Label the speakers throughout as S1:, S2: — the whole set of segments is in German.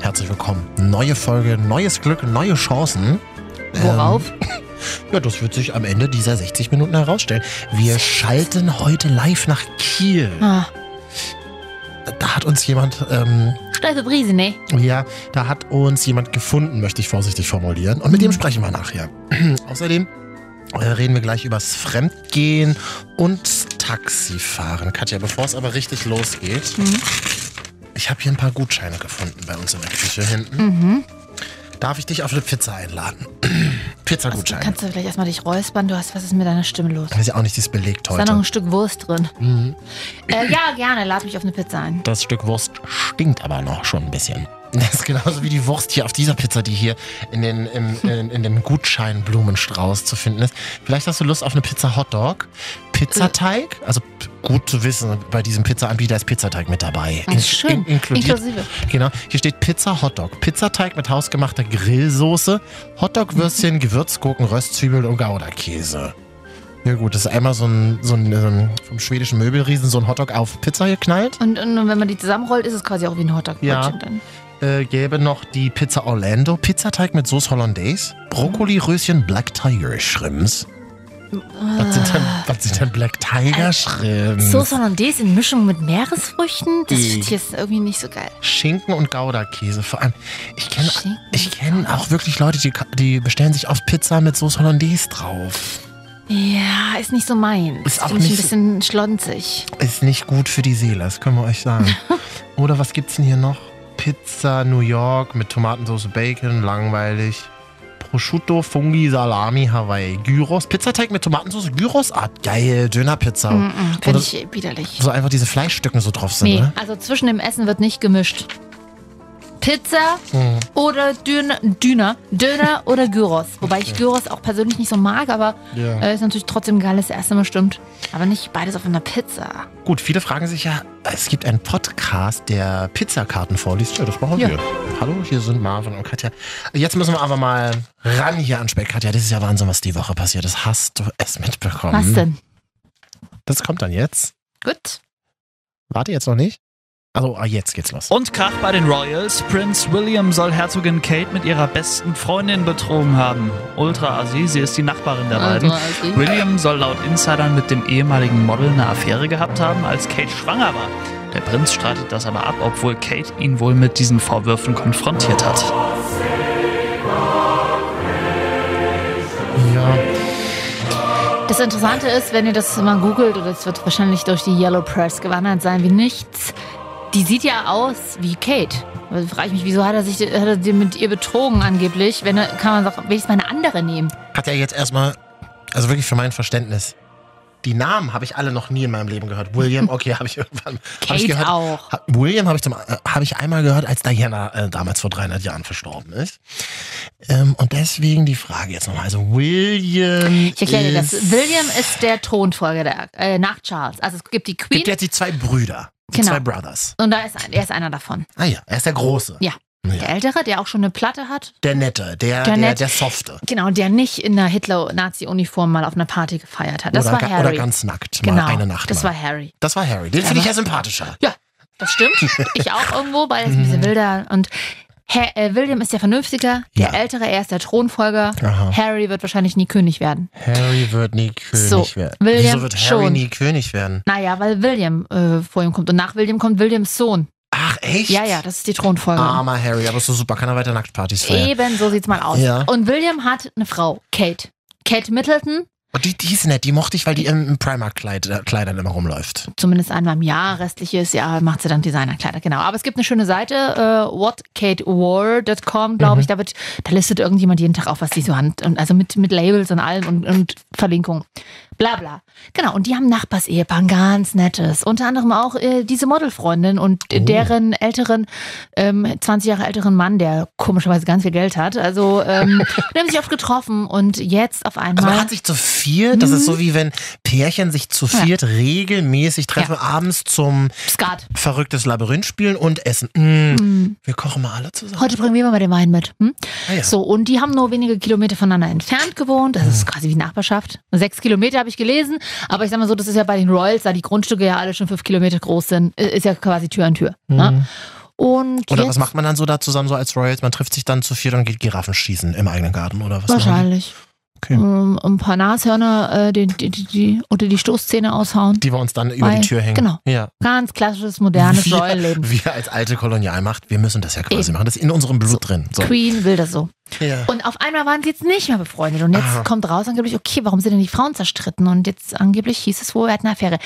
S1: Herzlich willkommen. Neue Folge, neues Glück, neue Chancen.
S2: Worauf?
S1: Ja, das wird sich am Ende dieser 60 Minuten herausstellen. Wir schalten heute live nach Kiel.
S2: Ah,
S1: Da hat uns jemand, ähm,
S2: steife Brise, ne?
S1: ja, da hat uns jemand gefunden, möchte ich vorsichtig formulieren. Und mit
S2: Mhm.
S1: dem sprechen wir nachher. Außerdem äh, reden wir gleich übers Fremdgehen und Taxifahren. Katja, bevor es aber richtig losgeht,
S2: Mhm.
S1: ich habe hier ein paar Gutscheine gefunden bei uns in der Küche hinten.
S2: Mhm.
S1: Darf ich dich auf eine Pizza einladen?
S2: Du
S1: Pizzagutschein.
S2: kannst du vielleicht erstmal dich räuspern. Du hast, was ist mit deiner Stimme los?
S1: Ich weiß ja auch nicht, die ist belegt
S2: Ist da noch
S1: heute.
S2: ein Stück Wurst drin?
S1: Mhm.
S2: Äh, ja, gerne. Lad mich auf eine Pizza ein.
S1: Das Stück Wurst stinkt aber noch schon ein bisschen. Das ist genauso wie die Wurst hier auf dieser Pizza, die hier in, den, im, in, in dem Gutscheinblumenstrauß zu finden ist. Vielleicht hast du Lust auf eine Pizza Hotdog, Pizzateig. Also p- gut zu wissen, bei diesem Pizzaanbieter ist Pizzateig mit dabei.
S2: Ah,
S1: In-
S2: schön.
S1: in- inkludiert.
S2: Inklusive.
S1: Genau, hier steht Pizza Hotdog. Pizzateig mit hausgemachter Grillsoße, Hotdogwürstchen, Gewürzgurken, Röstzwiebeln und Gouda-Käse. Ja gut, das ist einmal so ein, so ein ähm, vom schwedischen Möbelriesen so ein Hotdog auf Pizza geknallt.
S2: Und, und, und wenn man die zusammenrollt, ist es quasi auch wie ein Hotdog.
S1: Ja.
S2: Dann.
S1: Äh, gäbe noch die Pizza Orlando, Pizzateig mit Soße Hollandaise, Brokkoli, Röschen, Black Tiger Shrimps. Was sind denn, was sind denn Black
S2: Äh,
S1: Tiger Shrimps?
S2: Soße Hollandaise in Mischung mit Meeresfrüchten? Das
S1: I.
S2: finde ich jetzt irgendwie nicht so geil.
S1: Schinken und Gouda-Käse. Vor allem, ich kenne
S2: Schinken
S1: ich kenn auch wirklich Leute, die, ka- die bestellen sich oft Pizza mit Soße Hollandaise drauf.
S2: Ja, ist nicht so meins.
S1: Ist auch
S2: Finde ich
S1: nicht
S2: ein
S1: so-
S2: bisschen schlonzig.
S1: Ist nicht gut für die Seele, das können wir euch sagen. Oder was gibt's denn hier noch? Pizza New York mit Tomatensauce, Bacon, langweilig. Prosciutto, Fungi, Salami, Hawaii, Gyros, Pizzateig mit Tomatensauce, Gyrosart, geil, Dönerpizza.
S2: Finde
S1: Oder
S2: Mm, ich widerlich.
S1: so einfach diese Fleischstücken so drauf sind,
S2: Nee,
S1: ne?
S2: also zwischen dem Essen wird nicht gemischt. Pizza
S1: Hm.
S2: oder Döner, Döner, Döner oder Gyros. Wobei ich Gyros auch persönlich nicht so mag, aber
S1: Ja.
S2: äh, ist natürlich trotzdem ein geiles Essen bestimmt. Aber nicht beides auf einer Pizza.
S1: Gut, viele fragen sich ja, es gibt einen Podcast, der Pizzakarten vorliest. Ja, das machen
S2: Ja.
S1: wir. Hallo, hier sind Marvin und Katja. Jetzt müssen wir aber mal ran hier an Speck. Katja, das ist ja Wahnsinn, was die Woche passiert ist. Hast du es mitbekommen?
S2: Was denn?
S1: Das kommt dann jetzt.
S2: Gut.
S1: Warte jetzt noch nicht? Also, ah, jetzt geht's
S2: Oh.
S1: los.
S3: Und Krach bei den Royals. Prinz William soll Herzogin Kate mit ihrer besten Freundin betrogen haben. Ultra assi, sie ist die Nachbarin der beiden. William soll laut Insidern mit dem ehemaligen Model eine Affäre gehabt haben, als Kate schwanger war. Der Prinz streitet das aber ab, obwohl Kate ihn wohl mit diesen Vorwürfen konfrontiert hat.
S1: Ja.
S2: Das Interessante ist, wenn ihr das mal googelt, oder es wird wahrscheinlich durch die Yellow Press gewandert sein wie nichts, die sieht ja aus wie Kate. Also frage ich mich, wieso hat er sich hat er die mit ihr betrogen angeblich? Wenn er, kann man doch wenigstens mal eine andere nehmen.
S1: Hat ja jetzt erstmal, also wirklich für mein Verständnis, die Namen habe ich alle noch nie in meinem Leben gehört. William, okay, habe ich irgendwann hab ich
S2: Kate
S1: gehört.
S2: auch.
S1: Ha- William habe ich, zum- äh, hab ich einmal gehört, als Diana äh, damals vor 300 Jahren verstorben ist. Ähm, und deswegen die Frage jetzt nochmal. Also, William.
S2: Ich erkläre dir das.
S1: ist-
S2: William ist der Thronfolger der, äh, nach Charles. Also es gibt die Queen
S1: Gibt jetzt die zwei Brüder. Die
S2: Genau.
S1: zwei Brothers.
S2: und da ist ein, er ist einer davon.
S1: Ah ja, er ist der Große.
S2: Ja. Der
S1: ja.
S2: Ältere, der auch schon eine Platte hat.
S1: Der Nette, der,
S2: Der
S1: der, der,
S2: Nett-
S1: der Softe.
S2: Genau, der nicht in einer Hitler-Nazi-Uniform mal auf einer Party gefeiert hat. Das
S1: oder,
S2: war
S1: ga-
S2: Harry.
S1: oder ganz nackt.
S2: genau,
S1: Mal eine Nacht.
S2: das
S1: lang.
S2: war Harry.
S1: Das war Harry. Den
S2: Ja,
S1: finde ich
S2: aber-
S1: ja sympathischer.
S2: Das stimmt. ich auch irgendwo, weil er ist ein
S1: Mhm.
S2: bisschen wilder. Und Herr, äh, William ist der Vernünftiger, der
S1: Ja.
S2: Ältere, er ist der Thronfolger.
S1: Aha.
S2: Harry wird wahrscheinlich nie König werden.
S1: Harry wird nie König
S2: So,
S1: werden.
S2: William
S1: Wieso wird Harry
S2: schon.
S1: nie König werden?
S2: Naja, weil William äh, vor ihm kommt. Und nach William kommt Williams Sohn.
S1: Ach, echt?
S2: Ja, ja, das ist die Thronfolge.
S1: Armer Harry, aber so super, kann er weiter Nacktpartys feiern.
S2: Eben, so sieht's mal aus.
S1: Ja.
S2: Und William hat eine Frau, Kate. Kate Middleton,
S1: Und die, die ist nett, die mochte ich, weil die im, im Primark-Kleidern immer rumläuft.
S2: zumindest einmal im Jahr, restliches Jahr macht sie dann Designerkleider, genau. Aber es gibt eine schöne Seite, äh, whatkatewar.com, glaube
S1: Mhm.
S2: ich, da, wird, da listet irgendjemand jeden Tag auf, was sie so hand, und also mit, mit Labels und allem und, und Verlinkungen. Bla bla. Genau, und die haben Nachbarsehepaar, ein ganz nettes. Unter anderem auch äh, diese Modelfreundin und äh,
S1: Oh.
S2: deren älteren, ähm, 20 Jahre älteren Mann, der komischerweise ganz viel Geld hat. Also, ähm, die haben sich oft getroffen und jetzt auf
S1: Also man
S2: einmal.
S1: hat sich zu viert, das ist so wie wenn Pärchen sich zu
S2: Mhm. Ja.
S1: viert regelmäßig treffen, abends zum
S2: Skat.
S1: verrücktes Labyrinth spielen und essen. Mm, Wir kochen mal alle zusammen.
S2: Mhm. Heute bringen wir mal den Wein mit. Hm?
S1: Ah ja.
S2: So, und die haben nur wenige Kilometer voneinander entfernt gewohnt. Das
S1: Ah.
S2: ist quasi wie Nachbarschaft. Sechs Kilometer habe ich gelesen, aber ich sag mal so, das ist ja bei den Royals, da die Grundstücke ja alle schon fünf Kilometer groß sind, äh, ist ja quasi Tür an Tür. Ne? Und
S1: Mhm. Oder
S2: jetzt,
S1: was macht man dann so da zusammen so als Royals? Man trifft sich dann zu viert und geht Giraffen schießen im eigenen Garten oder was? ne? machen die?
S2: Wahrscheinlich.
S1: Okay.
S2: Ähm, ein paar Nashörner äh, die, die, die, die, unter die Stoßzähne aushauen.
S1: Die wir uns dann über
S2: Weil-
S1: die Tür hängen.
S2: genau.
S1: Ja.
S2: Ganz klassisches, modernes Royal-Leben.
S1: wir als alte Kolonialmacht, wir müssen das ja quasi machen. Das ist in unserem Blut drin. So.
S2: Queen will das so.
S1: Ja.
S2: Und auf einmal waren sie jetzt nicht mehr befreundet. Und jetzt
S1: Aha.
S2: kommt raus angeblich, okay, warum sind denn die Frauen zerstritten? Und jetzt angeblich hieß es wohl, er hat eine Affäre.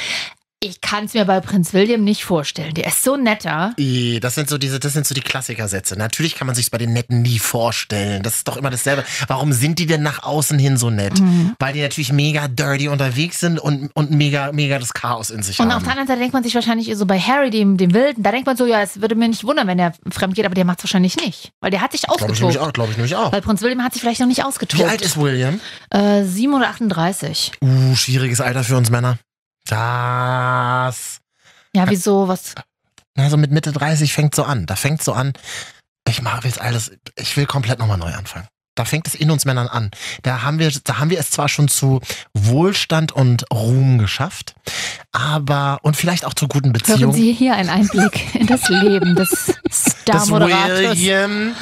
S2: Ich kann es mir bei Prinz William nicht vorstellen. Der ist so netter.
S1: Eh, Das sind so diese, das sind so die Klassikersätze. Natürlich kann man sich bei den Netten nie vorstellen. Das ist doch immer dasselbe. Warum sind die denn nach außen hin so nett?
S2: Mhm.
S1: Weil die natürlich mega dirty unterwegs sind und, und mega, mega das Chaos in sich
S2: Und auf
S1: haben.
S2: der anderen Seite denkt man sich wahrscheinlich so bei Harry, dem, dem Wilden, da denkt man so, ja, es würde mir nicht wundern, wenn er fremd geht, aber der macht es wahrscheinlich nicht. Weil der hat sich
S1: Glaube ich nämlich
S2: ausgetobt.
S1: auch, glaube ich nämlich auch.
S2: Weil Prinz William hat sich vielleicht noch nicht
S1: Wie alt
S2: ausgetobt.
S1: ist William?
S2: Äh, 7 oder 38.
S1: Uh, schwieriges Alter für uns Männer. Das.
S2: Ja, wieso? Was?
S1: Also mit Mitte 30 fängt so an. Da fängt so an, ich mache jetzt alles, ich will komplett nochmal neu anfangen. Da fängt es in uns Männern an. Da haben wir, da haben wir es zwar schon zu Wohlstand und Ruhm geschafft, aber und vielleicht auch zu guten
S2: Hören
S1: Beziehungen.
S2: Sie hier einen Einblick in das Leben des
S1: Das
S2: Star-Moderators
S1: William.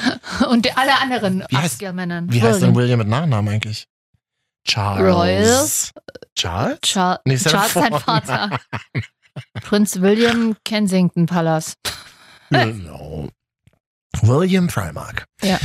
S2: und der- aller anderen
S1: Wie heißt-
S2: Upscale-Männern.
S1: Wie heißt denn William mit Nachnamen eigentlich? Charles. Charles?
S2: Char
S1: Nee, ist ja
S2: Charles sein
S1: der Vorname.
S2: Vater. Prinz William Kensington Palace.
S1: Genau. William Primark.
S2: Hm. Ja.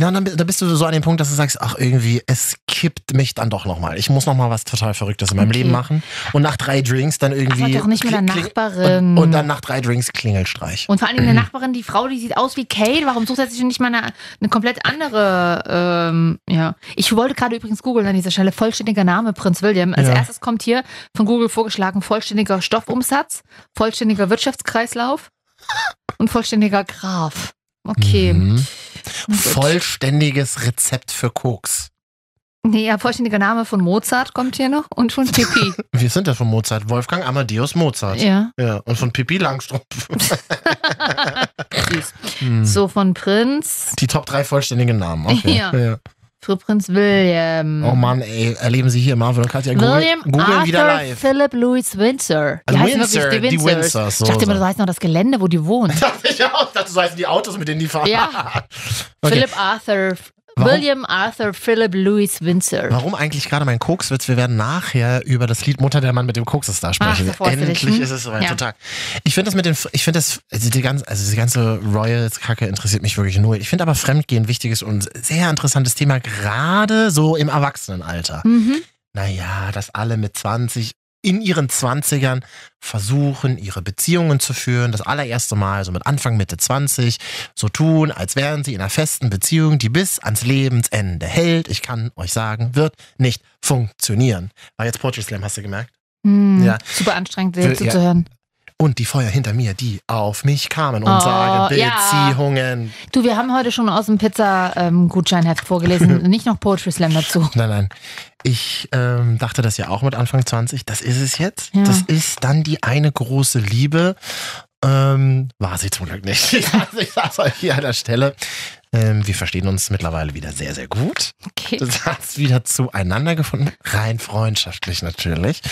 S1: Ja, und dann, bi- da bist du so an dem Punkt, dass du sagst, ach irgendwie, es kippt mich dann doch nochmal. Ich muss nochmal was total Verrücktes in meinem
S2: Okay.
S1: Leben machen. Und nach drei Drinks dann
S2: Das war
S1: irgendwie...
S2: Mhm. doch nicht Ähm. mit der
S1: kling- kling-
S2: Nachbarin.
S1: Und, und dann nach drei Drinks Klingelstreich.
S2: Und vor allen Dingen eine Nachbarin, die Frau, die sieht aus wie Kate. Warum sucht er sich denn nicht mal eine, eine komplett andere? Ähm, ja. Ich wollte gerade übrigens googeln an dieser Stelle. Vollständiger Name, Prinz William. Als
S1: Ja.
S2: erstes kommt hier von Google vorgeschlagen vollständiger Stoffumsatz, vollständiger Wirtschaftskreislauf und vollständiger Graf. Okay.
S1: Mhm.
S2: Gut.
S1: Vollständiges Rezept für Koks.
S2: Nee, ja, vollständiger Name von Mozart kommt hier noch und von Pippi.
S1: Wir sind ja von Mozart. Wolfgang Amadeus Mozart. Ja.
S2: ja.
S1: Und von Pippi Langstrumpf.
S2: Süß.
S1: Hm.
S2: So von Prinz
S1: Die Top 3 vollständigen Namen. Okay.
S2: Ja. für Prinz William.
S1: Oh Mann, ey, erleben Sie hier Marvin und Katja
S2: William
S1: googeln googeln wieder
S2: Arthur
S1: live.
S2: Philip Louis Windsor. Die
S1: Also
S2: heißen
S1: Windsor,
S2: wirklich
S1: die
S2: Windsors.
S1: Windsors, so,
S2: ich dachte immer,
S1: so.
S2: das heißt noch das Gelände, wo die wohnen.
S1: dachte ich auch. Ich dachte, so heißen die Autos, mit denen die fahren.
S2: Ja.
S1: Okay.
S2: Philip Arthur.
S1: Warum-
S2: William Arthur Philip Louis Windsor.
S1: Warum eigentlich gerade mein Kokswitz? Wir werden nachher über das Lied Mutter der Mann mit dem Koksestar sprechen.
S2: Ach, da freust du dich,
S1: Endlich
S2: hm?
S1: ist es soweit.
S2: Ja.
S1: Total. Ich finde das mit den, ich finde das, also die ganze, also die ganze Royals-Kacke interessiert mich wirklich null. Ich finde aber Fremdgehen wichtiges und sehr interessantes Thema, gerade so im Erwachsenenalter.
S2: Mhm.
S1: naja, dass alle mit 20 in ihren 20ern versuchen, ihre Beziehungen zu führen. Das allererste Mal, so mit Anfang, Mitte 20, so tun, als wären sie in einer festen Beziehung, die bis ans Lebensende hält. Ich kann euch sagen, wird nicht funktionieren. War jetzt Poetry Slam, hast du gemerkt?
S2: Hm.
S1: Ja.
S2: Super anstrengend, dir
S1: Ja.
S2: zuzuhören.
S1: Und die Feuer hinter mir, die auf mich kamen und
S2: Oh,
S1: sagen,
S2: ja.
S1: Beziehungen.
S2: Du, wir haben heute schon aus dem Pizza-Gutscheinheft vorgelesen. Nicht noch Poetry Slam dazu.
S1: Nein, nein. Ich ähm, dachte das ja auch mit Anfang 20. Das ist es jetzt.
S2: Ja.
S1: Das ist dann die eine große Liebe. Ähm, war sie zum Glück nicht. Ich sag's- ich sag's euch hier an der Stelle. Ähm, wir verstehen uns mittlerweile wieder sehr, sehr gut.
S2: Okay.
S1: Das hat's wieder zueinander gefunden. Rein freundschaftlich natürlich.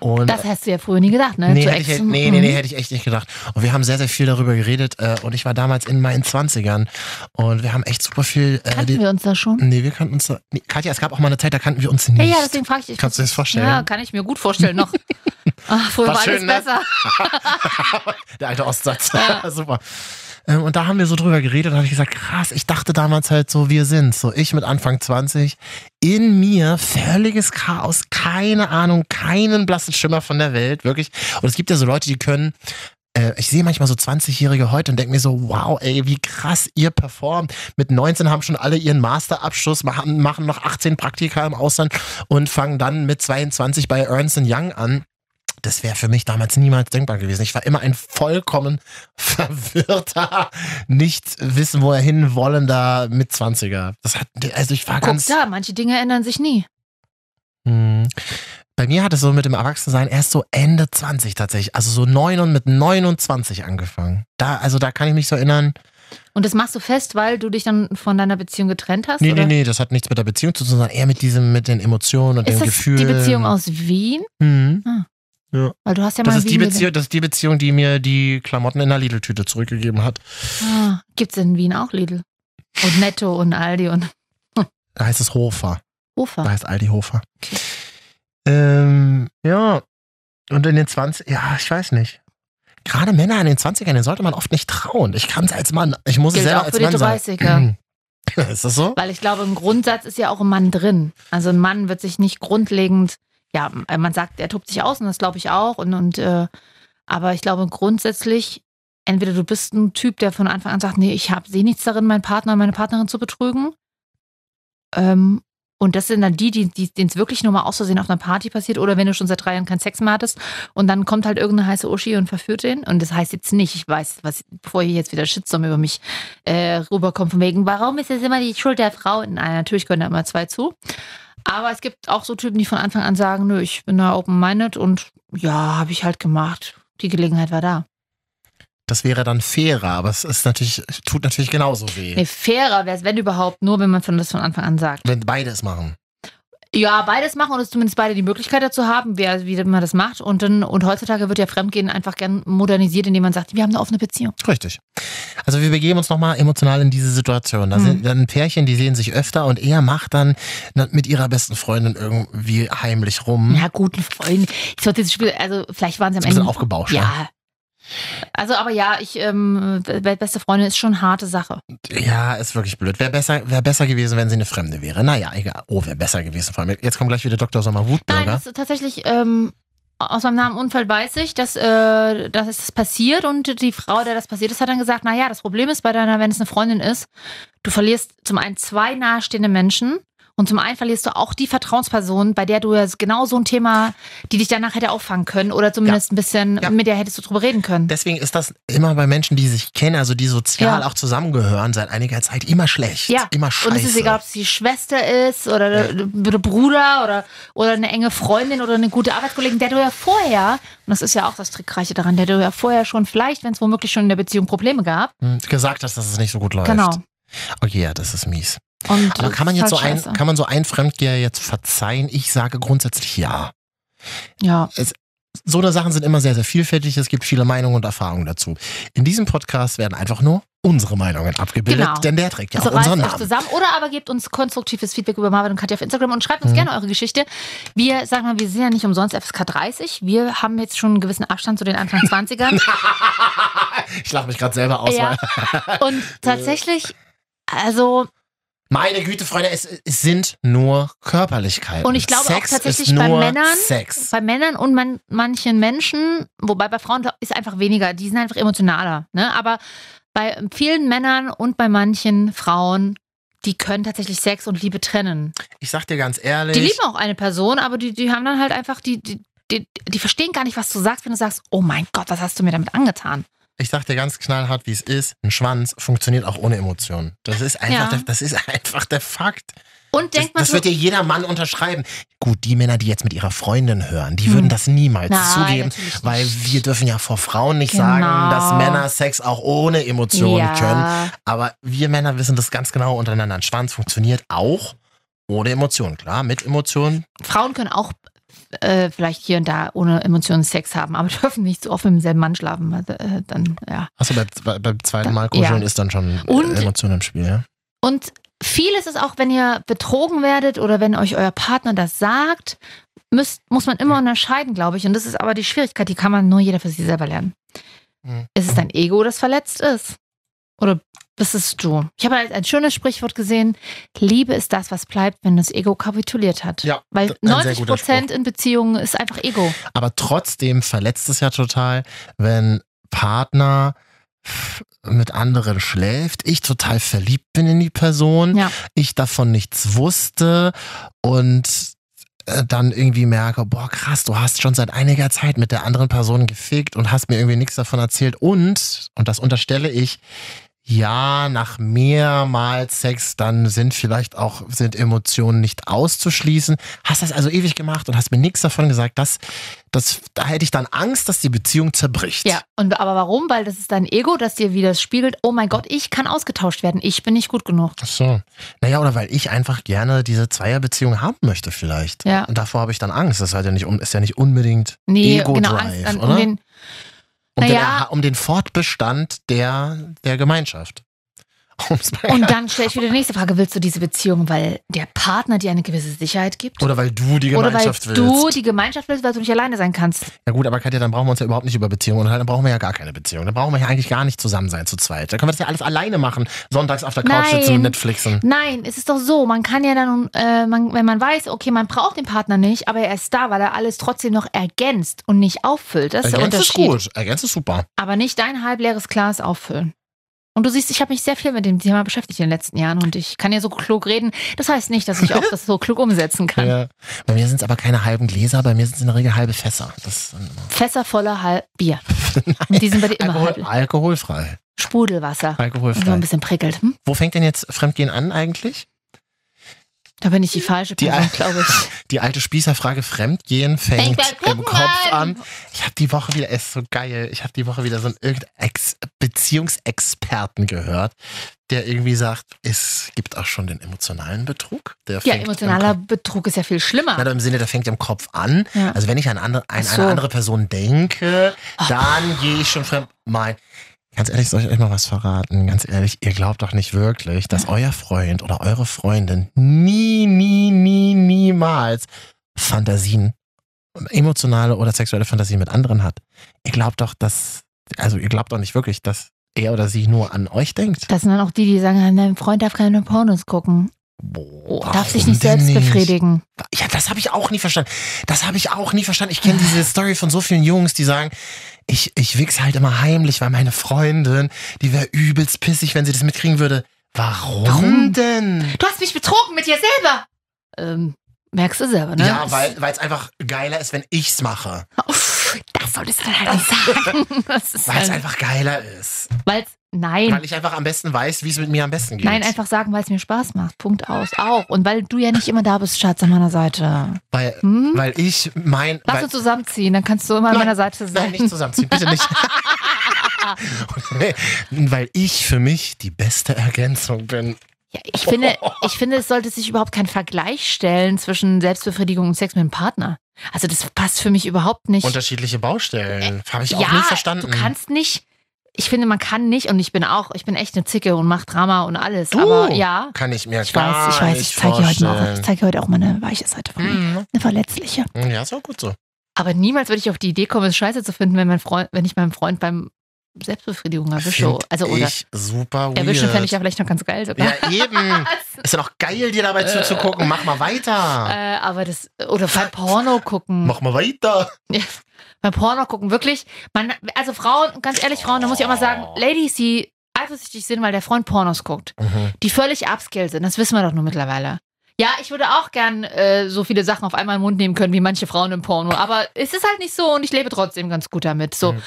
S1: Und
S2: Das hast du ja früher nie gedacht, ne?
S1: Nee,
S2: Zu
S1: hätte ich,
S2: Ex-
S1: hätte- nee, nee, nee, hätte ich echt nicht gedacht. Und wir haben sehr, sehr viel darüber geredet. Äh, und ich war damals in meinen 20ern. Und wir haben echt super viel. Äh,
S2: Kannten
S1: die,
S2: wir uns da schon?
S1: nee, wir kannten uns. da- Nee, Katja, es gab auch mal eine Zeit, da kannten wir uns nicht.
S2: Ja, ja, deswegen frage ich dich.
S1: Kannst du dir das vorstellen?
S2: Ja, kann ich mir gut vorstellen noch. Ach, früher
S1: War
S2: war alles
S1: schön, ne?
S2: besser.
S1: Der alte Ostsatz. Super. Ähm, Und da haben wir so drüber geredet und habe ich gesagt, krass, ich dachte damals halt so, wir sind so ich mit Anfang 20, in mir völliges Chaos, keine Ahnung, keinen blassen Schimmer von der Welt, wirklich. Und es gibt ja so Leute, die können äh, ich sehe manchmal so 20-Jährige heute und denke mir so, wow, ey, wie krass ihr performt. Mit 19 haben schon alle ihren Masterabschluss, machen, machen noch 18 Praktika im Ausland und fangen dann mit 22 bei Ernst Young an. Das wäre für mich damals niemals denkbar gewesen. Ich war immer ein vollkommen verwirrter, nicht wissen, wo er hinwollender Mitzwanziger. Das hat, also ich war
S2: Guck
S1: ganz.
S2: da, manche Dinge ändern sich nie.
S1: Hm. Bei mir hat es so mit dem Erwachsensein erst so Ende 20 tatsächlich, also so 9 und mit 29 angefangen. Da, also da kann ich mich so erinnern.
S2: Und das machst du fest, weil du dich dann von deiner Beziehung getrennt hast?
S1: Nee,
S2: oder?
S1: nee, nee, das hat nichts mit der Beziehung zu tun, sondern eher mit diesem, mit den Emotionen und
S2: Ist
S1: dem
S2: das
S1: Gefühl.
S2: die Beziehung aus Wien?
S1: Hm.
S2: Weil du hast ja
S1: Das
S2: mal
S1: ist, die
S2: Wien
S1: Beziehung, das ist die Beziehung, die mir die Klamotten in der Lidl-Tüte zurückgegeben hat.
S2: gesehen. Ah, gibt's in Wien auch Lidl und Netto und Aldi und
S1: Da heißt es Hofer. Da
S2: Hofer.
S1: heißt Aldi Hofer. Ähm, ja. Und in den 20, ja, ich weiß nicht. Gerade Männer in den 20ern, denen sollte man oft nicht trauen. Ich kann es als Mann, ich muss es
S2: Gilt
S1: selber
S2: auch für
S1: als
S2: die
S1: Mann
S2: 30er.
S1: sagen. Hm. Ist das so?
S2: Weil ich glaube, im Grundsatz ist ja auch ein Mann drin. Also ein Mann wird sich nicht grundlegend, ja, äh, man sagt, er tobt sich aus und das glaube ich auch. Und, und äh, aber ich glaube grundsätzlich, entweder du bist ein Typ, der von Anfang an sagt, nee, ich habe sehe nichts darin, meinen Partner, meine Partnerin zu betrügen. Ähm, und das sind dann die, die, die denen es wirklich nur mal aus Versehen auf einer Party passiert oder wenn du schon seit drei Jahren keinen Sex mehr hattest und dann kommt halt irgendeine heiße Uschi und verführt den. Und das heißt jetzt nicht, ich weiß, was, bevor hier jetzt wieder Shitstorm über mich äh, rüberkommt, von wegen, warum ist das immer die Schuld der Frau? Nein, natürlich können da immer zwei zu. Aber es gibt auch so Typen, die von Anfang an sagen, nö, ich bin da open-minded und ja, habe ich halt gemacht. Die Gelegenheit war da.
S1: Das wäre dann fairer, aber es ist natürlich, tut natürlich genauso weh.
S2: Nee, fairer wäre es, wenn überhaupt, nur wenn man von das von Anfang an sagt.
S1: Wenn beide es machen.
S2: Ja, beides machen oder zumindest beide die Möglichkeit dazu haben, wer, wie man das macht. Und, dann, und heutzutage wird ja Fremdgehen einfach gern modernisiert, indem man sagt, wir haben eine offene Beziehung.
S1: Richtig. Also wir begeben uns nochmal emotional in diese Situation. Da
S2: Mhm.
S1: sind dann Pärchen, die sehen sich öfter und er macht dann mit ihrer besten Freundin irgendwie heimlich rum.
S2: Na, guten Freund. Ich sollte dieses Spiel, also vielleicht waren sie am
S1: Hm? ist ein bisschen
S2: Ende
S1: aufgebauscht. ne?
S2: Ja. Also, aber ja, ich, ähm, be- beste Freundin ist schon eine harte Sache.
S1: Ja, ist wirklich blöd. Wäre besser, wär besser gewesen, wenn sie eine Fremde wäre. Naja, egal. Oh, wäre besser gewesen. Vor allem, jetzt kommt gleich wieder Dr. Sommer
S2: Nein,
S1: Wutbürger.
S2: das ist tatsächlich, ähm, aus meinem Namen Unfall weiß ich, dass, äh, dass es passiert und die Frau, der das passiert ist, hat dann gesagt, naja, das Problem ist bei deiner, wenn es eine Freundin ist, du verlierst zum einen zwei nahestehende Menschen und zum einen verlierst du auch die Vertrauensperson, bei der du ja genau so ein Thema, die dich danach hätte auffangen können oder zumindest ein bisschen,
S1: Ja.
S2: mit der hättest du drüber reden können.
S1: Deswegen ist das immer bei Menschen, die sich kennen, also die sozial
S2: Ja.
S1: auch zusammengehören, seit einiger Zeit immer schlecht.
S2: Ja.
S1: Immer scheiße.
S2: Und es ist egal, ob es die Schwester ist oder der, der Bruder oder, oder eine enge Freundin oder eine gute Arbeitskollegin, der du ja vorher, und das ist ja auch das Trickreiche daran, der du ja vorher schon vielleicht, wenn es womöglich schon in der Beziehung Probleme gab.
S1: Hm, Gesagt hast, dass es nicht so gut läuft.
S2: Genau.
S1: Okay, ja, das ist mies.
S2: Und
S1: Aber kann man
S2: das
S1: jetzt so
S2: ist halt
S1: ein,
S2: scheiße.
S1: kann man so ein Fremdgeher jetzt verzeihen? Ich sage grundsätzlich ja.
S2: Ja,
S1: So eine Sachen sind immer sehr, sehr vielfältig. Es gibt viele Meinungen und Erfahrungen dazu. In diesem Podcast werden einfach nur unsere Meinungen abgebildet,
S2: Genau.
S1: denn der trägt ja
S2: also
S1: auch unseren
S2: reißt euch
S1: Namen.
S2: zusammen oder aber gebt uns konstruktives Feedback über Marvin und Katja auf Instagram und schreibt uns
S1: Mhm.
S2: gerne eure Geschichte. Wir, sagen mal, wir sind ja nicht umsonst FSK 30. Wir haben jetzt schon einen gewissen Abstand zu den Anfang 20ern.
S1: ich lache mich gerade selber aus.
S2: Ja.
S1: weil-
S2: Und tatsächlich, also
S1: Meine Güte, Freunde, es, es sind nur Körperlichkeiten.
S2: Und ich glaube auch
S1: Sex
S2: tatsächlich
S1: ist
S2: bei
S1: nur
S2: Männern-
S1: Sex.
S2: bei Männern und man, manchen Menschen, wobei bei Frauen ist einfach weniger, die sind einfach emotionaler. Ne? Aber bei vielen Männern und bei manchen Frauen, die können tatsächlich Sex und Liebe trennen.
S1: Ich sag dir ganz
S2: Die
S1: ehrlich,
S2: lieben auch eine Person, aber die, die haben dann halt einfach, die, die, die, die verstehen gar nicht, was du sagst, wenn du sagst, oh mein Gott, was hast du mir damit angetan?
S1: ich sag dir ganz knallhart, wie es ist. Ein Schwanz funktioniert auch ohne Emotionen. Das ist einfach,
S2: Ja.
S1: der, das ist einfach der Fakt.
S2: Und
S1: Das,
S2: denkt man
S1: das wird dir jeder Mann unterschreiben. Gut, die Männer, die jetzt mit ihrer Freundin hören, die würden
S2: Hm.
S1: das niemals
S2: Nein,
S1: zugeben,
S2: natürlich nicht.
S1: weil wir dürfen ja vor Frauen nicht
S2: Genau.
S1: sagen, dass Männer Sex auch ohne Emotionen
S2: ja.
S1: können. Aber wir Männer wissen das ganz genau untereinander. Ein Schwanz funktioniert auch ohne Emotionen. Klar, mit Emotionen.
S2: Frauen können auch äh, vielleicht hier und da ohne Emotionen Sex haben, aber dürfen nicht so oft mit demselben Mann schlafen. weil, Äh, dann, ja.
S1: Achso, beim, zwe- beim zweiten Mal
S2: Ja.
S1: kuscheln ist dann schon äh,
S2: Und-
S1: Emotionen im Spiel, ja?
S2: Und viel ist es auch, wenn ihr betrogen werdet oder wenn euch euer Partner das sagt, müsst, muss man
S1: Mhm.
S2: immer unterscheiden, glaube ich. Und das ist aber die Schwierigkeit, die kann man nur jeder für sich selber lernen.
S1: Mhm.
S2: Ist es dein Ego, das verletzt ist? Oder bist es du? Ich habe halt ein schönes Sprichwort gesehen. Liebe ist das, was bleibt, wenn das Ego kapituliert hat.
S1: Ja,
S2: Weil
S1: d- ein sehr
S2: 90
S1: guter Spruch.
S2: Prozent in Beziehungen ist einfach Ego.
S1: Aber trotzdem verletzt es ja total, wenn Partner f- mit anderen schläft, ich total verliebt bin in die Person,
S2: Ja.
S1: ich davon nichts wusste und äh, dann irgendwie merke, boah krass, du hast schon seit einiger Zeit mit der anderen Person gefickt und hast mir irgendwie nichts davon erzählt und, und das unterstelle ich, ja, nach mehrmals Sex, dann sind vielleicht auch, sind Emotionen nicht auszuschließen. Hast das also ewig gemacht und hast mir nichts davon gesagt, das, das, da hätte ich dann Angst, dass die Beziehung zerbricht.
S2: Ja, und aber warum? Weil das ist dein Ego, das dir widerspiegelt, oh mein Gott, ich kann ausgetauscht werden, ich bin nicht gut genug.
S1: Ach so. Naja, oder weil ich einfach gerne diese Zweierbeziehung haben möchte, vielleicht.
S2: Ja.
S1: Und davor habe ich dann Angst. Das ist, halt ja, nicht, un- ist ja nicht unbedingt
S2: Nee, genau,
S1: Ego-Drive,
S2: Angst an,
S1: oder?
S2: um den.
S1: um, den,
S2: naja.
S1: Erha- um den Fortbestand der, der Gemeinschaft. Um's mal-
S2: Und dann stelle ich wieder die nächste Frage: Willst du diese Beziehung, weil der Partner dir eine gewisse Sicherheit gibt?
S1: oder weil du die
S2: Oder weil
S1: Gemeinschaft willst.
S2: du die Gemeinschaft willst, weil du nicht alleine sein kannst?
S1: Ja gut, aber Katja, dann brauchen wir uns ja überhaupt nicht über Beziehungen unterhalten. Dann brauchen wir ja gar keine Beziehung. Dann brauchen wir ja eigentlich gar nicht zusammen sein zu zweit. Dann können wir das ja alles alleine machen. Sonntags auf der Couch
S2: Nein.
S1: sitzen und Netflixen.
S2: Nein, es ist doch so, man kann ja dann, äh, man, wenn man weiß, okay, man braucht den Partner nicht, aber er ist da, weil er alles trotzdem noch ergänzt und nicht auffüllt. Das ist der
S1: Ergänzt ist
S2: Unterschied.
S1: gut. Ergänzt ist super.
S2: Aber nicht dein halbleeres Glas auffüllen. Und du siehst, ich habe mich sehr viel mit dem Thema beschäftigt in den letzten Jahren und ich kann ja so klug reden. Das heißt nicht, dass ich auch das so klug umsetzen kann.
S1: Ja. Bei mir sind es aber keine halben Gläser, bei mir sind es in der Regel halbe Fässer. Das ist dann immer-
S2: Fässer voller halb Bier. Die sind bei dir immer
S1: Alkohol,
S2: halb.
S1: alkoholfrei.
S2: Sprudelwasser. Und so
S1: Alkoholfrei.
S2: ein bisschen prickelt. Hm?
S1: Wo fängt denn jetzt Fremdgehen an eigentlich?
S2: Da bin ich die falsche
S1: Die
S2: Person,
S1: Al-
S2: glaube ich.
S1: Die alte Spießerfrage Fremdgehen fängt
S2: Fängt beim
S1: im
S2: Gucken
S1: Kopf
S2: an.
S1: an. Ich habe die Woche wieder, es ist so geil, ich habe die Woche wieder so einen irgendeinen Ex Beziehungsexperten gehört, der irgendwie sagt, es gibt auch schon den emotionalen Betrug. Der
S2: Ja,
S1: fängt im
S2: emotionaler
S1: Kopf-
S2: Betrug ist ja viel
S1: Na,
S2: schlimmer.
S1: doch, im Sinne, der fängt im Kopf an.
S2: Ja.
S1: Also wenn ich an, andere, an
S2: Ach so.
S1: eine andere Person denke, dann gehe ich schon fremd. Mein, ganz ehrlich, soll ich euch mal was verraten? Ganz ehrlich, ihr glaubt doch nicht wirklich, dass euer Freund oder eure Freundin nie, nie, nie, niemals Fantasien, emotionale oder sexuelle Fantasien mit anderen hat. Ihr glaubt doch, dass, also ihr glaubt doch nicht wirklich, dass er oder sie nur an euch denkt.
S2: Das sind dann auch die, die sagen, dein Freund darf keine Pornos gucken.
S1: Boah,
S2: Oh, darf sich
S1: warum
S2: nicht
S1: denn
S2: selbst befriedigen.
S1: Ja, das habe ich auch nie verstanden. Das habe ich auch nie verstanden. Ich kenne diese Story von so vielen Jungs, die sagen, ich, ich wichs halt immer heimlich, weil meine Freundin, die wäre übelst pissig, wenn sie das mitkriegen würde. Warum,
S2: Warum?
S1: denn?
S2: Du hast mich betrogen mit dir selber. Ähm, merkst du selber, ne?
S1: Ja, weil es einfach geiler ist, wenn ich's mache.
S2: Uff, das solltest du dann halt nicht sagen. Das ist
S1: Weil es
S2: halt,
S1: einfach geiler ist.
S2: weil's, nein.
S1: Weil ich einfach am besten weiß, wie es mit mir am besten geht.
S2: Nein, einfach sagen, weil es mir Spaß macht. Punkt aus. Auch. Und weil du ja nicht immer da bist, Schatz, an meiner Seite.
S1: Weil,
S2: Hm?
S1: weil ich mein.
S2: Lass
S1: weil,
S2: uns zusammenziehen, dann kannst du immer an
S1: Nein,
S2: meiner Seite sein.
S1: Nein, nicht zusammenziehen, bitte nicht. weil ich für mich die beste Ergänzung bin.
S2: Ja, ich, finde, ich finde, es sollte sich überhaupt kein Vergleich stellen zwischen Selbstbefriedigung und Sex mit einem Partner. Also das passt für mich überhaupt nicht.
S1: unterschiedliche Baustellen. Habe ich auch
S2: Äh, ja,
S1: nie verstanden.
S2: du kannst nicht. Ich finde, man kann nicht, und ich bin auch, ich bin echt eine Zicke und mach Drama und alles. Aber ja,
S1: Kann ich mir
S2: ich
S1: gar
S2: weiß, ich weiß,
S1: nicht
S2: ich zeige dir heute mal,
S1: vorstellen.
S2: ich zeige dir heute auch mal eine weiche Seite von mir. Eine verletzliche.
S1: Mhm. Ja, ist auch gut so.
S2: Aber niemals würde ich auf die Idee kommen, es scheiße zu finden, wenn mein Freund, wenn ich meinen Freund beim Selbstbefriedigung erwische.
S1: Find
S2: Also oder
S1: ich super weird.
S2: erwischen fände ich ja vielleicht noch ganz geil sogar.
S1: Ja, eben. Ist ja noch geil, dir dabei zuzugucken. Mach mal weiter.
S2: Äh, aber das, oder beim Porno gucken.
S1: Mach mal weiter.
S2: Beim Porno gucken, wirklich. Man, also Frauen, ganz ehrlich, Frauen, da muss ich auch mal sagen, Ladies, die eifersüchtig sind, weil der Freund Pornos guckt,
S1: Mhm.
S2: die völlig upscale sind, das wissen wir doch nur mittlerweile. Ja, ich würde auch gern äh, so viele Sachen auf einmal in den Mund nehmen können, wie manche Frauen im Porno. Aber es ist halt nicht so und ich lebe trotzdem ganz gut damit. So,
S1: Mhm.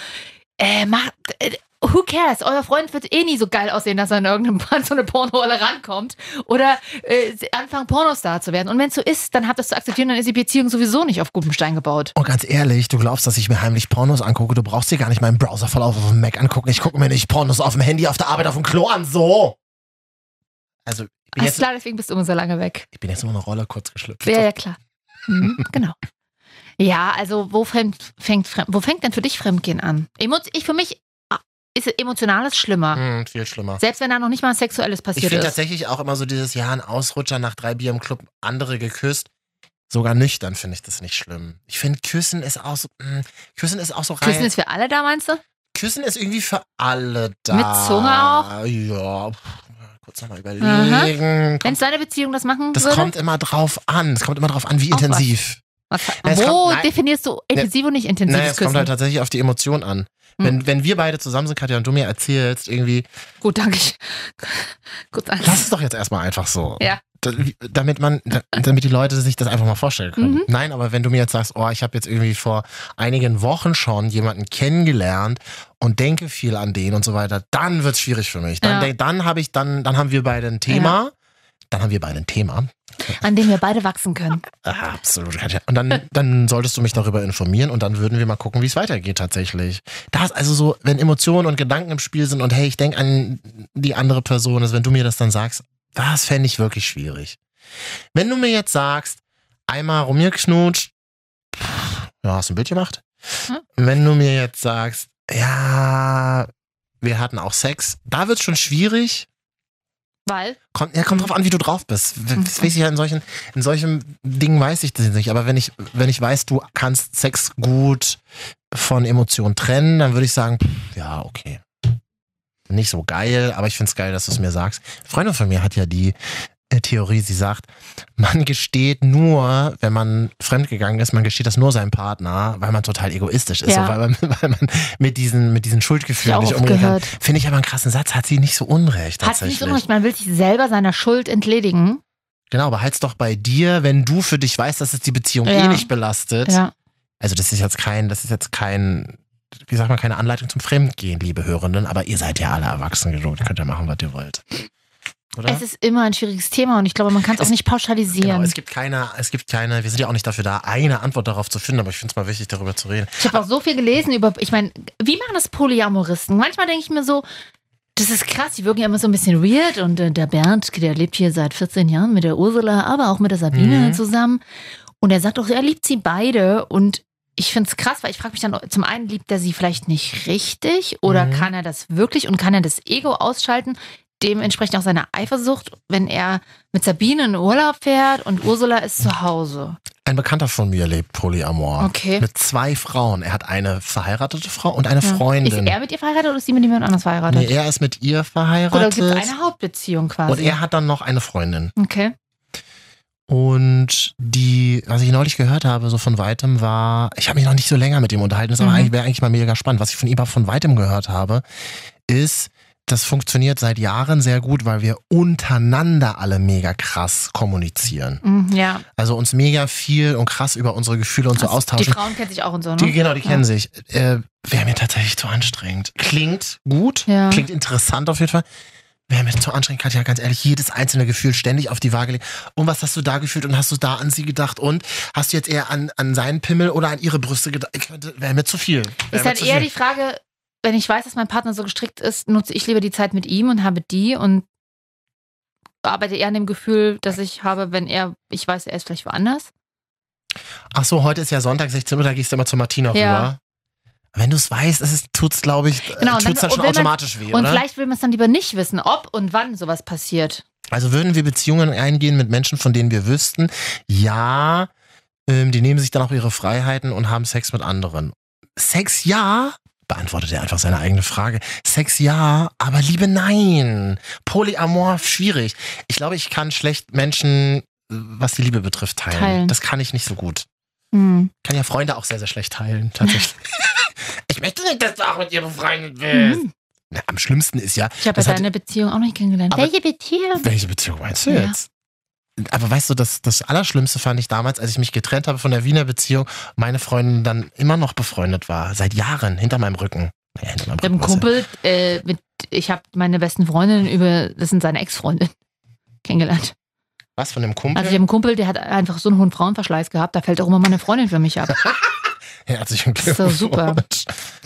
S2: äh, mach, äh, who cares? Euer Freund wird eh nie so geil aussehen, dass er in irgendeinem an so eine Pornohalle rankommt. Oder äh, anfangen, Pornostar zu werden. Und wenn es so ist, dann habt das zu akzeptieren, dann ist die Beziehung sowieso nicht auf gutem Stein gebaut.
S1: Und Oh, ganz ehrlich, du glaubst, dass ich mir heimlich Pornos angucke. Du brauchst dir gar nicht meinen Browserverlauf auf dem Mac angucken. Ich gucke mir nicht Pornos auf dem Handy, auf der Arbeit, auf dem Klo an. So. Also, ich bin,
S2: Alles
S1: jetzt,
S2: klar, deswegen bist du immer so lange weg.
S1: ich bin jetzt nur eine Rolle kurz geschlüpft.
S2: Ja, ja, klar. Mhm, genau. Ja, also wo fängt, fängt, Fremd- wo fängt denn für dich Fremdgehen an? Emo ich, für mich ah, ist emotionales schlimmer.
S1: Hm, viel schlimmer.
S2: Selbst wenn da noch nicht mal Sexuelles
S1: Ich
S2: passiert
S1: finde
S2: ist.
S1: tatsächlich auch immer so dieses Jahr ein Ausrutscher nach drei Bier im Club, andere geküsst. Sogar nüchtern finde ich das nicht schlimm. Ich finde, Küssen ist auch so, mh, Küssen ist auch so rein.
S2: Küssen ist für alle da, meinst du?
S1: Küssen ist irgendwie für alle da.
S2: Mit Zunge auch?
S1: Ja. pff, Kurz nochmal überlegen.
S2: Wenn
S1: Kommt,
S2: es deine Beziehung das machen
S1: das
S2: würde?
S1: kommt immer drauf an. Es kommt immer drauf an, wie
S2: Auf was?
S1: intensiv.
S2: Was,
S1: Nein, es
S2: wo
S1: kommt- nein.
S2: definierst du intensiv und nicht intensives
S1: Naja, es kommt
S2: Küssen? Hm.
S1: halt tatsächlich auf die Emotion an. Wenn, wenn wir beide zusammen sind, Katja, und du mir erzählst irgendwie,
S2: Gut, danke. Ich. Gut, danke.
S1: halt- lass es doch jetzt erstmal einfach so.
S2: Ja.
S1: Da- Damit man, da- damit die Leute sich das einfach mal vorstellen können.
S2: Mhm.
S1: Nein, aber wenn du mir jetzt sagst, oh, ich habe jetzt irgendwie vor einigen Wochen schon jemanden kennengelernt und denke viel an den und so weiter, dann wird's schwierig für mich. Dann,
S2: Ja.
S1: dann habe ich, dann, dann haben wir beide ein Thema. Dann haben wir beide ein Thema.
S2: An dem wir beide wachsen können.
S1: Ah, Absolut. Katja. Und dann, dann solltest du mich darüber informieren und dann würden wir mal gucken, wie es weitergeht tatsächlich. Das, also so, wenn Emotionen und Gedanken im Spiel sind und hey, ich denke an die andere Person, ist, wenn du mir das dann sagst, das fände ich wirklich schwierig. Wenn du mir jetzt sagst, einmal rumgeknutscht, pff, ja, hast du ein Bild gemacht?
S2: Hm?
S1: Wenn du mir jetzt sagst, ja, wir hatten auch Sex, da wird es schon schwierig,
S2: Weil?
S1: Kommt, ja, kommt drauf an, wie du drauf bist. W-
S2: Mhm.
S1: Das weiß ich ja in solchen, in solchen Dingen weiß ich das nicht. Aber wenn ich, wenn ich weiß, du kannst Sex gut von Emotionen trennen, dann würde ich sagen, pff, ja, okay. Nicht so geil, aber ich finde es geil, dass du es mir sagst. Eine Freundin von mir hat ja die äh, Theorie, sie sagt, man gesteht nur, wenn man fremdgegangen ist, man gesteht das nur seinem Partner, weil man total egoistisch ist
S2: Ja.
S1: und weil man, weil man mit diesen, mit diesen Schuldgefühlen
S2: Hab ich
S1: nicht
S2: auch
S1: umgehen kann.
S2: gehört.
S1: Finde ich aber einen krassen Satz, hat sie nicht so unrecht.
S2: Hat sie nicht
S1: tatsächlich.
S2: unrecht, man will sich selber seiner Schuld entledigen.
S1: Genau, behalt's doch bei dir, wenn du für dich weißt, dass es die Beziehung eh
S2: Ja.
S1: nicht belastet.
S2: Ja.
S1: Also das ist jetzt kein, das ist jetzt kein, wie sagt man, keine Anleitung zum Fremdgehen, liebe Hörenden, aber ihr seid ja alle erwachsen genug, ihr könnt ja machen, was ihr wollt. Oder?
S2: Es ist immer ein schwieriges Thema und ich glaube, man kann es auch
S1: Ne? Es-
S2: nicht pauschalisieren.
S1: genau, es gibt keine, es gibt keine, wir sind ja auch nicht dafür da, eine Antwort darauf zu finden, aber ich finde es mal wichtig, darüber zu reden.
S2: Ich habe auch so viel gelesen über, ich meine, wie machen das Polyamoristen? Manchmal denke ich mir so, das ist krass, die wirken ja immer so ein bisschen weird und äh, der Bernd, der lebt hier seit 14 Jahren mit der Ursula, aber auch mit der Sabine
S1: Mhm.
S2: zusammen und er sagt auch, er liebt sie beide und ich finde es krass, weil ich frage mich dann, zum einen liebt er sie vielleicht nicht richtig oder
S1: Mhm.
S2: kann er das wirklich und kann er das Ego ausschalten? Dementsprechend auch seine Eifersucht, wenn er mit Sabine in Urlaub fährt und Ursula ist zu Hause.
S1: Ein Bekannter von mir lebt Polyamor.
S2: Okay.
S1: Mit zwei Frauen. Er hat eine verheiratete Frau und eine
S2: Ja.
S1: Freundin.
S2: Hm. Ist er mit ihr verheiratet oder ist sie mit jemand anders verheiratet?
S1: nee, er ist mit ihr
S2: Oder
S1: verheiratet.
S2: gibt es eine Hauptbeziehung quasi?
S1: und er hat dann noch eine Freundin.
S2: okay.
S1: Und die, was ich neulich gehört habe, so von weitem war, ich habe mich noch nicht so länger mit ihm unterhalten, ist aber
S2: Mhm.
S1: eigentlich, wäre eigentlich mal mega spannend. Was ich von ihm aber von weitem gehört habe, ist, das funktioniert seit Jahren sehr gut, weil wir untereinander alle mega krass kommunizieren.
S2: Mhm, ja.
S1: Also uns mega viel und krass über unsere Gefühle und so
S2: Also, Die
S1: austauschen.
S2: Frauen kennen sich auch und so, ne?
S1: Die, genau, die kennen sich. Äh, Wäre mir tatsächlich zu anstrengend. Klingt gut,
S2: Ja.
S1: klingt interessant auf jeden Fall. Wäre mir zu anstrengend, Katja, ganz ehrlich, jedes einzelne Gefühl ständig auf die Waage legen. Und was hast du da gefühlt und hast du da an sie gedacht und hast du jetzt eher an, an seinen Pimmel oder an ihre Brüste gedacht? Ich könnte- Wäre mir zu viel. Wär
S2: Ist
S1: mir
S2: halt
S1: zu
S2: eher
S1: viel.
S2: die Frage, wenn ich weiß, dass mein Partner so gestrickt ist, nutze ich lieber die Zeit mit ihm und habe die und arbeite eher an dem Gefühl, dass ich habe, wenn er, ich weiß, er ist vielleicht woanders.
S1: Ach so, heute ist ja Sonntag, 16 Uhr, da gehst du immer zu Martina
S2: Ja.
S1: rüber. Wenn du es weißt, es ist- tut's, glaube ich, äh,
S2: Genau, und
S1: tut's
S2: dann-
S1: dann schon
S2: und wenn man-
S1: automatisch weh,
S2: und
S1: oder?
S2: vielleicht will man es dann lieber nicht wissen, ob und wann sowas passiert.
S1: Also würden wir Beziehungen eingehen mit Menschen, von denen wir wüssten, ja, ähm, die nehmen sich dann auch ihre Freiheiten und haben Sex mit anderen. Sex ja, beantwortet er einfach seine eigene Frage. Sex ja, aber Liebe nein. Polyamor schwierig. Ich glaube, ich kann schlecht Menschen, äh, was die Liebe betrifft, teilen.
S2: Teilen.
S1: Das kann ich nicht so gut.
S2: Hm.
S1: Kann ja Freunde auch sehr, sehr schlecht teilen, tatsächlich. ich möchte nicht, dass du auch mit ihr befreundet bist.
S2: Mhm.
S1: Na, am schlimmsten ist ja,
S2: Ich habe
S1: Das
S2: ja
S1: hat-
S2: deine Beziehung auch nicht kennengelernt.
S1: Aber-
S2: Welche Beziehung?
S1: welche Beziehung meinst du
S2: Ja.
S1: jetzt? Aber weißt du, das, das Allerschlimmste fand ich damals, als ich mich getrennt habe von der Wiener Beziehung, meine Freundin dann immer noch befreundet war. Seit Jahren, hinter meinem Rücken. Naja, hinter meinem
S2: Ich habe einen
S1: was ja-
S2: Kumpel, äh, mit, ich habe meine besten Freundinnen über, das sind seine Ex-Freundinnen, kennengelernt.
S1: Was von dem Kumpel?
S2: Also ich habe einen Kumpel, der hat einfach so einen hohen Frauenverschleiß gehabt, da fällt auch immer meine Freundin für mich ab.
S1: Herzlichen
S2: Das ist doch
S1: Glückwunsch.
S2: super.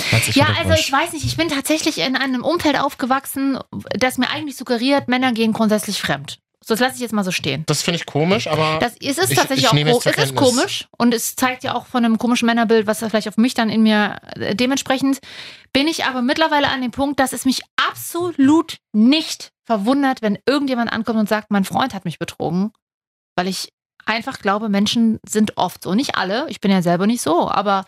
S1: Herzlichen
S2: ja, also
S1: Glückwunsch.
S2: ich weiß nicht, ich bin tatsächlich in einem Umfeld aufgewachsen, das mir eigentlich suggeriert, Männer gehen grundsätzlich fremd. So, Das lasse ich jetzt mal so stehen.
S1: Das finde ich komisch, aber
S2: Das, es ist
S1: Ich- ich
S2: tatsächlich
S1: nehme
S2: auch
S1: es zur
S2: ko- es ist
S1: Kenntnis.
S2: komisch und es zeigt ja auch von einem komischen Männerbild, was da vielleicht auf mich dann in mir äh, dementsprechend bin ich aber mittlerweile an dem Punkt, dass es mich absolut nicht verwundert, wenn irgendjemand ankommt und sagt, mein Freund hat mich betrogen, weil ich einfach glaube, Menschen sind oft so, nicht alle, ich bin ja selber nicht so, aber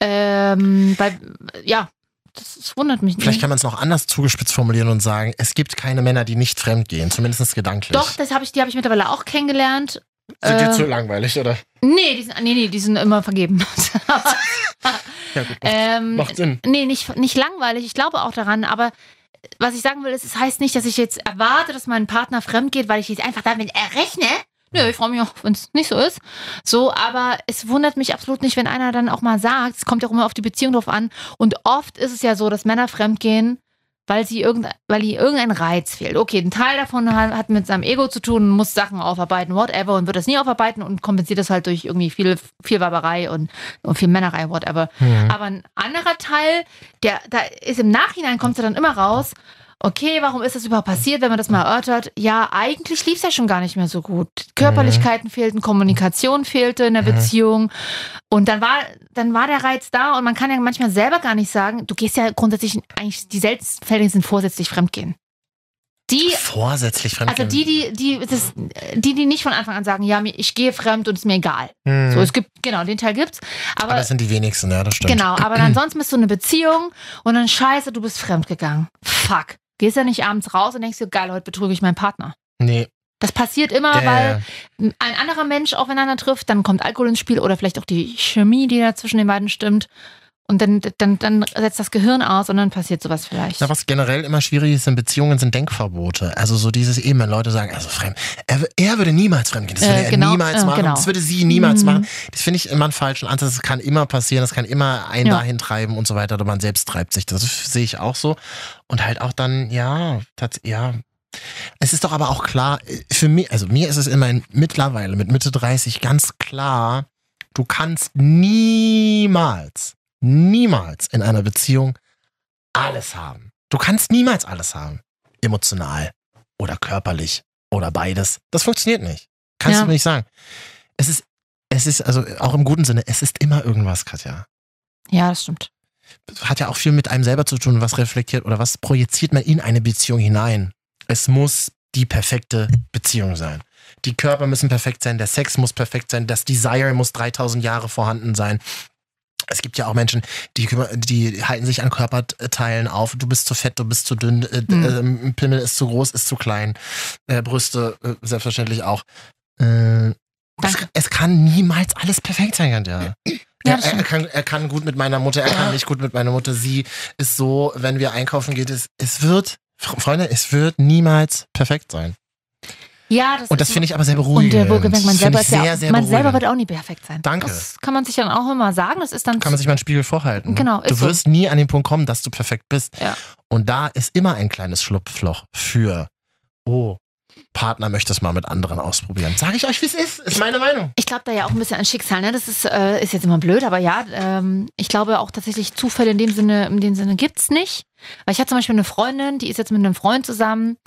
S2: ähm, bei, ja, das, das wundert mich
S1: vielleicht
S2: nicht.
S1: kann man es noch anders zugespitzt formulieren und sagen, es gibt keine Männer, die nicht fremdgehen, zumindest gedanklich.
S2: Doch, das habe ich, die habe ich mittlerweile auch kennengelernt.
S1: Sind die
S2: äh,
S1: zu langweilig, oder?
S2: Nee, die sind, nee, nee, die sind immer vergeben.
S1: Ja, gut, macht,
S2: Ähm,
S1: macht Sinn.
S2: Nee, nicht, nicht langweilig. Ich glaube auch daran, aber was ich sagen will, ist, es heißt nicht, dass ich jetzt erwarte, dass mein Partner fremd geht, weil ich jetzt einfach damit errechne. Nö, ich freue mich auch, wenn es nicht so ist. So, aber es wundert mich absolut nicht, wenn einer dann auch mal sagt, es kommt ja auch immer auf die Beziehung drauf an. Und oft ist es ja so, dass Männer fremd gehen, weil sie irgendein, weil ihnen irgendein Reiz fehlt. Okay, ein Teil davon hat hat mit seinem Ego zu tun, muss Sachen aufarbeiten, whatever, und wird das nie aufarbeiten und kompensiert das halt durch irgendwie viel, viel Barbarei und, und viel Männerei, whatever. Aber ein anderer Teil, der da ist im Nachhinein kommt ja dann immer raus. Okay, warum ist das überhaupt passiert, wenn man das mal erörtert? Ja, eigentlich lief es ja schon gar nicht mehr so gut. Körperlichkeiten fehlten, Kommunikation fehlte in der Beziehung. Und dann war, dann war der Reiz da und man kann ja manchmal selber gar nicht sagen, du gehst ja grundsätzlich eigentlich, die Selbstfälligen sind vorsätzlich fremdgehen. Die
S1: Vorsätzlich fremd.
S2: also die, die, die, das, die, die nicht von Anfang an sagen, ja, mir- ich gehe fremd und ist mir egal.
S1: mhm.
S2: So, es gibt, genau, den Teil gibt's. Aber,
S1: aber das sind die wenigsten, ja, das stimmt.
S2: genau, aber dann sonst bist du in eine Beziehung und dann scheiße, du bist fremd gegangen. Fuck. Gehst ja nicht abends raus und denkst dir, geil, heute betrüge ich meinen Partner.
S1: Nee, äh,
S2: Das passiert immer,
S1: ja,
S2: weil
S1: ja,
S2: ein anderer Mensch aufeinander trifft, dann kommt Alkohol ins Spiel oder vielleicht auch die Chemie, die da zwischen den beiden stimmt. Und dann, dann, dann setzt das Gehirn aus und dann passiert sowas vielleicht.
S1: Na, was generell immer schwierig ist in Beziehungen, sind Denkverbote. Also so dieses eben, wenn Leute sagen, also fremd, er, w- er würde niemals fremdgehen, das
S2: Äh,
S1: würde er
S2: genau,
S1: niemals
S2: äh,
S1: machen,
S2: genau.
S1: das würde sie niemals
S2: Mhm.
S1: machen. Das finde ich immer einen falschen Ansatz. Das kann immer passieren, das kann immer einen
S2: Ja.
S1: dahin treiben und so weiter, oder man selbst treibt sich. Das sehe ich auch so. Und halt auch dann, ja, tats ja. Es ist doch aber auch klar, äh, für mich, also mir ist es immerhin mittlerweile mit Mitte 30 ganz klar, du kannst niemals, niemals in einer Beziehung alles haben. Du kannst niemals alles haben. Emotional oder körperlich oder beides. Das funktioniert nicht. Kannst
S2: Ja.
S1: du mir nicht sagen. Es ist, es ist, also auch im guten Sinne, es ist immer irgendwas, Katja.
S2: Ja, das stimmt.
S1: Hat ja auch viel mit einem selber zu tun, was reflektiert oder was projiziert man in eine Beziehung hinein. Es muss die perfekte Beziehung sein. Die Körper müssen perfekt sein, der Sex muss perfekt sein, das Desire muss 3000 Jahre vorhanden sein. Es gibt ja auch Menschen, die, kümmer- die halten sich an Körperteilen auf. Du bist zu fett, du bist zu dünn, äh, d-
S2: Mhm.
S1: ähm, Pimmel ist zu groß, ist zu klein, äh, Brüste äh, selbstverständlich auch. Äh, es,
S2: Danke.
S1: es kann niemals alles perfekt sein, Gandja.
S2: Ja,
S1: Ja, äh,
S2: das
S1: er, er,
S2: stimmt.
S1: kann, er kann gut mit meiner Mutter, er kann nicht gut mit meiner Mutter. Sie ist so, wenn wir einkaufen geht, es, es wird, Fre- Freunde, es wird niemals perfekt sein.
S2: Ja, das
S1: Und das
S2: ist-
S1: finde ich aber sehr
S2: Und äh,
S1: beruhigend.
S2: der wohlgemerkt, man
S1: Das finde
S2: selber,
S1: ich
S2: ist ja
S1: sehr,
S2: auch,
S1: sehr
S2: man selber
S1: beruhigend.
S2: wird auch nie perfekt sein.
S1: Danke.
S2: Das kann man sich dann auch immer sagen. Das ist dann.
S1: kann man sich mal einen Spiegel vorhalten.
S2: Genau,
S1: du
S2: ist so.
S1: wirst nie an den Punkt kommen, dass du perfekt bist.
S2: Ja.
S1: Und da ist immer ein kleines Schlupfloch für, oh, Partner möchte es mal mit anderen ausprobieren. Sage ich euch, wie es ist. Ist meine Meinung.
S2: ich glaube da ja auch ein bisschen an Schicksal. Ne? Das ist, äh, ist jetzt immer blöd, aber ja, ähm, ich glaube auch tatsächlich Zufälle in dem Sinne, in dem Sinne gibt's nicht. Weil ich hatte zum Beispiel eine Freundin, die ist jetzt mit einem Freund zusammen.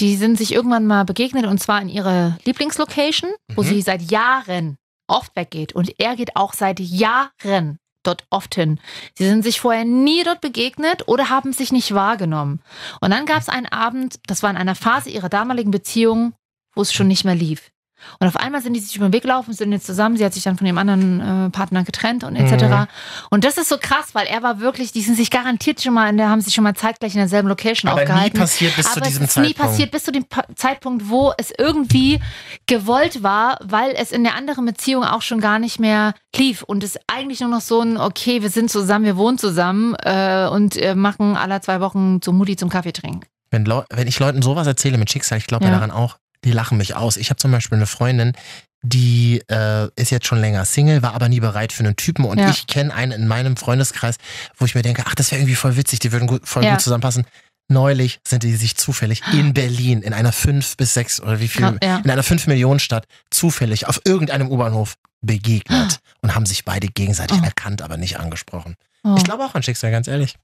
S2: Die sind sich irgendwann mal begegnet und zwar in ihrer Lieblingslocation, wo
S1: Mhm.
S2: sie seit Jahren oft weggeht. Und er geht auch seit Jahren dort oft hin. Sie sind sich vorher nie dort begegnet oder haben sich nicht wahrgenommen. Und dann gab es einen Abend, das war in einer Phase ihrer damaligen Beziehung, wo es schon nicht mehr lief. Und auf einmal sind die sich über den Weg gelaufen, sind jetzt zusammen. Sie hat sich dann von dem anderen äh, Partner getrennt und etc.
S1: Mhm.
S2: Und das ist so krass, weil er war wirklich, die sind sich garantiert schon mal, in der, haben sich schon mal zeitgleich in derselben Location
S1: Aber nie
S2: aufgehalten.
S1: passiert bis zu
S2: Aber
S1: diesem
S2: es ist nie
S1: Zeitpunkt.
S2: passiert bis zu dem Pa- Zeitpunkt, wo es irgendwie gewollt war, weil es in der anderen Beziehung auch schon gar nicht mehr lief und es eigentlich nur noch so ein, okay, wir sind zusammen, wir wohnen zusammen äh, und äh, machen alle zwei Wochen so Mutti zum Kaffee trinken.
S1: Wenn, Leu wenn ich Leuten sowas erzähle mit Schicksal, ich glaube ja.
S2: Ja.
S1: daran auch, die lachen mich aus. Ich habe zum Beispiel eine Freundin, die äh, ist jetzt schon länger Single, war aber nie bereit für einen Typen. Und
S2: Ja.
S1: ich kenne einen in meinem Freundeskreis, wo ich mir denke, ach, das wäre irgendwie voll witzig, die würden gut, voll
S2: Ja. Ah.
S1: gut zusammenpassen. Neulich sind die sich zufällig in Berlin, in einer fünf bis sechs oder wie viel,
S2: Gra- ja.
S1: in einer fünf Millionen Stadt, zufällig auf irgendeinem U-Bahnhof begegnet und haben sich beide gegenseitig
S2: Ah. Oh.
S1: erkannt, aber nicht angesprochen.
S2: Oh.
S1: Ich glaube auch an Schicksal, ganz ehrlich.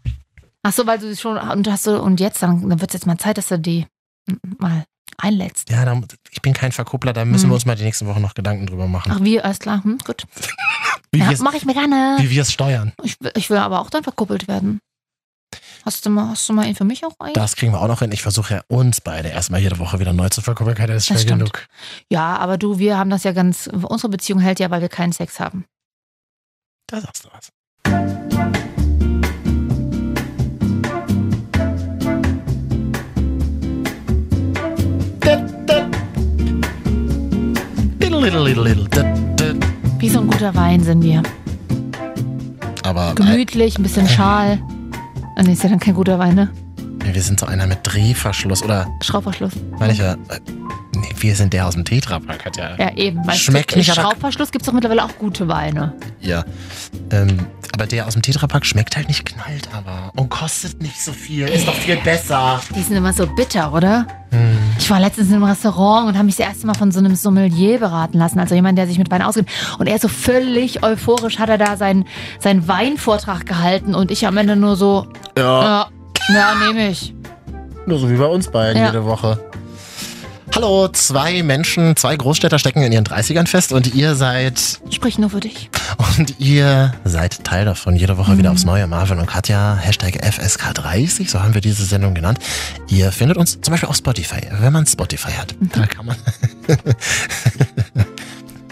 S2: Ach so, weil du schon und hast so und jetzt dann, dann wird es jetzt mal Zeit, dass du die mm, mal einlädst.
S1: Ja, da, ich bin kein Verkuppler, da müssen
S2: Hm.
S1: wir uns mal die nächsten Wochen noch Gedanken drüber machen.
S2: Ach wie, alles klar, hm, gut.
S1: wie
S2: Ja,
S1: wir es-
S2: Mache ich mir gerne.
S1: wie wir es steuern.
S2: Ich, will- ich will aber auch dann verkuppelt werden. Hast du mal, hast du mal ihn für mich auch ein?
S1: Das kriegen wir auch noch hin. Ich versuche ja uns beide erstmal jede Woche wieder neu zu verkuppeln. Keine ist schwer
S2: Das stimmt.
S1: genug.
S2: Ja, aber du, wir haben das ja ganz. Unsere Beziehung hält ja, weil wir keinen Sex haben.
S1: Da sagst du was.
S2: Wie so ein guter Wein sind wir.
S1: aber äh,
S2: Gemütlich, ein bisschen schal. Ah, nee, ist ja dann kein guter Wein, ne?
S1: wir sind so einer mit Drehverschluss oder
S2: Schraubverschluss.
S1: meine ich ja. Äh, nee, wir sind der aus dem Tetrapack, hat ja.
S2: Ja, eben. weißt
S1: Schmeckt
S2: du,
S1: nicht, aber-
S2: Schraubverschluss gibt es doch mittlerweile auch gute Weine.
S1: Ja. Ähm, aber der aus dem Tetrapack schmeckt halt nicht knallt, aber. Und kostet nicht so viel. Ist doch viel besser.
S2: Die sind immer so bitter, oder?
S1: Hm.
S2: Ich war letztens in einem Restaurant und habe mich das erste Mal von so einem Sommelier beraten lassen, also jemand, der sich mit Wein auskennt. Und er so völlig euphorisch hat er da seinen, seinen Weinvortrag gehalten und ich am Ende nur so,
S1: Ja,
S2: ja, ja, nehme ich.
S1: nur so wie bei uns beiden
S2: Ja.
S1: jede Woche. Hallo, zwei Menschen, zwei Großstädter stecken in ihren 30ern fest und ihr seid
S2: Sprich nur für dich.
S1: Und ihr seid Teil davon. Jede Woche wieder aufs Neue. Marvin und Katja, Hashtag FSK30, so haben wir diese Sendung genannt. Ihr findet uns zum Beispiel auf Spotify, wenn man Spotify hat.
S2: Mhm.
S1: Da kann man.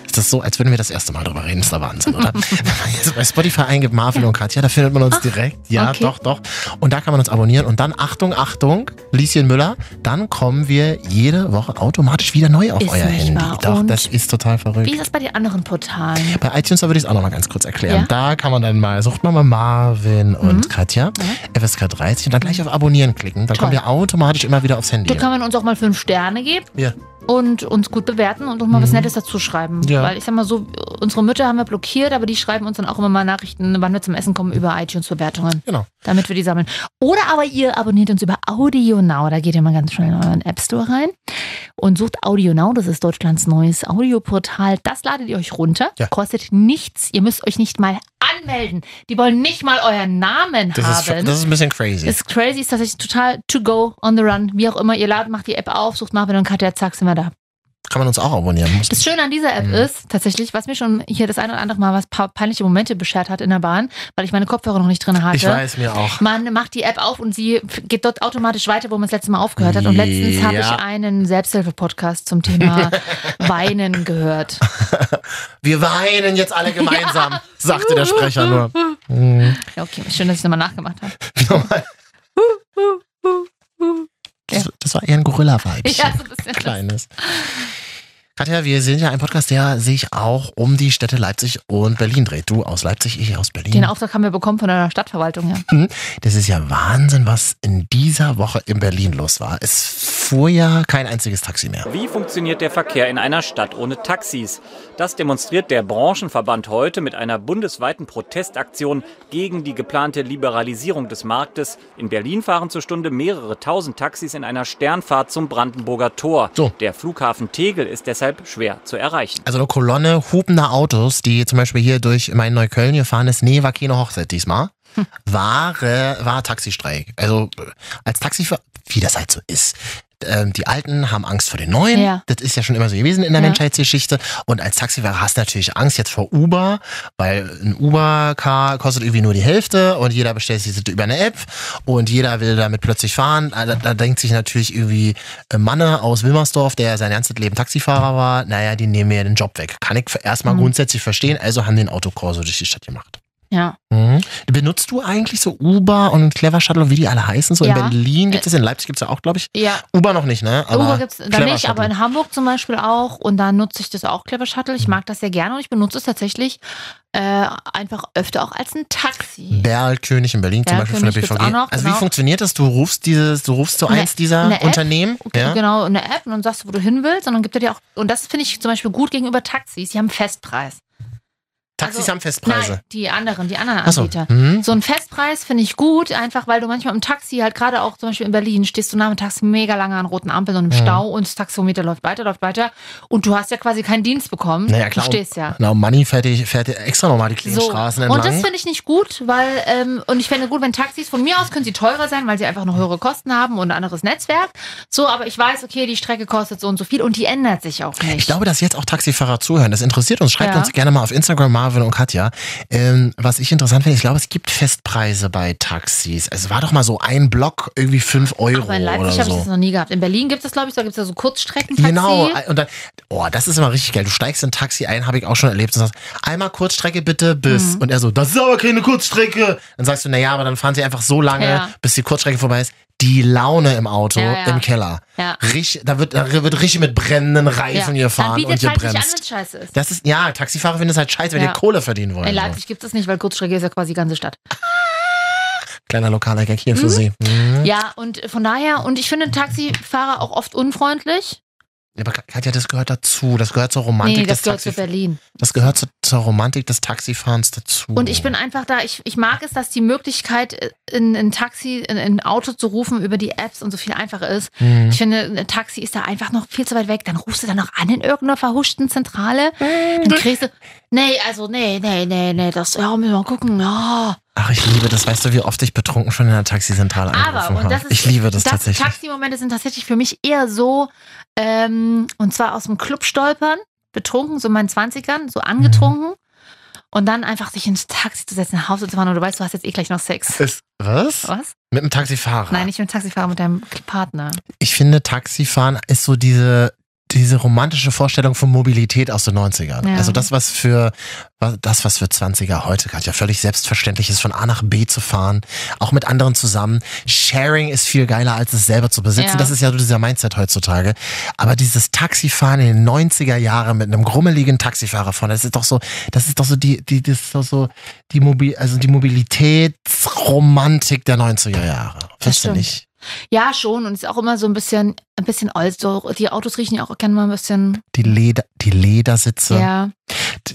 S1: Ist das so, als würden wir das erste Mal drüber reden? Ist der Wahnsinn, oder? wenn man jetzt bei Spotify eingibt, Marvin und Katja, da findet man uns direkt. Ja,
S2: okay.
S1: doch, doch. Und da kann man uns abonnieren. Und dann, Achtung, Achtung, Lieschen Müller, dann kommen wir jede Woche automatisch wieder neu auf
S2: Ist
S1: euer
S2: nicht
S1: Handy.
S2: wahr.
S1: Doch,
S2: Und
S1: das ist total verrückt.
S2: Wie ist das bei den anderen Portalen?
S1: Bei iTunes, da würde ich es auch noch mal ganz kurz erklären.
S2: Ja. Mhm.
S1: Da kann man dann mal, sucht man mal Marvin und Katja, FSK 30 und dann gleich auf Abonnieren klicken. Dann
S2: Toll.
S1: kommen wir automatisch immer wieder aufs Handy.
S2: Da kann man uns auch mal fünf Sterne geben
S1: Ja.
S2: und uns gut bewerten und auch mal was Nettes dazu schreiben.
S1: Mhm. Ja.
S2: Weil ich sag mal so, unsere Mütter haben wir blockiert, aber die schreiben uns dann auch immer mal Nachrichten, wann wir zum Essen kommen, über iTunes-Bewertungen.
S1: Genau.
S2: Damit wir die sammeln. Oder aber ihr abonniert uns über Audio Now. Da geht ihr mal ganz schnell in euren App Store rein und sucht Audio Now. Das ist Deutschlands neues Audioportal. Das ladet ihr euch runter.
S1: Ja.
S2: Kostet nichts. Ihr müsst euch nicht mal anmelden. Die wollen nicht mal euren Namen
S1: Das ist,
S2: haben.
S1: schon- das ist ein bisschen crazy.
S2: Ist crazy, ist tatsächlich total to go, on the run, wie auch immer. Ihr ladet, macht die App auf, sucht Marvin und Katja, zack, sind wir da.
S1: kann man uns auch abonnieren. Muss-
S2: Das Schöne an dieser App
S1: Mhm.
S2: ist tatsächlich, was mir schon hier das ein oder andere Mal was paar peinliche Momente beschert hat in der Bahn, weil ich meine Kopfhörer noch nicht drin hatte.
S1: ich weiß mir auch.
S2: Man macht die App auf und sie f- geht dort automatisch weiter, wo man das letzte Mal aufgehört hat. Und letztens habe
S1: Ja.
S2: ich einen Selbsthilfe-Podcast zum Thema Weinen gehört.
S1: Wir weinen jetzt alle gemeinsam, sagte der Sprecher nur. Mhm.
S2: Ja, okay, schön, dass ich es nochmal nachgemacht habe.
S1: Nochmal. Das, das war eher ein Gorilla-Vibe.
S2: Ja, so ein bisschen.
S1: Kleines. Katja, wir sind ja ein Podcast, der sich auch um die Städte Leipzig und Berlin dreht. Du aus Leipzig, ich aus Berlin.
S2: Den Auftrag haben wir bekommen von der Stadtverwaltung, ja.
S1: Hm. Das ist ja Wahnsinn, was in dieser Woche in Berlin los war. Es fuhr ja kein einziges Taxi mehr.
S4: Wie funktioniert der Verkehr in einer Stadt ohne Taxis? Das demonstriert der Branchenverband heute mit einer bundesweiten Protestaktion gegen die geplante Liberalisierung des Marktes. In Berlin fahren zur Stunde mehrere tausend Taxis in einer Sternfahrt zum Brandenburger Tor.
S1: So.
S4: Der Flughafen Tegel ist deshalb schwer zu erreichen.
S1: Also eine Kolonne hupender Autos, die zum Beispiel hier durch mein Neukölln gefahren ist. Nee, war keine Hochzeit diesmal. War, äh, war Taxistreik. Also äh, als Taxifahrer, wie das halt so ist. Ähm, die Alten haben Angst vor den Neuen.
S2: Ja.
S1: Das ist ja schon immer so gewesen in der
S2: Ja.
S1: Menschheitsgeschichte. Und als Taxifahrer hast du natürlich Angst jetzt vor Uber, weil ein Uber-Car kostet irgendwie nur die Hälfte und jeder bestellt sich das über eine App und jeder will damit plötzlich fahren. Ah, Da, da denkt sich natürlich irgendwie ein Manne aus Wilmersdorf, der sein ganzes Leben Taxifahrer war, naja, die nehmen mir ja den Job weg. Kann ich erstmal
S2: Mhm.
S1: grundsätzlich verstehen, also haben den Autokorso durch die Stadt gemacht.
S2: Ja.
S1: Mhm. Benutzt du eigentlich so Uber und Clever Shuttle, wie die alle heißen? So
S2: Ja.
S1: in Berlin gibt es, in Leipzig gibt es ja auch, glaube ich.
S2: Ja,
S1: Uber noch nicht, ne? Aber
S2: Uber gibt's da
S1: Clever
S2: nicht,
S1: Shuttle.
S2: aber in Hamburg zum Beispiel auch. Und da nutze ich das auch, Clever Shuttle. Ich mag das sehr gerne und ich benutze es tatsächlich äh, einfach öfter auch als ein Taxi.
S1: Berlkönig in Berlin zum Beispiel von der
S2: Berlkönig gibt's
S1: BVG.
S2: auch noch,
S1: also
S2: genau.
S1: wie funktioniert das? Du rufst dieses, du rufst so
S2: Ne-
S1: eins dieser
S2: ne App?
S1: Unternehmen. ja?
S2: Genau, eine App und dann sagst du, wo du hin willst. Und dann gibt er dir auch, und das finde ich zum Beispiel gut gegenüber Taxis. Die haben Festpreis.
S1: Taxis
S2: also-
S1: haben Festpreise.
S2: Nein, die anderen, die anderen
S1: Achso.
S2: Anbieter.
S1: Mhm.
S2: So ein Festpreis finde ich gut, einfach weil du manchmal im Taxi, halt gerade auch zum Beispiel in Berlin, stehst du nachmittags mega lange an roten Ampeln und im
S1: Mhm.
S2: Stau und das Taxometer läuft weiter, läuft weiter und du hast ja quasi keinen Dienst bekommen.
S1: Naja, klar.
S2: Du stehst ja.
S1: Na, und genau, Money fährt, die- fährt die extra nochmal die
S2: So.
S1: Kleinstraßen
S2: Und das
S1: entlang.
S2: finde ich nicht gut, weil, ähm, und ich fände gut, wenn Taxis von mir aus können sie teurer sein, weil sie einfach noch höhere Kosten haben und ein anderes Netzwerk. So, aber ich weiß, okay, die Strecke kostet so und so viel und die ändert sich auch nicht.
S1: Ich glaube, dass jetzt auch Taxifahrer zuhören. Das interessiert uns. Schreibt
S2: Ja.
S1: uns gerne mal auf Instagram, Marvin und Katja. Ähm, was ich interessant finde, ich glaube, es gibt Festpreise bei Taxis. Es war doch mal so ein Block, irgendwie 5 Euro
S2: aber in
S1: Oh, oder
S2: Leipzig habe ich das
S1: so.
S2: noch nie gehabt. In Berlin gibt es, glaube ich, da gibt es ja so Kurzstreckentaxi.
S1: Genau, und dann, oh, das ist immer richtig geil. Du steigst in ein Taxi ein, habe ich auch schon erlebt. Und sagst, einmal Kurzstrecke bitte bis.
S2: Mhm.
S1: Und er so, das ist aber keine Kurzstrecke. Dann sagst du, naja, aber dann fahren sie einfach so lange,
S2: Ja.
S1: bis die Kurzstrecke vorbei ist. Die Laune im Auto,
S2: Ja, ja.
S1: im Keller.
S2: Ja.
S1: Richtig, da wird, da wird richtig mit brennenden Reifen
S2: ja. Dann
S1: gefahren und
S2: bietet
S1: ihr
S2: halt nicht an, wenn
S1: bremst.
S2: scheiße ist.
S1: Das also. ist, ja, Taxifahrer finden es halt scheiße, wenn
S2: Ja.
S1: ihr Kohle verdienen wollt.
S2: In
S1: So.
S2: Leipzig gibt es nicht, weil Kurzstrecke ist ja quasi die ganze Stadt.
S1: Kleiner lokaler Gag hier für Sie. Mhm.
S2: Ja, und von daher, und ich finde Taxifahrer auch oft unfreundlich.
S1: Ja, Aber Katja, das gehört dazu. Das gehört zur Romantik
S2: nee, das
S1: des
S2: gehört zu
S1: Taxif
S2: Berlin.
S1: Das gehört zu, zur Romantik des Taxifahrens dazu.
S2: Und ich bin einfach da, ich, ich mag es, dass die Möglichkeit, äh, in ein Taxi, in ein Auto zu rufen über die Apps und so viel einfacher ist.
S1: Mhm.
S2: Ich finde, ein Taxi ist da einfach noch viel zu weit weg. Dann rufst du dann noch an in irgendeiner verhuschten Zentrale.
S1: Äh.
S2: Dann kriegst du, nee, also nee, nee, nee, nee, das, ja, müssen wir mal gucken. Ja.
S1: Ach, ich liebe das. Weißt du, wie oft ich betrunken schon in der Taxizentrale angerufen
S2: Aber, und das
S1: habe?
S2: ist,
S1: Ich liebe das,
S2: das
S1: tatsächlich.
S2: Taximomente sind tatsächlich für mich eher so, ähm, und zwar aus dem Club stolpern, betrunken, so in meinen 20ern, so
S1: Mhm.
S2: angetrunken. Und dann einfach sich ins Taxi zu setzen, nach Hause zu fahren und du weißt, du hast jetzt eh gleich noch Sex.
S1: Ist, was?
S2: Was?
S1: Mit einem Taxifahrer?
S2: Nein, nicht mit dem Taxifahrer, mit deinem Partner.
S1: Ich finde, Taxifahren ist so diese, diese romantische Vorstellung von Mobilität aus den 90ern.
S2: Ja.
S1: Also das, was für, was- das, was für 20er heute gerade ja völlig selbstverständlich ist, von A nach B zu fahren, auch mit anderen zusammen. Sharing ist viel geiler, als es selber zu besitzen.
S2: Ja.
S1: Das ist ja so dieser Mindset heutzutage. Aber dieses Taxifahren in den 90er Jahren mit einem grummeligen Taxifahrer vorne, das ist doch so, das ist doch so die, die, das ist doch so die Mobil, also die Mobilitätsromantik der 90er Jahre. Findest du
S2: stimmt.
S1: nicht?
S2: Ja, schon. Und ist auch immer so ein bisschen, ein bisschen alt. So, die Autos riechen ja auch gerne mal ein bisschen.
S1: Die Leder, die Ledersitze.
S2: Ja,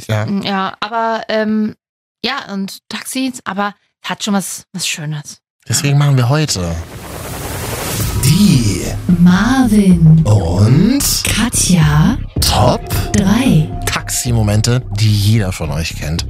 S1: Ja.
S2: Mm, ja. Aber ähm, ja, und Taxis, aber hat schon was, was Schönes.
S1: Deswegen machen wir heute die
S5: Marvin,
S1: und
S5: Katja,
S1: Top
S5: 3.
S1: Taxi-Momente, die jeder von euch kennt.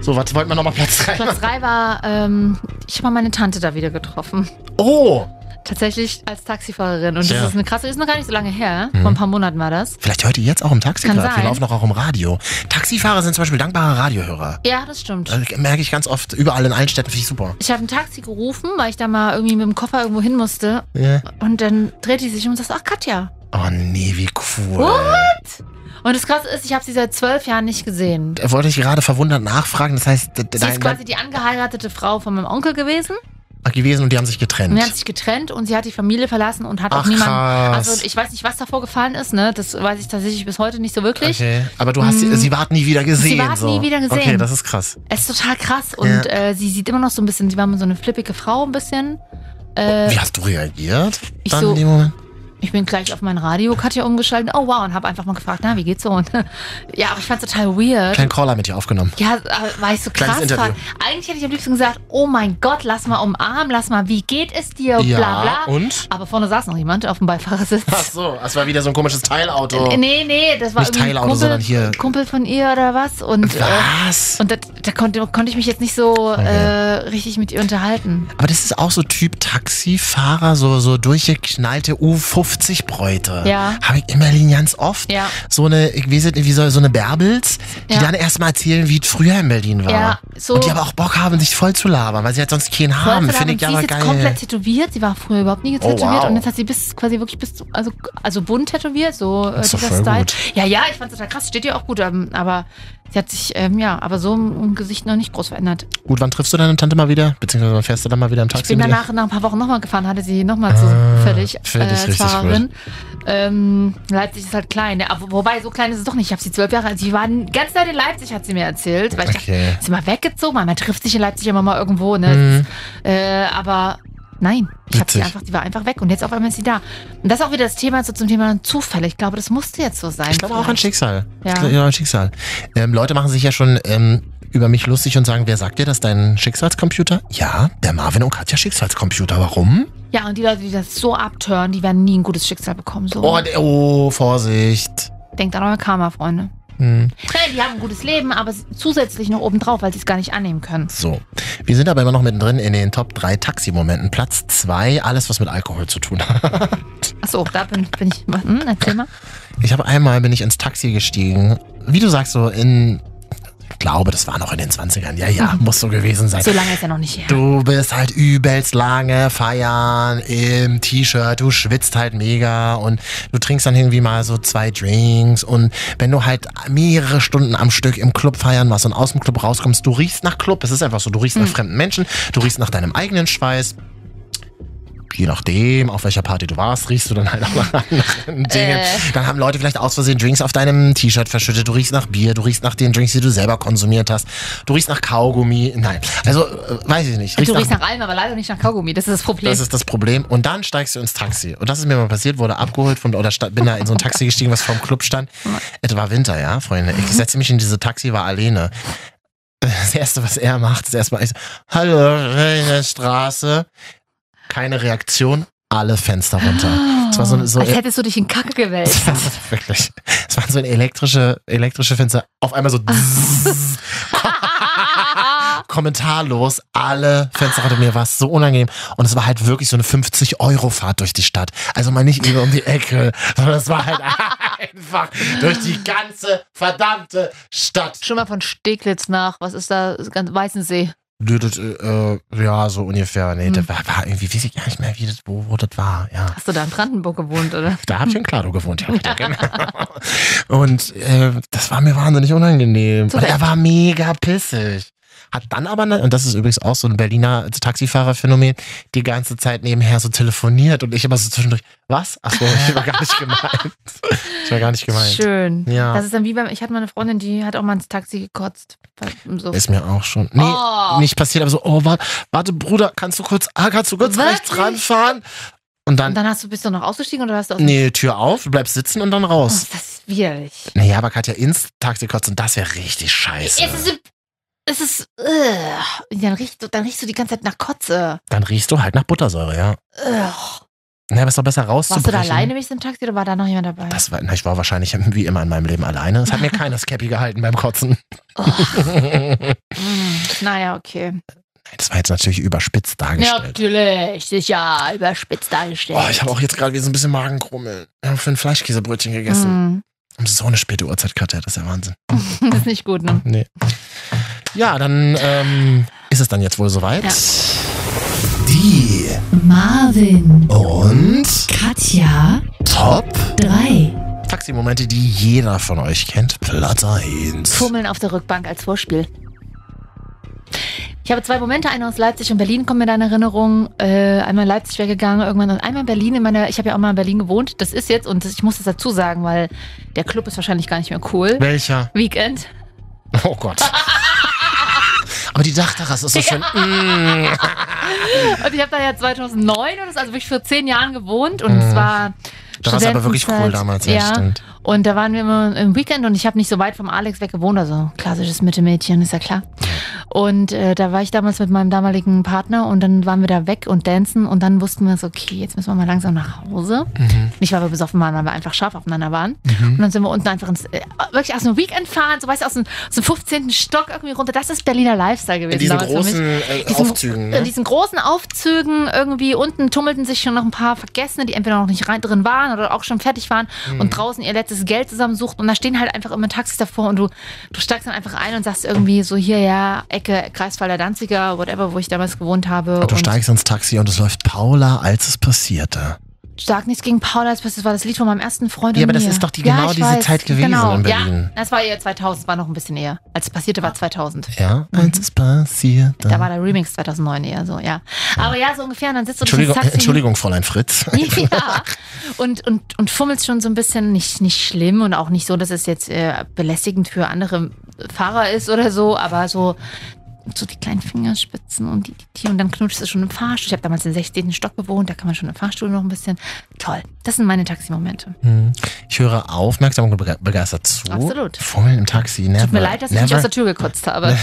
S1: So, was wollten wir nochmal Platz rein?
S2: Platz drei war, ähm, ich habe mal meine Tante da wieder getroffen.
S1: Oh!
S2: Tatsächlich als Taxifahrerin. Und
S1: Ja.
S2: das ist eine krasse, ist noch gar nicht so lange her. Vor ein paar Monaten war das.
S1: Vielleicht hört ihr jetzt auch im
S2: Kann
S1: Taxiclub.
S2: sein.
S1: Wir laufen doch auch im Radio. Taxifahrer sind zum Beispiel dankbare Radiohörer.
S2: Ja, das stimmt.
S1: Das merke ich ganz oft. Überall in allen Städten finde ich super.
S2: Ich habe ein Taxi gerufen, weil ich da mal irgendwie mit dem Koffer irgendwo hin musste.
S1: Ja.
S2: Und dann dreht die sich um und sagt, ach Katja.
S1: Oh nee, wie cool.
S2: Und das Krasse ist, ich habe sie seit zwölf Jahren nicht gesehen.
S1: Da wollte ich gerade verwundert nachfragen. Das heißt, de- de-
S2: Sie
S1: dein,
S2: ist quasi die angeheiratete Frau von meinem Onkel gewesen.
S1: dein gewesen und die haben sich
S2: Und
S1: getrennt.
S2: die haben sich getrennt und sie hat die Familie verlassen und hat
S1: Ach,
S2: auch niemanden.
S1: krass.
S2: Also ich weiß nicht, was davor gefallen ist, ne? Das weiß ich tatsächlich bis heute nicht so wirklich.
S1: Okay, aber du hast sie, sie ward nie wieder gesehen.
S2: Mhm. ward
S1: so.
S2: nie wieder gesehen.
S1: Okay, das ist krass.
S2: Es ist total krass und
S1: Ja.
S2: äh, sie sieht immer noch so ein bisschen, sie war mal so eine flippige Frau ein bisschen. Äh,
S1: Wie hast du reagiert?
S2: Ich
S1: dann
S2: so-
S1: in dem Moment?
S2: Ich bin gleich auf mein Radio Katja umgeschaltet. Oh wow, und habe einfach mal gefragt, na, wie geht's so? Und, ja, aber ich fand's total weird.
S1: Kleinen Caller mit dir aufgenommen.
S2: ja, aber weißt du,
S1: Kleines
S2: krass.
S1: Interview.
S2: fand- Eigentlich hätte ich am liebsten gesagt, oh mein Gott, lass mal umarmen, lass mal, wie geht es dir? bla bla.
S1: und?
S2: Aber vorne saß noch jemand auf dem Beifahrersitz.
S1: Ach so, es war wieder so ein komisches Teilauto.
S2: Äh, Nee, nee, das war
S1: Nicht
S2: irgendwie ein
S1: Teilauto,
S2: Kumpel,
S1: sondern hier-
S2: Kumpel von ihr oder was. Und, äh,
S1: Was?
S2: und da, da konnte, konnte ich mich jetzt nicht so äh, richtig mit ihr unterhalten.
S1: Aber das ist auch so Typ Taxifahrer, so, so durchgeknallte U50-Bräute.
S2: Ja.
S1: Habe ich in Berlin ganz oft.
S2: Ja.
S1: So eine, ich weiß nicht, wie soll, so eine Bärbels, die
S2: Ja.
S1: dann erstmal erzählen, wie es früher in Berlin war.
S2: Ja, so-
S1: Und die aber auch Bock haben, sich voll zu labern, weil sie halt sonst keinen haben.
S2: Vollverlag
S1: Finde ich
S2: und sie
S1: aber
S2: ist jetzt
S1: geil. Oh,
S2: komplett tätowiert. Sie war früher überhaupt nie tätowiert
S1: wow.
S2: und jetzt hat sie bis quasi wirklich bis zu- also also bunt tätowiert, so äh,
S1: ist doch
S2: dieser
S1: voll
S2: Style.
S1: gut.
S2: Ja, ja, ich fand's total krass. Steht ihr auch gut, ähm, aber sie hat sich ähm, ja, aber so im, im Gesicht noch nicht groß verändert.
S1: Gut, wann triffst du deine Tante mal wieder? Beziehungsweise wann fährst du dann mal wieder im Taxi
S2: Ich bin
S1: mit ihr?
S2: danach nach ein paar Wochen nochmal gefahren, hatte sie nochmal so
S1: Ah,
S2: völlig
S1: finde ich
S2: äh, als
S1: richtig
S2: Fahrerin. Ähm, Leipzig ist halt klein, ne? aber wobei so klein ist es doch nicht. Ich habe sie zwölf Jahre, alt- sie waren ganz nah in Leipzig, hat sie mir erzählt, weil ich dachte,
S1: Okay. Mhm.
S2: ist immer weggezogen, weil man trifft sich in Leipzig immer mal irgendwo, ne? Äh, aber nein, ich habe sie
S1: Witzig.
S2: einfach, die war einfach weg und jetzt auf einmal ist sie da. Und das ist auch wieder das Thema so zum Thema Zufall. Ich glaube, das musste jetzt so sein.
S1: Ich glaube auch an
S2: vielleicht.
S1: Schicksal.
S2: Ja.
S1: Ich glaube an Schicksal. Ähm, Leute machen sich ja schon ähm, über mich lustig und sagen, wer sagt dir das, dein Schicksalscomputer? Ja, der Marvin und Katja Schicksalscomputer. Warum?
S2: Ja, und die Leute, die das so abtören, die werden nie ein gutes Schicksal bekommen. So.
S1: Oh, der, oh Vorsicht.
S2: Denkt an euer Karma, Freunde.
S1: Hm.
S2: Nein, die haben ein gutes Leben, aber zusätzlich noch obendrauf, weil sie es gar nicht annehmen können.
S1: So, wir sind aber immer noch mittendrin in den Top 3 Taxi-Momenten. Platz 2, alles, was mit Alkohol zu tun hat.
S2: Achso, da bin, bin ich. Hm, erzähl mal.
S1: Ich habe einmal bin ich ins Taxi gestiegen. Wie du sagst, so in, ich glaube, das war noch in den 20ern. Ja, ja, muss so gewesen sein.
S2: So lange ist ja noch nicht her.
S1: Du bist halt übelst lange feiern im T-Shirt, du schwitzt halt mega und du trinkst dann irgendwie mal so zwei Drinks und wenn du halt mehrere Stunden am Stück im Club feiern warst und aus dem Club rauskommst, du riechst nach Club, es ist einfach so, du riechst nach fremden Menschen, du riechst nach deinem eigenen Schweiß. je nachdem, auf welcher Party du warst, riechst du dann halt auch nach anderen Dingen. Dann haben Leute vielleicht aus Versehen Drinks auf deinem T-Shirt verschüttet. Du riechst nach Bier, du riechst nach den Drinks, die du selber konsumiert hast. Du riechst nach Kaugummi. Nein, also äh, weiß ich nicht.
S2: Du riechst nach allem, aber leider nicht nach Kaugummi. Das ist das Problem.
S1: Das ist das Problem. Und dann steigst du ins Taxi. Und das ist mir mal passiert, wurde abgeholt von, oder sta- bin da in so ein Taxi gestiegen, was vorm Club stand. Es war Winter, ja, Freunde. Ich setze mich in diese Taxi, war alleine. Das Erste, was er macht, ist erstmal, ich so, hallo, Reine Straße. Keine Reaktion, alle Fenster runter. Es war so, so
S2: Als hättest du dich in Kacke gewälzt.
S1: wirklich. Es waren so ein elektrische, elektrische Fenster. Auf einmal so dzz, kommentarlos alle Fenster unter mir war es so unangenehm und es war halt wirklich so eine 50 Euro Fahrt durch die Stadt also mal nicht über um die Ecke sondern es war halt einfach durch die ganze verdammte Stadt
S2: Schon mal von Steglitz nach. Was ist da? Das ganze Weißensee.
S1: Nö, das, äh, äh, ja so ungefähr nee
S2: Hm.
S1: das war, war irgendwie weiß ich gar nicht mehr wie das wo, wo das war ja
S2: Hast du da in Brandenburg gewohnt, oder?
S1: da habe ich in Klado gewohnt, ja. wieder, genau. Und äh, das war mir wahnsinnig unangenehm.
S2: Zu
S1: Und
S2: Recht.
S1: er war mega pissig. Hat dann aber, ne- und das ist übrigens auch so ein Berliner Taxifahrerphänomen, die ganze Zeit nebenher so telefoniert und ich immer so zwischendurch, was? Achso, ich war gar nicht gemeint. Ich war gar nicht gemeint.
S2: Schön.
S1: Ja.
S2: Das ist dann wie beim. Ich hatte mal eine Freundin, die hat auch mal ins Taxi gekotzt. So.
S1: Ist mir auch schon. Nee,
S2: Oh.
S1: nicht passiert, aber so, oh, warte, warte, Bruder, kannst du kurz, ah, kannst du kurz
S2: Wirklich?
S1: rechts ranfahren? Und
S2: Und
S1: dann,
S2: dann hast du, bist du noch ausgestiegen oder hast du aus
S1: nee, Tür auf, bleibst sitzen und dann
S2: oh,
S1: raus.
S2: ist das widerlich.
S1: Naja, aber Katja ins Taxi kotzen, das wäre richtig scheiße.
S2: Es ist. Es ist. Äh, dann, riechst, du- dann riechst du die ganze Zeit nach Kotze.
S1: Dann riechst du halt nach Buttersäure, ja.
S2: Ugh.
S1: Na, aber ist doch besser
S2: Warst
S1: rauszubrechen.
S2: du da alleine mit im Taxi oder war da noch jemand dabei?
S1: Das war, na, ich war wahrscheinlich wie immer in meinem Leben alleine. Es hat mir keiner Scappy gehalten beim Kotzen.
S2: Oh. Mm, naja, okay.
S1: das war jetzt natürlich überspitzt dargestellt.
S2: Natürlich, sicher, überspitzt dargestellt.
S1: Oh, ich habe auch jetzt gerade wieder so ein bisschen Magenkrummeln. Ich habe für ein Fleischkäsebrötchen gegessen.
S2: Mm,
S1: Um so eine späte Uhrzeit, Katja, das ist ja Wahnsinn.
S2: das ist nicht gut, ne?
S1: Nee. Ja, dann ähm, ist es dann jetzt wohl soweit. Die
S5: Marvin,
S1: und
S5: Katja,
S1: Top
S5: 3.
S1: Taximomente, die jeder von euch kennt. Platz 1.
S2: Fummeln auf der Rückbank als Vorspiel. Ich habe zwei Momente, einer aus Leipzig und Berlin kommen mir da in Erinnerung. Äh, einmal in Leipzig weggegangen, irgendwann und einmal in Berlin. In meiner, ich habe ja auch mal in Berlin gewohnt. Das ist jetzt, und das, ich muss das dazu sagen, weil der Club ist wahrscheinlich gar nicht mehr cool.
S1: Welcher?
S2: Weekend.
S1: Oh Gott. Aber die Dachterrasse ist so schön. Mm.
S2: Und ich habe da ja 2009 oder so, also wirklich vor zehn Jahren gewohnt und es war.
S1: Mhm. Da war es aber wirklich cool
S2: Studentenzeit.
S1: damals, ja,
S2: ja.
S1: stimmt.
S2: Und da waren wir immer im Weekend und ich habe nicht so weit vom Alex weg gewohnt, also klassisches Mittemädchen, ist ja klar. Und äh, da war ich damals mit meinem damaligen Partner und dann waren wir da weg und dancen und dann wussten wir so, okay, jetzt müssen wir mal langsam nach Hause.
S1: Mhm.
S2: Nicht, weil wir besoffen waren, weil wir einfach scharf aufeinander waren. Und dann sind wir unten einfach ins, äh, wirklich aus dem Weekend fahren, so weißt du, aus dem, aus dem 15. Stock irgendwie runter. Das ist Berliner Lifestyle gewesen.
S1: In diesen
S2: damals für mich.
S1: großen äh,
S2: Diesen-
S1: Aufzügen.
S2: In
S1: Ne?
S2: diesen großen Aufzügen irgendwie unten tummelten sich schon noch ein paar Vergessene, die entweder noch nicht rein drin waren oder auch schon fertig waren
S1: Mhm.
S2: und draußen ihr letztes Geld zusammensuchten. Und da stehen halt einfach immer Taxis davor und du, du steigst dann einfach ein und sagst irgendwie so hier, ja, Ecke, Kreiswalder, Danziger, whatever, wo ich damals gewohnt habe.
S1: Du steigst ins Taxi und es läuft Paula, als es passierte.
S2: Sag nichts gegen Paula, das war das Lied von meinem ersten Freund.
S1: Ja,
S2: und
S1: aber das
S2: mir.
S1: ist doch die-
S2: Ja,
S1: genau
S2: ich
S1: diese
S2: weiß,
S1: Zeit gewesen
S2: genau.
S1: in Berlin. Ah.
S2: Ja, das war eher 2000, war noch ein bisschen eher. Als es passierte, war 2000.
S1: Ja, als es passierte.
S2: Mhm. Da war der Remix 2009 eher so, ja. Aber ja, so ungefähr. Und dann sitzt du
S1: Entschuldigung,
S2: ins Taxi.
S1: Entschuldigung, Fräulein Fritz.
S2: ja. Und, und, und fummelst schon so ein bisschen nicht, nicht schlimm und auch nicht so, dass es jetzt äh, belästigend für andere Fahrer ist oder so, aber so, so die kleinen Fingerspitzen und die, die, die und dann knutschst du schon im Fahrstuhl. Ich habe damals den 16. Stock gewohnt, da kann man schon im Fahrstuhl noch ein bisschen. Toll. Das sind meine Taximomente.
S1: Hm. Ich höre aufmerksam und bege- begeistert zu.
S2: Absolut.
S1: Fummeln im Taxi. Never,
S2: Tut mir leid, dass ich nicht aus
S1: never, Ne.
S2: der Tür gekotzt habe.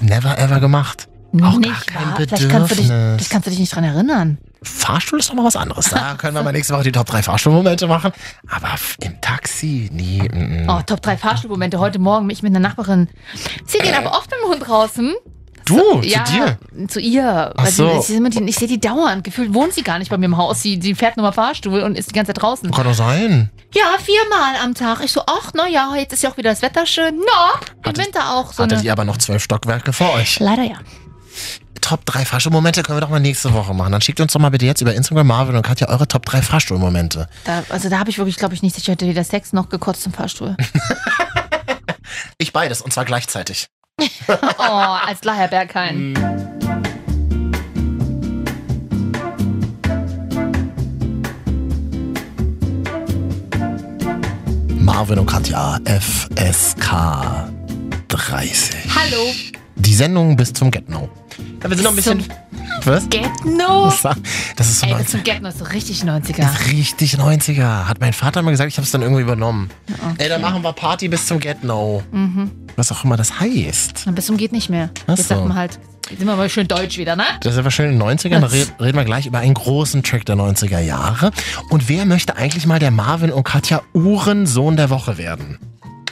S1: never ever gemacht. Auch gar kein
S2: wahr? Vielleicht kannst du dich,
S1: Bedürfnis.
S2: das kannst du dich nicht dran erinnern.
S1: Fahrstuhl ist doch mal was anderes. Da können wir mal nächste Woche die Top 3 Fahrstuhlmomente machen. Aber f- im Taxi, nee. mm, mm.
S2: Oh, Top 3 Fahrstuhlmomente. Heute Morgen mich mit einer Nachbarin. Sie
S1: Äh.
S2: gehen aber oft mit dem Hund raus, hm?
S1: du,
S2: ja,
S1: zu dir.
S2: Zu ihr.
S1: Ach
S2: Weil
S1: so.
S2: sie, sie ist immer die, ich sehe die dauernd. Gefühlt wohnt sie gar nicht bei mir im Haus. Sie, sie fährt nur mal Fahrstuhl und ist die ganze Zeit draußen.
S1: Kann doch sein.
S2: Ja, viermal am Tag. Ich so, ach, na ja, jetzt ist ja auch wieder das Wetter schön. Na, im
S1: Hattet-
S2: Winter auch so
S1: Hattet
S2: eine.
S1: ihr aber noch zwölf Stockwerke vor euch.
S2: Leider ja.
S1: Top 3 Fahrstuhlmomente können wir doch mal nächste Woche machen. Dann schickt uns doch mal bitte jetzt über Instagram Marvin und Katja eure Top 3 Fahrstuhlmomente.
S2: Da, also da habe ich wirklich, glaube ich, nicht. Ich hätte weder Sex noch gekotzt im Fahrstuhl.
S1: Ich beides und zwar gleichzeitig. Mm.
S2: oh, als Leierberg kein.
S1: Sendung Katja FSK 30.
S2: Hallo,
S1: Die Sendung bis zum Get Now. Ja, wir sind noch ein
S2: Bis
S1: bisschen. Was?
S2: Getno.
S1: Das ist so
S2: Ey, das
S1: 90
S2: sind Getno, ist so richtig 90er.
S1: Richtig 90er. Hat mein Vater mal gesagt, ich habe es dann irgendwie übernommen. Ey, dann machen wir Party bis zum Get No.
S2: Mhm.
S1: Was auch immer das heißt.
S2: Bis zum geht nicht mehr.
S1: Ach
S2: Jetzt sagt
S1: so.
S2: man halt, jetzt sind wir mal schön deutsch wieder, ne?
S1: Das ist aber schön in den 90ern. Da re- reden wir gleich über einen großen Track der 90er Jahre. Und wer möchte eigentlich mal der Marvin und Katja Uhrensohn der Woche werden?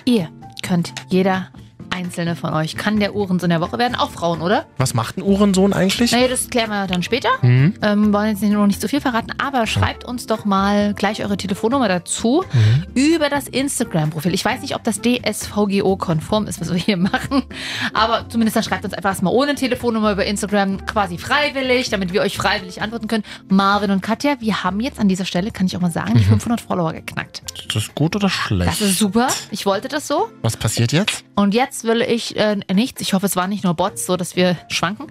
S2: Ihr könnt, jeder einzelne von euch, kann der Uhrensohn der Woche werden. Auch Frauen, oder?
S1: Was macht ein Uhrensohn eigentlich?
S2: Naja, das klären wir dann später. Ähm, wollen jetzt nicht- noch nicht zu viel verraten, aber schreibt uns doch mal gleich eure Telefonnummer dazu über das Instagram-Profil. Ich weiß nicht, ob das DSVGO-konform ist, was wir hier machen, aber zumindest dann schreibt uns einfach erstmal ohne Telefonnummer über Instagram quasi freiwillig, damit wir euch freiwillig antworten können. Marvin und Katja, wir haben jetzt an dieser Stelle, kann ich auch mal sagen, die 500 Follower geknackt.
S1: Ist das gut oder schlecht?
S2: Das ist super. Ich wollte das so.
S1: Was passiert jetzt?
S2: Und jetzt will ich äh, nichts. Ich hoffe, es waren nicht nur Bots, so dass wir schwanken.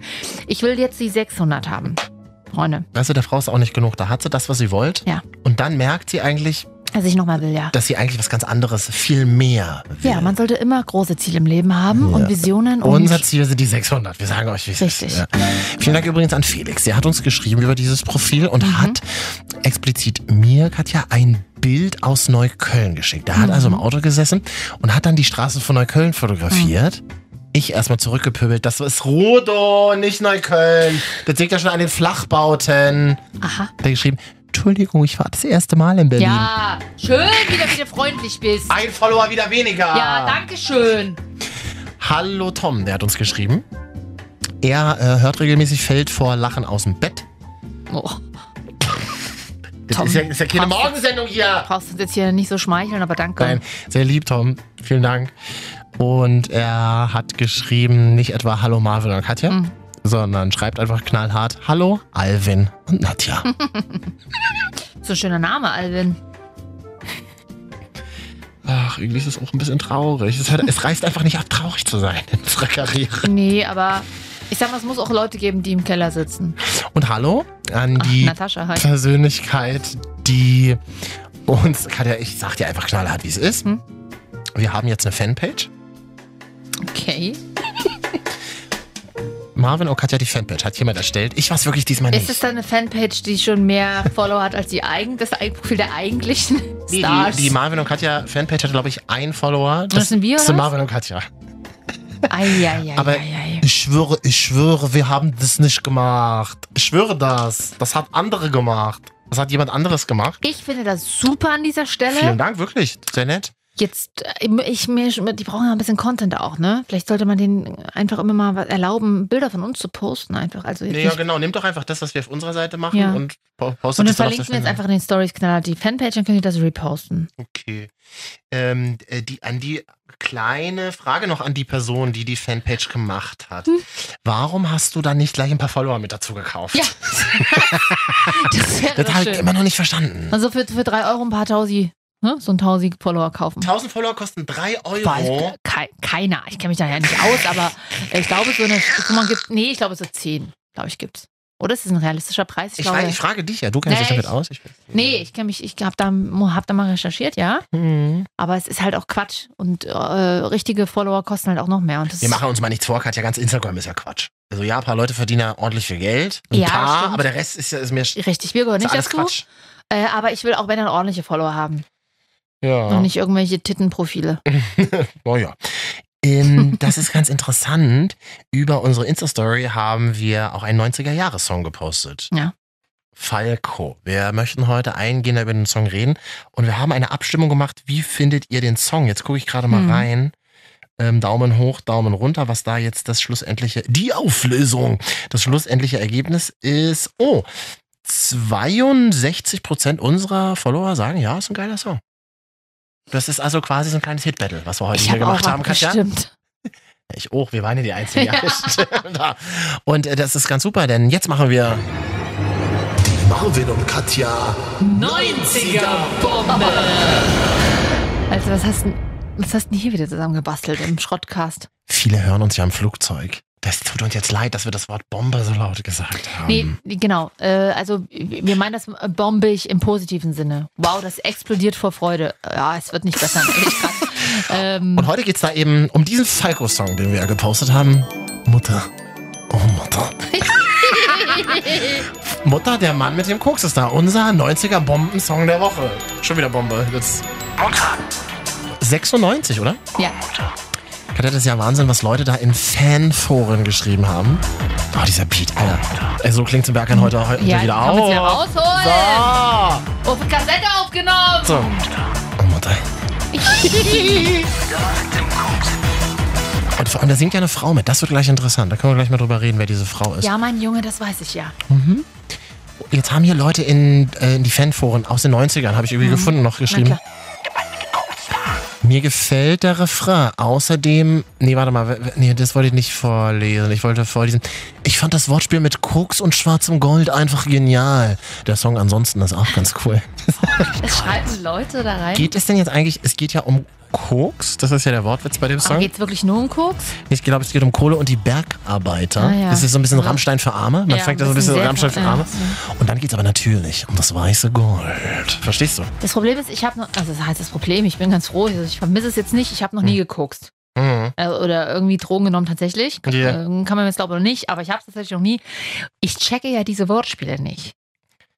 S2: Ich will jetzt die 600 haben. Freunde,
S1: Weißt du, der Frau ist auch nicht genug. Da hat sie das, was sie wollte.
S2: Ja.
S1: Und dann merkt sie eigentlich,
S2: dass ich nochmal will, ja.
S1: dass sie eigentlich was ganz anderes, viel mehr will.
S2: Ja, man sollte immer große Ziele im Leben haben und Visionen und.
S1: Unser Ziel sind die 600. Wir sagen euch, wie es
S2: Richtig.
S1: ist. Ja. Vielen Dank übrigens an Felix. Der hat uns geschrieben über dieses Profil und
S2: Mhm.
S1: hat explizit mir, Katja, ein Bild aus Neukölln geschickt. Der
S2: Mhm.
S1: hat also im Auto gesessen und hat dann die Straßen von Neukölln fotografiert.
S2: Mhm.
S1: Ich erstmal zurückgepöbelt. Das ist Rodo, nicht Neukölln. Das liegt ja schon an den Flachbauten.
S2: Aha.
S1: Hat er geschrieben, Entschuldigung, ich war das erste Mal in Berlin.
S2: Ja, schön, wie du wieder freundlich bist.
S1: Ein Follower wieder weniger.
S2: Ja, danke schön.
S1: Hallo Tom, der hat uns geschrieben. Er äh, hört regelmäßig, fällt vor Lachen aus dem Bett.
S2: Oh,
S1: Das
S2: Tom,
S1: ist ja, ist ja keine
S2: hast du-
S1: Morgensendung hier.
S2: brauchst uns jetzt hier nicht so schmeicheln, aber danke.
S1: Nein, sehr lieb, Tom. Vielen Dank. Und er hat geschrieben, nicht etwa Hallo Marvin und Katja,
S2: Mhm.
S1: sondern schreibt einfach knallhart Hallo Alvin und Nadja.
S2: Mhm. So ein schöner Name, Alvin.
S1: Ach, irgendwie ist es auch ein bisschen traurig. Es, hat, es reißt einfach nicht ab, traurig zu sein in unserer Karriere.
S2: Nee, aber ich sag mal, es muss auch Leute geben, die im Keller sitzen.
S1: Und Hallo an
S2: Ach,
S1: die
S2: Natascha, hi.
S1: Persönlichkeit, die uns, Katja, ich sag dir einfach knallhart, wie es ist.
S2: Hm?
S1: Wir haben jetzt eine Fanpage.
S2: Okay.
S1: Marvin und Katja, die Fanpage hat jemand erstellt. Ich weiß wirklich diesmal nicht.
S2: Ist es dann eine Fanpage, die schon mehr Follower hat als die eigen, das Eigenprofil der eigentlichen
S1: Nee,
S2: Stars?
S1: Die, die Marvin und Katja Fanpage hat, glaube ich, einen Follower.
S2: Das sind wir,
S1: Das
S2: oder
S1: sind
S2: was?
S1: Marvin und Katja.
S2: Eieieiei.
S1: Aber ich schwöre, ich schwöre, wir haben das nicht gemacht. Ich schwöre das. Das hat andere gemacht. Das hat jemand anderes gemacht.
S2: Ich finde das super an dieser
S1: Vielen
S2: Stelle.
S1: Dank, wirklich. Sehr nett.
S2: Jetzt, äh, ich, mir, die brauchen ja ein bisschen Content auch, ne? Vielleicht sollte man denen einfach immer mal was erlauben, Bilder von uns zu posten einfach. Also jetzt
S1: Nee, ja,
S2: nicht,
S1: genau. Nehmt doch einfach das, was wir auf unserer Seite machen
S2: Ja.
S1: und
S2: und
S1: po- postet
S2: dann
S1: das auf der
S2: verlinken wir jetzt
S1: Fanpage.
S2: einfach in den Stories knaller die Fanpage, dann könnt ihr das reposten.
S1: Okay. Ähm, äh, die, an die kleine Frage noch an die Person, die die Fanpage gemacht hat.
S2: Hm?
S1: Warum hast du dann nicht gleich ein paar Follower mit dazu gekauft?
S2: Ja. Das wäre
S1: Das habe ich
S2: schön.
S1: immer noch nicht verstanden.
S2: Also für, für drei Euro ein paar Tausi, ne? So ein Tausi Follower kaufen.
S1: 1000 Follower kosten 3 Euro.
S2: Weil, ke keiner. Ich kenne mich da ja nicht aus, aber äh, ich glaube, so eine Guck mal, gibt. Nee, ich glaube, so zehn, glaube ich, gibt's. Oder ist es ein realistischer Preis?
S1: Ich,
S2: glaube,
S1: weiß, ich frage dich ja, du kennst
S2: Nee,
S1: dich damit
S2: ich-
S1: aus. Ich weiß.
S2: nee, ich kenne mich, ich habe da, hab da mal recherchiert, ja.
S1: Hm.
S2: Aber es ist halt auch Quatsch. Und äh, richtige Follower kosten halt auch noch mehr. Und das
S1: Wir machen uns mal nichts vor, Katja, ganz Instagram ist ja Quatsch. Also ja, ein paar Leute verdienen ja ordentlich viel Geld. Ein
S2: Ja, das
S1: paar,
S2: stimmt.
S1: aber der Rest ist ja ist mir sch-
S2: ist richtig. Wir gehören
S1: ist
S2: nicht
S1: alles
S2: dazu.
S1: Quatsch.
S2: Äh, aber ich will auch, wenn dann ordentliche Follower haben. Und
S1: Ja.
S2: nicht irgendwelche Tittenprofile.
S1: Naja. Oh Ähm, das ist ganz interessant. Über unsere Insta-Story haben wir auch einen 90er-Jahres-Song gepostet.
S2: Ja.
S1: Falco. Wir möchten heute eingehender über den Song reden. Und wir haben eine Abstimmung gemacht. Wie findet ihr den Song? Jetzt gucke ich gerade mal
S2: Hm.
S1: rein. Ähm, Daumen hoch, Daumen runter, was da jetzt das schlussendliche, die Auflösung, das schlussendliche Ergebnis ist. Oh, 62% unserer Follower sagen, ja, ist ein geiler Song. Das ist also quasi so ein kleines Hit-Battle, was wir heute
S2: Ich
S1: hier
S2: habe auch
S1: gemacht haben,
S2: was
S1: Katja.
S2: bestimmt.
S1: Ich auch, wir waren ja die Einzigen.
S2: Ja.
S1: Ja. Und äh, das ist ganz super, denn jetzt machen wir. Die Marvin und Katja.
S2: 90er Bombe! Also, was hast, denn- was hast denn hier wieder zusammengebastelt im Schrottcast?
S1: Viele hören uns ja im Flugzeug. Das tut uns jetzt leid, dass wir das Wort Bombe so laut gesagt haben.
S2: Nee, genau. Äh, also wir meinen das bombig im positiven Sinne. Wow, das explodiert vor Freude. Ja, es wird nicht besser. Ehrlich gesagt. ähm,
S1: Und heute geht's da eben um diesen Falco-Song, den wir ja gepostet haben. Mutter. Oh, Mutter. Mutter, der Mann mit dem Koks ist da. Unser 90er-Bomben-Song der Woche. Schon wieder Bombe. Jetzt. Mutter. 96, oder?
S2: ja,
S1: Katja, das ist ja Wahnsinn, was Leute da in Fanforen geschrieben haben. Oh, dieser Beat, Alter. Ey, so klingt's im Bergheim heute, heute
S2: ja
S1: wieder
S2: kann man wieder
S1: auch.
S2: rausholen. Auf Kassette aufgenommen.
S1: So. Oh, Mutter. Und vor allem, da singt ja eine Frau mit. Das wird gleich interessant. Da können wir gleich mal drüber reden, wer diese Frau ist.
S2: ja, mein Junge, das weiß ich ja.
S1: Jetzt haben hier Leute in, äh, in die Fanforen aus den 90ern, habe ich irgendwie gefunden, noch geschrieben.
S2: Mhm. klar.
S1: Mir gefällt der Refrain. Außerdem, nee, warte mal, w- w- nee, das wollte ich nicht vorlesen. Ich wollte vorlesen. Ich fand das Wortspiel mit Koks und schwarzem Gold einfach genial. Der Song ansonsten ist auch ganz cool.
S2: Das schreiben Leute da rein.
S1: Geht es denn jetzt eigentlich, es geht ja um Koks, das ist ja der Wortwitz bei dem
S2: Aber
S1: Song.
S2: geht's wirklich nur um Koks?
S1: Ich glaube, es geht um Kohle und die Bergarbeiter.
S2: Ah, ja.
S1: Das ist so ein bisschen
S2: Ja.
S1: Rammstein für Arme. Man
S2: Ja,
S1: fängt ja so ein bisschen
S2: sehr
S1: Rammstein für
S2: ver-
S1: Arme.
S2: ja.
S1: Und dann geht es aber natürlich um das weiße Gold. Verstehst du?
S2: Das Problem ist, ich habe noch, also das heißt das Problem, ich bin ganz froh, also ich vermisse es jetzt nicht, ich
S1: Hm.
S2: habe noch nie gekokst.
S1: Mhm.
S2: Äh, oder irgendwie Drogen genommen tatsächlich. Kann,
S1: Ja.
S2: äh, kann man jetzt glauben oder nicht, aber ich habe es tatsächlich noch nie. Ich checke ja diese Wortspiele nicht.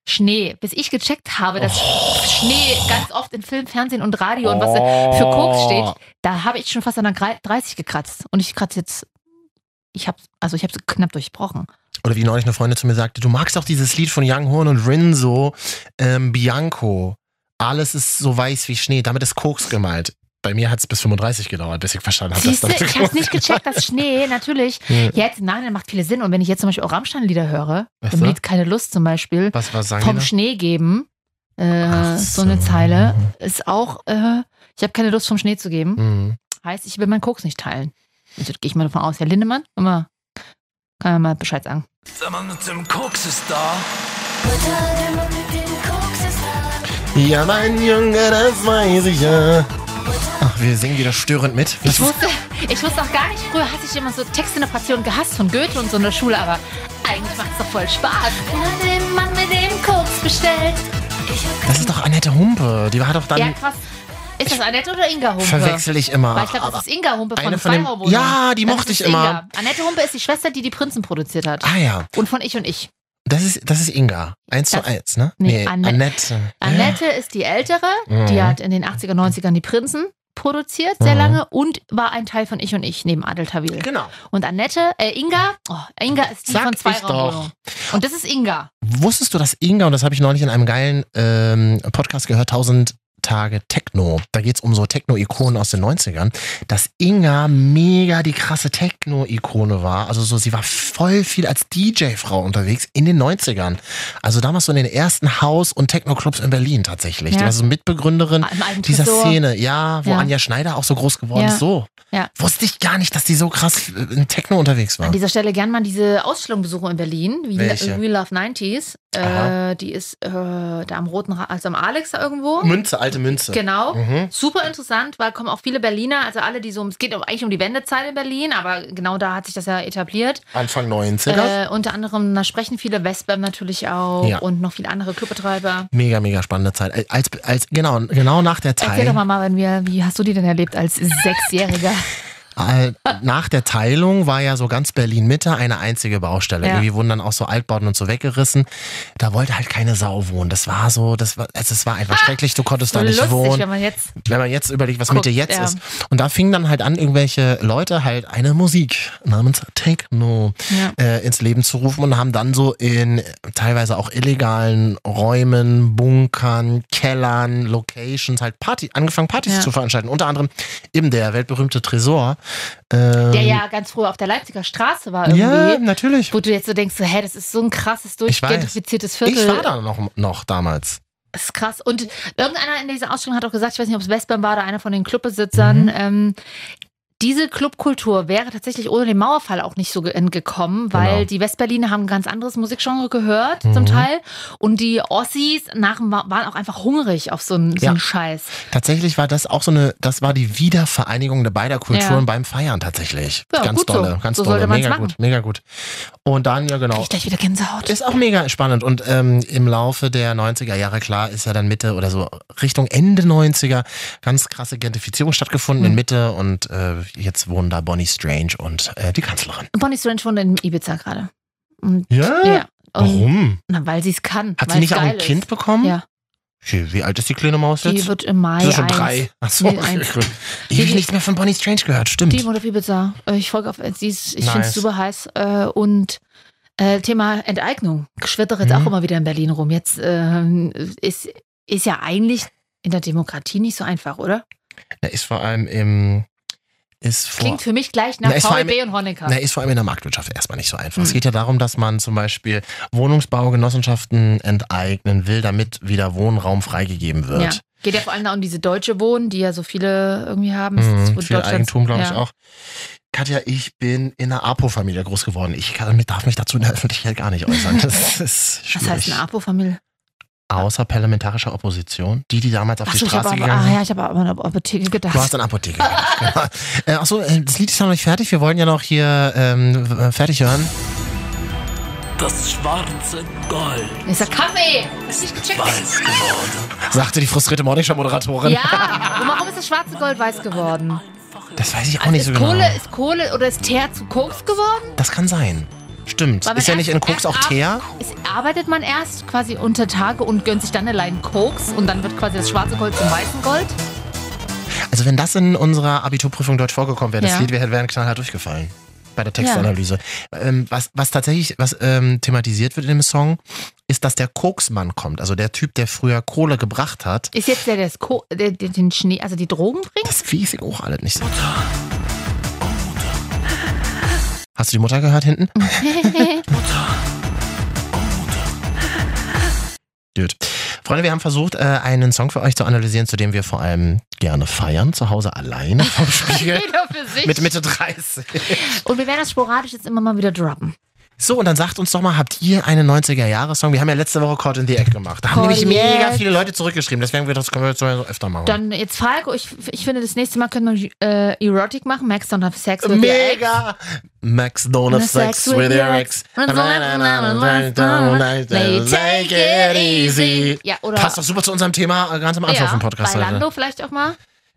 S2: Schnee, bis ich gecheckt habe, dass Schnee ganz oft in Film, Fernsehen und Radio und was da für Koks steht, da habe ich schon fast an der Gre- 30 gekratzt und ich kratze jetzt ich habe also ich habe es knapp durchbrochen.
S1: Oder wie neulich eine Freundin zu mir sagte, du magst auch dieses Lied von Young Horn und Rinso, ähm, Bianco. Alles ist so weiß wie Schnee. Damit ist Koks gemalt. Bei mir hat es bis 35 gedauert, bis ich verstanden habe, dass
S2: Siehst du,
S1: damit
S2: ich habe nicht gecheckt, dass Schnee natürlich
S1: Ja.
S2: jetzt nein, das macht viele Sinn und wenn ich jetzt zum Beispiel auch Rammstein-Lieder höre,
S1: Weißt
S2: im
S1: du?
S2: Lied keine Lust zum Beispiel,
S1: Was, was sagen
S2: vom
S1: die?
S2: Schnee geben. Äh,
S1: Ach
S2: so eine
S1: so.
S2: Zeile ist auch, äh, ich habe keine Lust vom Schnee zu geben.
S1: da? Mhm.
S2: Heißt, ich will meinen Koks nicht teilen. Also gehe ich mal davon aus. Herr Lindemann, immer kann er mal Bescheid sagen.
S1: Ja, mein Junge, das weiß ich ja. Ach, wir singen wieder störend mit.
S2: Ich wusste, ich wusste auch gar nicht, früher hatte ich immer so Textinterpretationen gehasst von Goethe und so in der Schule, aber eigentlich macht es doch voll Spaß. Ja, den Mann mit dem Koks bestellt.
S1: Das ist doch Annette Humpe. Die war doch dann.
S2: Ja, krass. Ist das Annette oder Inga Humpe?
S1: Verwechsel ich immer.
S2: Weil ich glaube,
S1: Aber-
S2: das ist Inga Humpe von,
S1: eine
S2: den
S1: von den-
S2: Fallhormonen.
S1: Ja, die mochte
S2: ist
S1: ich immer.
S2: Inga. Annette Humpe ist die Schwester, die die Prinzen produziert hat.
S1: Ah ja,
S2: Und von Ich und Ich.
S1: das ist, das ist Inga. Eins zu
S2: Das-
S1: eins, ne?
S2: nee, Anne-
S1: Annette.
S2: Annette ist die Ältere, die
S1: Mhm.
S2: hat in den 80er, 90ern die Prinzen produziert, sehr
S1: Mhm.
S2: lange und war ein Teil von Ich und Ich neben Adel Tawil.
S1: Genau.
S2: Und Annette, äh, Inga, oh, Inga ist die
S1: Sag
S2: von zwei
S1: ich doch.
S2: Und das ist Inga.
S1: Wusstest du, dass Inga, und das habe ich neulich in einem geilen ähm, Podcast gehört, 1000 Tage Techno, da geht es um so Techno-Ikonen aus den 90ern, dass Inga mega die krasse Techno-Ikone war. Also so, sie war voll viel als DJ-Frau unterwegs in den 90ern. Also damals so in den ersten House- und Techno-Clubs in Berlin tatsächlich. Die
S2: Ja.
S1: war so Mitbegründerin
S2: Im alten
S1: dieser
S2: Tresor.
S1: Szene, ja, wo
S2: Ja.
S1: Anja Schneider auch so groß geworden
S2: Ja.
S1: ist, so.
S2: Ja.
S1: Wusste ich gar nicht, dass die so krass äh, in Techno unterwegs war.
S2: An dieser Stelle gern mal diese Ausstellung besuchen in Berlin, wie
S1: Welche?
S2: We Love 90s.
S1: Aha.
S2: Äh, die ist äh, da am Roten, Ra- also am Alex da irgendwo.
S1: Münze, alte Münze.
S2: Genau.
S1: Mhm.
S2: Super interessant, weil kommen auch viele Berliner, also alle, die so, es geht eigentlich um die Wendezeit in Berlin, aber genau da hat sich das ja etabliert.
S1: Anfang 90er.
S2: Äh, unter anderem, da sprechen viele Westbam natürlich auch
S1: Ja.
S2: und noch viele andere Clubbetreiber.
S1: Mega, mega spannende Zeit. Äh, Als, als, genau, genau nach der
S2: Erzähl doch
S1: Teilung.
S2: mal, Marvin, wie, wie hast du die denn erlebt als Sechsjähriger?
S1: Äh, nach der Teilung war ja so ganz Berlin-Mitte eine einzige Baustelle.
S2: Ja.
S1: Irgendwie wurden dann auch so Altbauten und so weggerissen. Da wollte halt keine Sau wohnen. Das war so, das war, also es war einfach schrecklich. Du konntest da nicht
S2: Ah,
S1: Ähm,
S2: Lustig,
S1: wohnen.
S2: wenn man jetzt.
S1: wenn man jetzt überlegt, was
S2: Guckt,
S1: Mitte jetzt
S2: ja.
S1: ist. Und da fingen dann halt an, irgendwelche Leute halt eine Musik namens Techno
S2: Ja.
S1: äh, ins Leben zu rufen und haben dann so in teilweise auch illegalen Räumen, Bunkern, Kellern, Locations halt Party, angefangen Partys
S2: Ja.
S1: zu veranstalten. Unter anderem eben der weltberühmte Tresor. Ähm,
S2: Der ja ganz früher auf der Leipziger Straße war irgendwie.
S1: ja, natürlich.
S2: Wo du jetzt so denkst, so, hä, das ist so ein krasses,
S1: Ich weiß.
S2: durchgentrifiziertes Viertel.
S1: Ich war da noch, noch damals.
S2: Das ist krass. Und
S1: Mhm.
S2: irgendeiner in dieser Ausstellung hat auch gesagt, ich weiß nicht, ob es Westbam war oder einer von den Clubbesitzern, ähm, diese Clubkultur wäre tatsächlich ohne den Mauerfall auch nicht so ge- gekommen, weil
S1: Genau. Mhm.
S2: die Westberliner haben ein ganz anderes Musikgenre gehört zum Teil und die Ossis nach dem Wa- waren auch einfach hungrig auf so einen, so
S1: Ja.
S2: einen Scheiß.
S1: Tatsächlich war das auch so eine, das war die Wiedervereinigung der beider Kulturen
S2: Ja.
S1: beim Feiern tatsächlich.
S2: Ja,
S1: ganz
S2: gut so.
S1: tolle, ganz
S2: So
S1: tolle,
S2: sollte man's
S1: mega
S2: machen.
S1: gut, mega gut. Und dann, ja
S2: Krieg
S1: genau.
S2: ich gleich wieder Gänsehaut.
S1: Ist auch mega spannend und ähm, im Laufe der 90er Jahre, klar, ist ja dann Mitte oder so Richtung Ende 90er ganz krasse Gentrifizierung stattgefunden
S2: Mhm.
S1: in Mitte und äh, jetzt wohnen da Bonnie Strange und äh, die Kanzlerin.
S2: Bonnie Strange wohnt in Ibiza gerade. Und, ja. Und,
S1: Äh. Warum?
S2: Na, weil sie es kann.
S1: Hat
S2: weil
S1: sie
S2: es
S1: nicht auch
S2: geil
S1: ein Kind bekommen?
S2: Ja.
S1: Wie, wie alt ist die kleine Maus
S2: Ist. Die
S1: jetzt?
S2: wird im Mai.
S1: Sie ist schon
S2: eins.
S1: drei. Achso,
S2: Nee,
S1: okay,
S2: eins.
S1: gut.
S2: Die-
S1: Ewig nichts mehr von Bonnie Strange gehört, stimmt.
S2: Die wohnt auf Ibiza. Äh, Ich folge auf, äh, sie ist, ich
S1: Nice.
S2: finde es super heiß. Äh, Und äh, Thema Enteignung. Schwirrt doch jetzt
S1: Mhm.
S2: auch immer wieder in Berlin rum. Jetzt ähm, ist, ist ja eigentlich in der Demokratie nicht so einfach, oder?
S1: Na, ist vor allem im. Ist vor,
S2: Klingt für mich gleich nach
S1: Na, ist vor allem-
S2: VEB und Honecker.
S1: Na, ist vor allem in der Marktwirtschaft erstmal nicht so einfach. Es
S2: Hm.
S1: geht ja darum, dass man zum Beispiel Wohnungsbaugenossenschaften enteignen will, damit wieder Wohnraum freigegeben
S2: ja.
S1: wird.
S2: Geht ja vor allem da um diese deutsche Wohnen, die ja so viele irgendwie haben. Das ist
S1: Hm,
S2: wohl
S1: viel
S2: Deutschlands-
S1: Eigentum, glaube ich,
S2: ja.
S1: auch. Katja, ich bin in einer APO-Familie groß geworden. Ich kann, darf mich dazu in der Öffentlichkeit gar nicht äußern. Das ist
S2: Was
S1: schwierig.
S2: heißt eine Apo-Familie?
S1: Außer parlamentarischer Opposition, die, die damals auf
S2: Achso,
S1: die
S2: ich habe
S1: Straße
S2: aber,
S1: gegangen
S2: ah,
S1: sind.
S2: ja, ich habe aber an eine Apotheke gedacht.
S1: Du hast eine Apotheke. genau. äh, achso, äh, das Lied ist noch nicht fertig. Wir wollen ja noch hier ähm, w- äh, fertig hören.
S2: Ist der Kaffee? Hast du nicht gecheckt?
S1: Sagte die frustrierte Morningshow-Moderatorin.
S2: Ja. Und warum ist das schwarze Gold weiß geworden?
S1: Das weiß ich auch nicht so
S2: ist,
S1: genau.
S2: Also Kohle, ist Kohle oder ist Teer zu Koks geworden?
S1: Das kann sein. Stimmt.
S2: Weil man
S1: Ist ja nicht in
S2: erst-
S1: Koks auch
S2: erst
S1: Teer?
S2: ab- Ist, arbeitet man erst quasi unter Tage und gönnt sich dann eine Leinen Koks und dann wird quasi das schwarze Gold zum weißen Gold?
S1: Also wenn das in unserer Abiturprüfung Deutsch vorgekommen wäre, das
S2: Ja.
S1: Lied wäre, wäre knallhart durchgefallen. Bei der Textanalyse. Ähm, was, was tatsächlich was, ähm, thematisiert wird in dem Song, ist, dass der Koksmann kommt. Also der Typ, der früher Kohle gebracht hat.
S2: Ist jetzt der, der, das Ko der, der den Schnee, also die Drogen bringt?
S1: Das weiß ich auch alles nicht. Hast du die Mutter gehört hinten? Gut. Freunde, wir haben versucht, äh, einen Song für euch zu analysieren, zu dem wir vor allem gerne feiern, zu Hause alleine vom Spiegel.
S2: Jeder für sich.
S1: Mit Mitte 30.
S2: und wir werden das sporadisch jetzt immer mal wieder droppen.
S1: So, und dann sagt uns doch mal, habt ihr einen 90er-Jahre-Song? Wir haben ja letzte Woche Caught in the Act gemacht. Da haben
S2: Caught
S1: nämlich
S2: in the
S1: mega
S2: Act.
S1: viele Leute zurückgeschrieben. Deswegen wir das können wir jetzt so öfter machen.
S2: Dann jetzt Falco, ich, ich finde, das nächste Mal können wir äh, Erotik machen. Max don't have sex with your ex.
S1: Mega! Max don't have sex with your ex. Take it easy.
S2: Ja, oder
S1: Passt doch super zu unserem Thema äh, ganz am Anfang
S2: ja,
S1: vom Podcast
S2: bei
S1: heute.
S2: Lando vielleicht auch mal.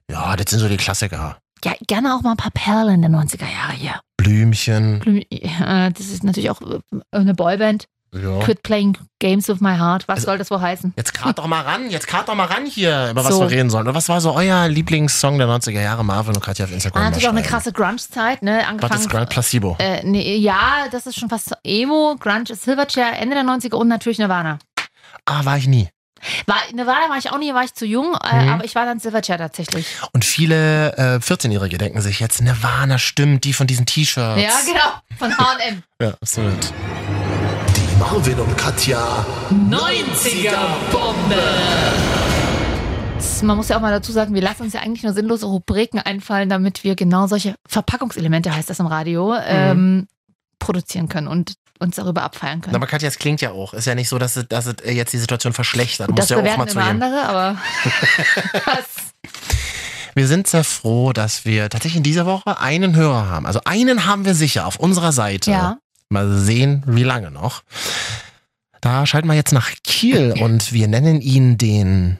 S1: Ja, das sind so die Klassiker.
S2: Ja, gerne auch mal ein paar Perlen der 90er Jahre hier.
S1: Blümchen.
S2: Blüm- äh, Das ist natürlich auch äh, eine Boyband.
S1: Ja.
S2: Quit playing games with my heart. Was
S1: Also-
S2: soll das wohl heißen?
S1: Jetzt kart doch mal ran, jetzt kart doch mal ran hier, über was
S2: So.
S1: wir reden sollen. Oder was war so euer Lieblingssong der 90er Jahre, Marvin und Katja auf Instagram?
S2: War natürlich Ah, auch eine
S1: schreiben.
S2: krasse Grunge-Zeit, ne?
S1: Was ist gerade
S2: Angefangen.
S1: Placebo?
S2: Äh, nee, ja, das ist schon fast Emo, Grunge, Silverchair, Ende der 90er und natürlich Nirvana.
S1: Ah, war ich nie.
S2: War, Nirvana war ich auch nie, war ich zu jung,
S1: Mhm.
S2: äh, aber ich war dann Silverchair tatsächlich.
S1: Und viele äh, 14-Jährige denken sich jetzt, Nirvana stimmt, die von diesen T-Shirts.
S2: Ja, genau. Von HM.
S1: Ja, absolut.
S6: Marvin und Katja.
S3: 90er-Bombe!
S2: Das- Man muss ja auch mal dazu sagen, wir lassen uns ja eigentlich nur sinnlose Rubriken einfallen, damit wir genau solche Verpackungselemente, heißt das im Radio,
S1: Mhm.
S2: ähm, produzieren können und uns darüber abfeiern können.
S1: Aber Katja, es klingt ja auch. Ist ja nicht so, dass es, dass es äh, jetzt die Situation verschlechtert.
S2: das
S1: Muss ja auch
S2: bewerten
S1: mal
S2: immer
S1: zugeben.
S2: andere, aber das,
S1: Wir sind sehr froh, dass wir tatsächlich in dieser Woche einen Hörer haben. Also einen haben wir sicher auf unserer Seite.
S2: ja.
S1: Mal sehen, wie lange noch. Da schalten wir jetzt nach Kiel und wir nennen ihn den.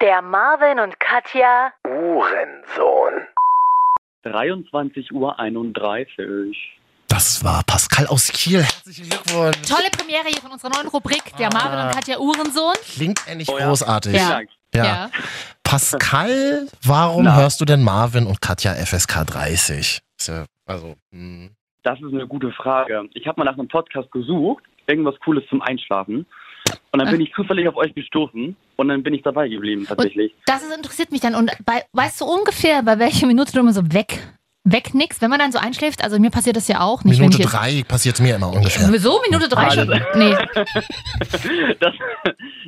S5: Der Marvin und Katja.
S6: Uhrensohn.
S7: 23.31 Uhr.
S1: Das war Pascal aus Kiel. Herzlichen Glückwunsch.
S2: Tolle Premiere hier von unserer neuen Rubrik, der Marvin
S1: Ah.
S2: und Katja Uhrensohn.
S1: Klingt endlich
S4: Oh ja.
S1: großartig.
S2: Ja.
S1: Ja. Pascal, warum
S7: Na.
S1: hörst du denn Marvin und Katja FSK 30? Ist ja, also, mh.
S7: Das ist eine gute Frage. Ich habe mal nach einem Podcast gesucht, irgendwas Cooles zum Einschlafen. Und dann bin ich zufällig auf euch gestoßen und dann bin ich dabei geblieben tatsächlich.
S2: Das ist, interessiert mich dann. Und bei, weißt du ungefähr, bei welcher Minute du immer so weg, wegnickst, wenn man dann so einschläft? Also mir passiert das ja auch nicht.
S1: Minute
S2: wenn ich jetzt-
S1: drei passiert mir immer ungefähr.
S2: So, Minute drei schon.
S7: Wahnsinn.
S2: Nee,
S7: ne, Das,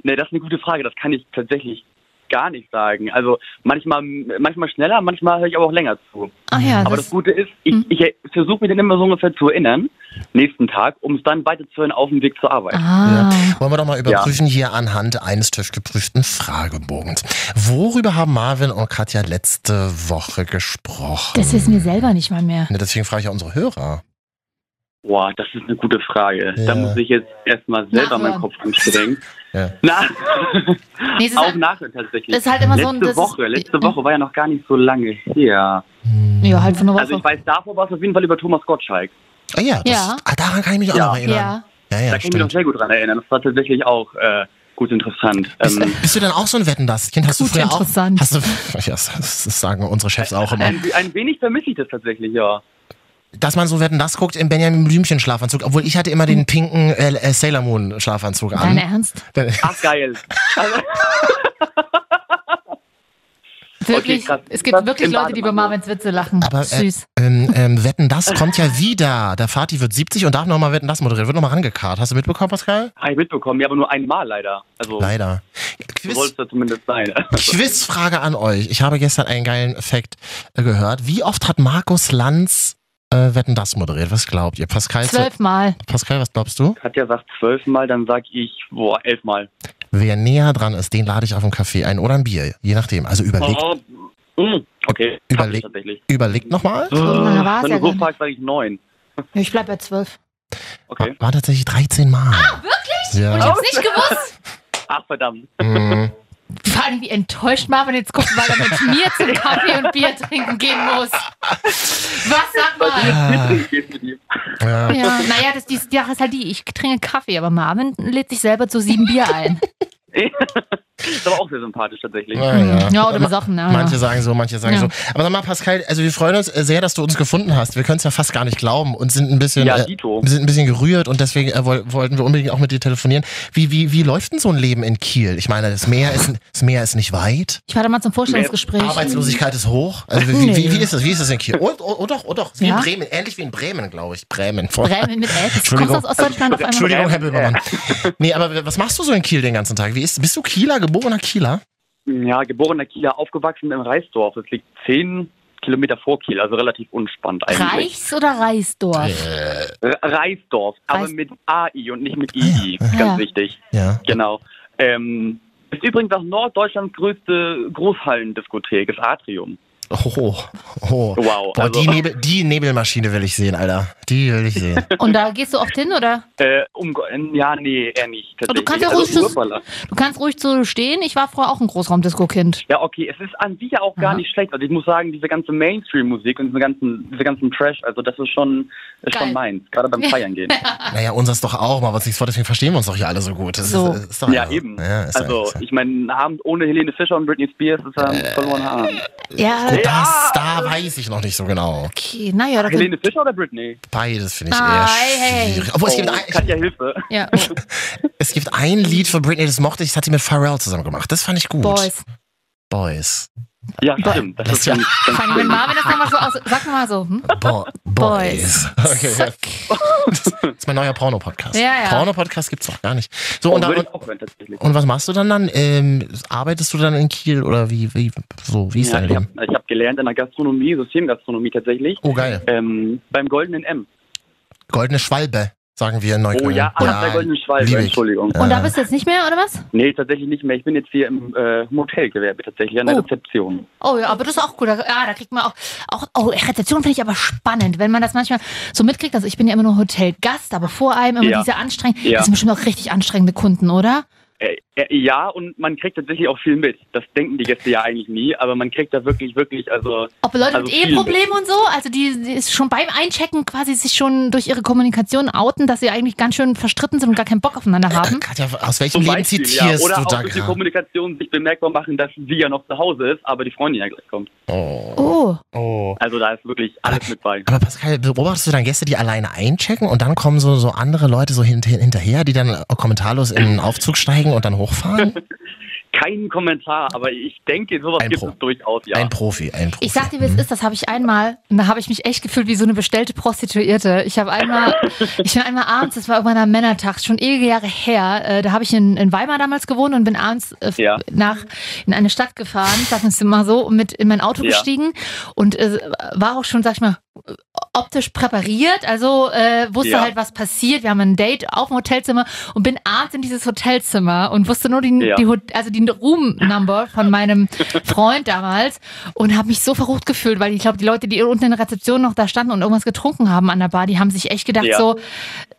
S7: nee, das ist eine gute Frage. Das kann ich tatsächlich gar nicht sagen. Also manchmal, manchmal schneller, manchmal höre ich aber auch länger zu.
S2: Ach ja,
S7: aber das,
S2: das-
S7: Gute ist, ich, ich versuche mir den immer so ungefähr zu erinnern, nächsten Tag, um es dann weiterzuhören auf dem Weg zur Arbeit.
S2: Ah.
S1: Ja. Wollen wir doch mal überprüfen hier anhand eines TÜV geprüften Fragebogens. Worüber haben Marvin und Katja letzte Woche gesprochen?
S2: Das ist mir selber nicht mal mehr.
S1: Ne, deswegen frage ich ja unsere Hörer.
S7: Boah, das ist eine gute Frage.
S1: Ja.
S7: Da muss ich jetzt erstmal selber
S2: Nachhören.
S7: meinen Kopf anstrengen.
S1: Ja.
S7: Na,
S2: Nee, es ist
S7: auch
S2: halt-
S7: nachhören tatsächlich.
S2: das ist halt immer so
S7: letzte
S2: ein- das
S7: Woche,
S2: ist-
S7: letzte Woche war ja noch gar nicht so lange her.
S2: Ja, halt von der
S7: Also ich weiß, davor war es auf jeden Fall über Thomas Gottschalk.
S1: Ah ja, das,
S2: Ja.
S1: Ah, daran kann ich mich auch
S7: Ja.
S1: noch erinnern. Ja, ja,
S7: da kann ich mich noch
S1: stimmt.
S7: sehr gut dran erinnern. Das war tatsächlich auch äh, gut interessant.
S1: Bist,
S7: Ähm,
S1: bist du denn auch so ein Wetten, das Kind? Hast
S2: Gut,
S1: du früher
S2: interessant.
S1: auch? Hast du, ja, das das sagen unsere Chefs auch immer.
S7: ein, ein wenig vermisse ich das tatsächlich, ja.
S1: Dass man so Wetten, das guckt im Benjamin Blümchen Schlafanzug, obwohl ich hatte immer den pinken äh, äh, Sailor Moon Schlafanzug
S2: Dein
S1: an.
S2: Ernst?
S7: Ach, geil. Also,
S2: Wirklich?
S7: krass.
S2: es gibt
S7: Das
S2: wirklich
S7: im
S2: Leute, die über
S7: Bademantel.
S2: Marvins Witze lachen.
S1: Aber äh,
S2: Süß.
S1: ähm, ähm, Wetten, das kommt ja wieder. Der Fatih wird 70 und darf nochmal Wetten, das moderieren. Wird nochmal rangekarrt. Hast du mitbekommen, Pascal?
S7: habe ich mitbekommen, ja, aber nur einmal leider. Also
S1: Leider.
S7: so
S1: Quiz,
S7: soll es ja zumindest sein.
S1: Quizfrage an euch. Ich habe gestern einen geilen Fact äh, gehört. Wie oft hat Markus Lanz äh, Wetten, das moderiert? Was glaubt ihr? Pascal,
S2: Zwölfmal.
S1: Pascal, was glaubst du?
S7: Hat ja sagt zwölfmal, dann sag ich, boah, elfmal.
S1: Wer näher dran ist, den lade ich auf einen Kaffee ein oder ein Bier. Je nachdem. Also überlegt,
S7: Oh, mm, okay,
S1: Überleg-
S7: Hab ich tatsächlich.
S1: überlegt nochmal.
S7: So
S2: lange war's
S7: Wenn
S2: ja
S7: du so
S2: gar
S7: fragst, sage ich neun.
S2: Ja, ich bleib bei zwölf.
S7: Okay.
S1: War tatsächlich 13 Mal. Ah, wirklich?
S2: Und ich
S1: Ja.
S2: hab's nicht gewusst.
S7: Ach, verdammt.
S1: Mhm.
S2: Vor allem, wie enttäuscht Marvin jetzt guckt, weil er mit mir zum Kaffee und Bier trinken gehen muss. Was sag mal?
S7: Geht's mit ihm?
S1: Ja.
S2: Ja, naja, das, die Sache ist halt die, ich trinke Kaffee, aber Marvin lädt sich selber zu sieben Bier ein.
S7: Ist aber auch sehr sympathisch tatsächlich.
S1: Ja, ja. Also,
S2: Ja, oder besoffen, ja.
S1: Manche sagen so, manche sagen
S2: Ja.
S1: so. Aber sag mal, Pascal, also wir freuen uns äh, sehr, dass du uns gefunden hast. Wir können es ja fast gar nicht glauben und sind ein bisschen,
S7: Ja,
S1: äh,
S7: Dito.
S1: wir sind ein bisschen gerührt und deswegen äh, woll- wollten wir unbedingt auch mit dir telefonieren. Wie, wie, wie läuft denn so ein Leben in Kiel? Ich meine, das Meer ist, das Meer ist nicht weit.
S2: Ich warte mal zum Vorstellungsgespräch.
S1: Arbeitslosigkeit ist hoch. Also wie,
S2: Nee.
S1: wie, wie ist das? Wie ist das in Kiel? Oh, oh, oh doch, oh doch. Wie
S2: Ja?
S1: in Bremen. Ähnlich wie in Bremen, glaube ich. Bremen.
S2: Bremen mit L. Du kommst
S1: Entschuldigung.
S2: aus Ostdeutschland auf einmal.
S1: Entschuldigung, Herr Böhmermann. Nee, aber was machst du so in Kiel den ganzen Tag? Wie ist, bist du Kieler, geborener Kieler?
S7: Ja, geborener Kieler, aufgewachsen im Reisdorf. Das liegt zehn Kilometer vor Kiel, also relativ unspannend eigentlich.
S2: Reichs oder Reisdorf?
S7: Re Reisdorf, aber
S2: Reis-
S7: mit AI und nicht mit II. Ganz
S2: Ja.
S7: wichtig.
S1: Ja.
S7: Genau. Ähm, ist übrigens auch Norddeutschlands größte Großhallendiskothek, das Atrium.
S1: Oh, oh.
S7: Wow.
S1: Boah,
S7: also,
S1: die, Nebel, die Nebelmaschine will ich sehen, Alter. Die will ich sehen.
S2: Und da gehst du oft hin, oder?
S7: äh, um, ja, nee, eher nicht.
S2: Aber Oh, du kannst
S7: tatsächlich.
S2: ja ruhig
S7: also,
S2: so-
S7: Urbala.
S2: Du kannst ruhig so stehen. Ich war früher auch ein Großraumdisco-Kind.
S7: Ja, okay, es ist an sich ja auch gar
S2: Aha.
S7: nicht schlecht. Also ich muss sagen, diese ganze Mainstream-Musik und diese ganzen, diese ganzen Trash, also das ist schon, ist
S2: Geil.
S7: schon meins, gerade beim Feiern gehen.
S1: naja, unseres doch auch, mal was nichts vor, deswegen verstehen wir uns doch hier alle so gut. Das
S2: So.
S1: Ist, ist doch
S7: Ja,
S1: also-
S7: eben.
S1: Ja, ist
S7: also,
S1: doch- ist
S7: ich meine, ein Abend ohne Helene Fischer und Britney Spears ist ja ein
S1: Äh.
S7: verlorener Abend.
S2: Ja,
S1: doch- das, da weiß ich noch nicht so genau.
S2: okay. Naja, da
S7: Helene Fischer oder Britney? Oh,
S1: Beides finde ich
S2: Ah,
S1: eher
S2: hey, hey.
S1: schwierig. Obwohl, es, gibt ein,
S7: Katja, Hilfe.
S2: ja, oh,
S1: es gibt ein Lied von Britney, das mochte ich, das hat sie mit Pharrell zusammen gemacht. Das fand ich gut.
S2: Boys.
S1: Boys.
S7: Ja, stimmt. Das ist
S1: Ja.
S7: ganz, ganz
S2: Fanny, wenn Marvin das nochmal so aus. Sag mal so. Hm?
S1: Bo
S2: Boys.
S1: Boys. Okay, ja. Das ist mein neuer Porno-Podcast.
S2: Ja, ja.
S1: Porno-Podcast gibt's noch gar nicht. So, und,
S7: Und
S1: da,
S7: Oh, würde ich
S1: und,
S7: auch hören, tatsächlich.
S1: und was machst du dann dann? Ähm, arbeitest du dann in Kiel oder wie, wie, so, wie ist
S7: Ja,
S1: dein
S7: ich habe
S1: Leben?
S7: hab gelernt in der Gastronomie, Systemgastronomie tatsächlich,
S1: Oh, geil.
S7: ähm, beim Goldenen M.
S1: Goldene Schwalbe, sagen wir in
S7: Oh
S1: Neukölln.
S7: ja, ah, der Goldene Schwalbe,
S1: lieb ich.
S7: Entschuldigung.
S2: Und da bist du jetzt nicht mehr, oder was?
S7: Nee, tatsächlich nicht mehr. Ich bin jetzt hier im äh, Motelgewerbe tatsächlich an der
S2: Oh.
S7: Rezeption.
S2: Oh ja, aber das ist auch gut. Da- Ja, da kriegt man auch. auch oh, Rezeption finde ich aber spannend, wenn man das manchmal so mitkriegt. Also, ich bin ja immer nur Hotelgast, aber vor allem immer
S7: Ja.
S2: diese anstrengenden.
S7: Ja.
S2: Das sind bestimmt auch richtig anstrengende Kunden, oder?
S7: Äh, äh, ja, und man kriegt tatsächlich auch viel mit. Das denken die Gäste ja eigentlich nie, aber man kriegt da wirklich, wirklich, also
S2: Ob Leute
S7: Also
S2: mit
S7: viel.
S2: Eheproblemen und so, also die, die ist schon beim Einchecken quasi sich schon durch ihre Kommunikation outen, dass sie eigentlich ganz schön verstritten sind und gar keinen Bock aufeinander haben.
S1: Katja, aus welchem
S7: Zum
S1: Leben
S7: Beispiel, ja.
S1: zitierst
S7: Oder
S1: du
S7: auch
S1: da
S7: durch die
S1: gerade?
S7: Kommunikation sich bemerkbar machen, dass sie ja noch zu Hause ist, aber die Freundin ja gleich kommt.
S1: Oh.
S2: Oh,
S1: oh.
S7: Also da ist wirklich alles mit bei.
S1: Aber Pascal, beobachtest du dann Gäste, die alleine einchecken und dann kommen so, so andere Leute so hint hinterher, die dann kommentarlos in den Aufzug steigen und dann hochfahren?
S7: keinen Kommentar, aber ich denke, sowas
S1: Ein
S7: gibt
S1: Pro.
S7: es durchaus, ja.
S1: Ein Profi, ein Profi.
S2: Ich sag dir, wie es
S7: Mhm.
S2: ist, das habe ich einmal, und da habe ich mich echt gefühlt wie so eine bestellte Prostituierte. Ich habe einmal, ich bin einmal abends, das war irgendwann am Männertag, schon ewige Jahre her, äh, da habe ich in, in Weimar damals gewohnt und bin abends äh,
S7: Ja.
S2: nach in eine Stadt gefahren, sag ich mal so, und mit in mein Auto
S7: Ja.
S2: gestiegen und äh, war auch schon, sag ich mal, optisch präpariert, also äh, wusste
S7: Ja.
S2: halt, was passiert. Wir haben ein Date auf dem Hotelzimmer und bin abends in dieses Hotelzimmer und wusste nur die,
S7: Ja.
S2: die, Hot- also die Room-Number von meinem Freund damals und habe mich so verrucht gefühlt, weil ich glaube, die Leute, die unten in der Rezeption noch da standen und irgendwas getrunken haben an der Bar, die haben sich echt gedacht
S7: Ja.
S2: so,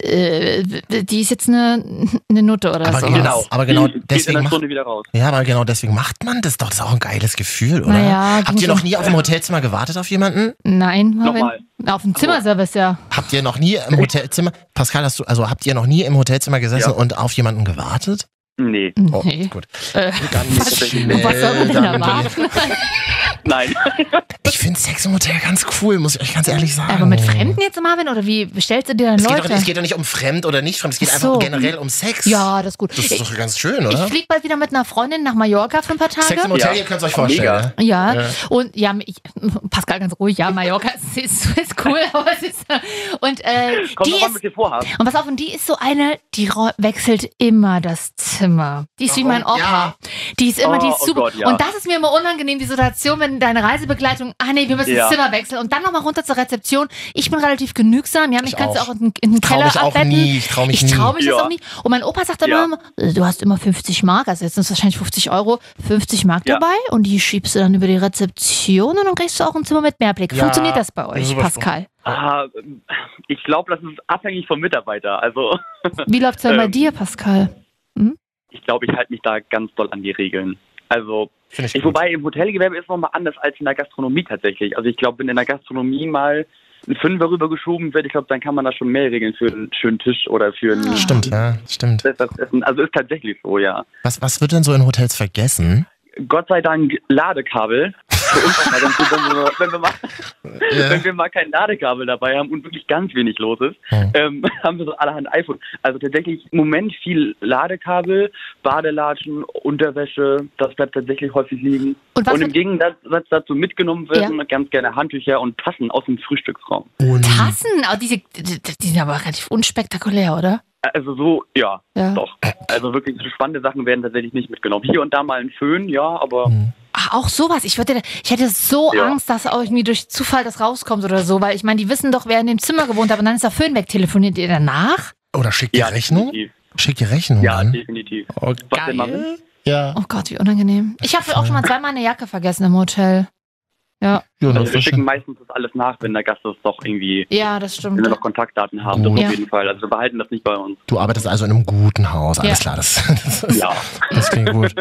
S2: äh, die ist jetzt eine, eine Nutte oder
S1: Aber
S2: so.
S1: genau, aber genau
S7: Die Hm, geht in
S1: deswegen
S7: einer
S1: macht,
S7: Stunde wieder raus.
S1: ja, aber genau deswegen macht man das doch. Das ist auch ein geiles Gefühl, oder?
S2: Naja, ging
S1: Habt ihr noch
S2: schon.
S1: nie auf dem Hotelzimmer gewartet auf jemanden?
S2: Nein,
S7: Nochmal.
S2: Marvin. Auf dem Zimmerservice, ja.
S1: Habt ihr noch nie im Hotelzimmer, Pascal, hast du, also habt ihr noch nie im Hotelzimmer gesessen
S7: Ja.
S1: und auf jemanden gewartet?
S7: Nee,
S1: Oh,
S2: Nee.
S1: gut.
S2: Äh,
S1: Ganz
S2: was-
S1: schnell.
S2: was soll man denn da
S1: dann-
S2: warten?
S7: nein.
S1: Ich finde Sex im Hotel ganz cool, muss ich euch ganz ehrlich sagen.
S2: Aber mit Fremden jetzt, Marvin? Oder wie bestellst du dir dann
S1: Es geht,
S2: Leute?
S1: doch, es geht doch nicht um fremd oder nicht fremd, es geht
S2: Ach
S1: einfach
S2: so.
S1: generell um Sex.
S2: ja, das ist gut.
S1: Das ist
S2: ich
S1: doch ganz schön,
S2: ich
S1: oder?
S2: fliege bald wieder mit einer Freundin nach Mallorca für ein paar Tage.
S1: Sex im Hotel,
S7: Ja.
S1: ihr könnt es euch vorstellen.
S7: Mega.
S1: ne?
S2: Ja,
S1: Ja.
S2: und ja, ich, Pascal ganz ruhig, ja, Mallorca ist, ist, ist cool, aber es ist. Und äh,
S7: Kommt
S2: die
S7: doch an, was
S2: ist.
S7: ihr vorhabt.
S2: Und pass auf, und die ist so eine, die ro- wechselt immer das Zimmer. Die ist wie mein Opa.
S1: Warum? Ja.
S2: Die ist immer,
S7: Oh,
S2: die ist
S7: oh
S2: super.
S7: Gott, ja.
S2: Und das ist mir immer unangenehm, die Situation, wenn deine Reisebegleitung, ah nee, wir müssen das
S7: Ja.
S2: Zimmer wechseln und dann nochmal runter zur Rezeption. Ich bin relativ genügsam, ja, mich
S1: Ich
S2: kannst du
S1: auch.
S2: auch in, in den
S1: Trau
S2: Keller
S1: mich auch
S2: abbetten.
S1: nie, ich trau mich
S2: Ich trau
S1: nie.
S2: mich das
S7: Ja.
S2: auch nicht. Und mein Opa sagt
S7: Ja.
S2: immer, äh, du hast immer 50 Mark, also jetzt sind es wahrscheinlich 50 Euro, 50 Mark
S7: Ja.
S2: dabei und die schiebst du dann über die Rezeption und dann kriegst du auch ein Zimmer mit Mehrblick.
S1: Ja.
S2: Funktioniert das bei euch,
S1: Super.
S2: Pascal?
S7: Ah, ich glaube, das ist abhängig vom Mitarbeiter. Also
S2: Wie läuft's denn bei
S7: Ähm.
S2: dir, Pascal?
S7: ich glaube, ich halte mich da ganz doll an die Regeln. Also,
S1: Finde ich
S7: ich,
S1: gut.
S7: wobei im Hotelgewerbe ist nochmal anders als in der Gastronomie tatsächlich. Also ich glaube, wenn in der Gastronomie mal ein Fünfer rübergeschoben wird, ich glaube, dann kann man da schon mehr regeln für einen schönen Tisch oder für ein
S2: Ah.
S1: Stimmt, ja, stimmt.
S7: besseres Essen. Also ist tatsächlich so, ja.
S1: Was, was wird denn so in Hotels vergessen?
S7: Gott sei Dank Ladekabel. Für uns auch mal ganz gut, wenn, wir, wenn, wir mal, wenn wir mal kein Ladekabel dabei haben und wirklich ganz wenig los ist,
S1: Hm.
S7: ähm, haben wir so allerhand iPhone. Also tatsächlich im Moment viel Ladekabel, Badelatschen, Unterwäsche, das bleibt tatsächlich häufig liegen.
S2: Und was
S7: Und im
S2: mit
S7: Gegensatz dazu mitgenommen werden ganz gerne Handtücher und Tassen aus dem Frühstücksraum.
S1: Und
S2: Tassen? Aber diese, die, die sind aber relativ unspektakulär, oder?
S7: Also so, ja,
S2: Ja.
S7: doch. Also wirklich so spannende Sachen werden tatsächlich nicht mitgenommen. Hier und da mal ein Föhn, ja, aber
S1: Hm.
S2: Ach, auch sowas. Ich, würde, ich hätte so
S7: Ja.
S2: Angst, dass auch irgendwie durch Zufall das rauskommt oder so, weil ich meine, die wissen doch, wer in dem Zimmer gewohnt hat und dann ist der Föhn weg. Telefoniert ihr danach?
S1: Oder schickt die
S7: ja,
S1: Rechnung?
S7: definitiv.
S1: Schickt die Rechnung
S7: Ja,
S1: an.
S7: definitiv.
S1: Oh,
S7: Was denn, Marvin?
S1: Ja.
S2: Oh Gott, wie unangenehm. Ich habe auch schon mal zweimal eine Jacke vergessen im Hotel.
S7: Also wir schicken meistens das alles nach, wenn der Gast das doch irgendwie,
S2: Ja, das stimmt.
S7: wenn wir noch Kontaktdaten haben, doch
S2: Ja.
S7: auf jeden Fall. Also wir behalten das nicht bei uns.
S1: Du arbeitest also in einem guten Haus, alles
S2: Ja.
S1: klar. Das, das, ist-
S7: Ja.
S1: das klingt gut.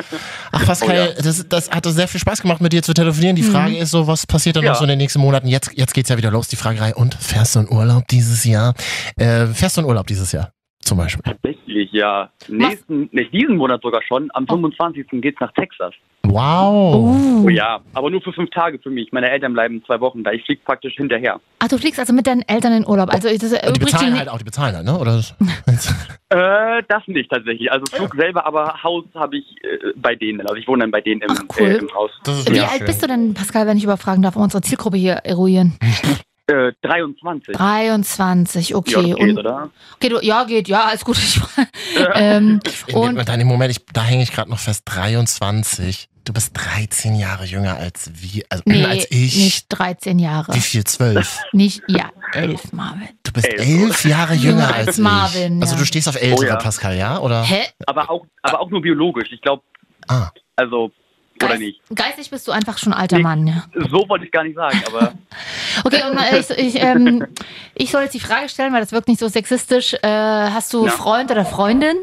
S1: Ach, Pascal,
S7: Oh
S1: das, das hat sehr viel Spaß gemacht, mit dir zu telefonieren.
S2: Mhm.
S1: Die Frage ist so, was passiert dann
S7: Ja.
S1: noch so in den nächsten Monaten? Jetzt, jetzt geht's ja wieder los, die Fragerei. Und fährst du in Urlaub dieses Jahr? Äh, fährst du in Urlaub dieses Jahr? Zum Beispiel.
S7: Tatsächlich, ja. Nächsten, nicht diesen Monat sogar schon,
S2: Oh.
S7: am 25. geht's nach Texas.
S2: Uh,
S1: Wow.
S7: Oh ja, aber nur für fünf Tage für mich. Meine Eltern bleiben zwei Wochen da. Ich fliege praktisch hinterher.
S2: Ach, du fliegst also mit deinen Eltern in Urlaub. Also das
S1: Und die
S2: übrigens
S1: bezahlen halt auch, die bezahlen halt, ne? Oder?
S7: Äh, das nicht tatsächlich. Also Flug selber, aber Haus habe ich äh, bei denen. Also ich wohne dann bei denen im,
S2: Ach, cool.
S7: äh, im Haus.
S1: Das ist
S2: Wie
S1: ja
S2: alt
S1: schön.
S2: bist du denn, Pascal, wenn ich überfragen darf, um unsere Zielgruppe hier eruieren?
S7: Äh, 23.
S2: 23, Ah, okay.
S7: ja, das geht,
S2: Und-
S7: oder?
S2: okay du, ja, geht, ja, alles gut. Ich, ähm,
S1: In
S2: und
S1: dem, dann im Moment, ich, da hänge ich gerade noch fest, 23. Du bist 13 Jahre jünger als wie, also,
S2: Nee,
S1: als ich.
S2: nicht 13 Jahre.
S1: Wie viel? 12?
S2: Nicht, ja, 11, Marvin.
S1: Du bist
S7: Elf.
S1: elf Jahre jünger
S2: Ja,
S1: als,
S2: als
S1: ich.
S2: Marvin,
S1: Also
S2: ja.
S1: du stehst auf ältere,
S7: Oh ja.
S1: Pascal, ja? Oder?
S2: Hä?
S7: Aber auch, aber auch nur biologisch. Ich glaube,
S1: Ah.
S7: also, oder
S2: Geist,
S7: nicht.
S2: geistig bist du einfach schon alter
S7: Nee.
S2: Mann, ja.
S7: So wollte ich gar nicht sagen, aber
S2: Okay, und äh, ich, ich, ähm, ich soll jetzt die Frage stellen, weil das wirkt nicht so sexistisch. Äh, hast du
S7: Ja.
S2: Freund oder Freundin?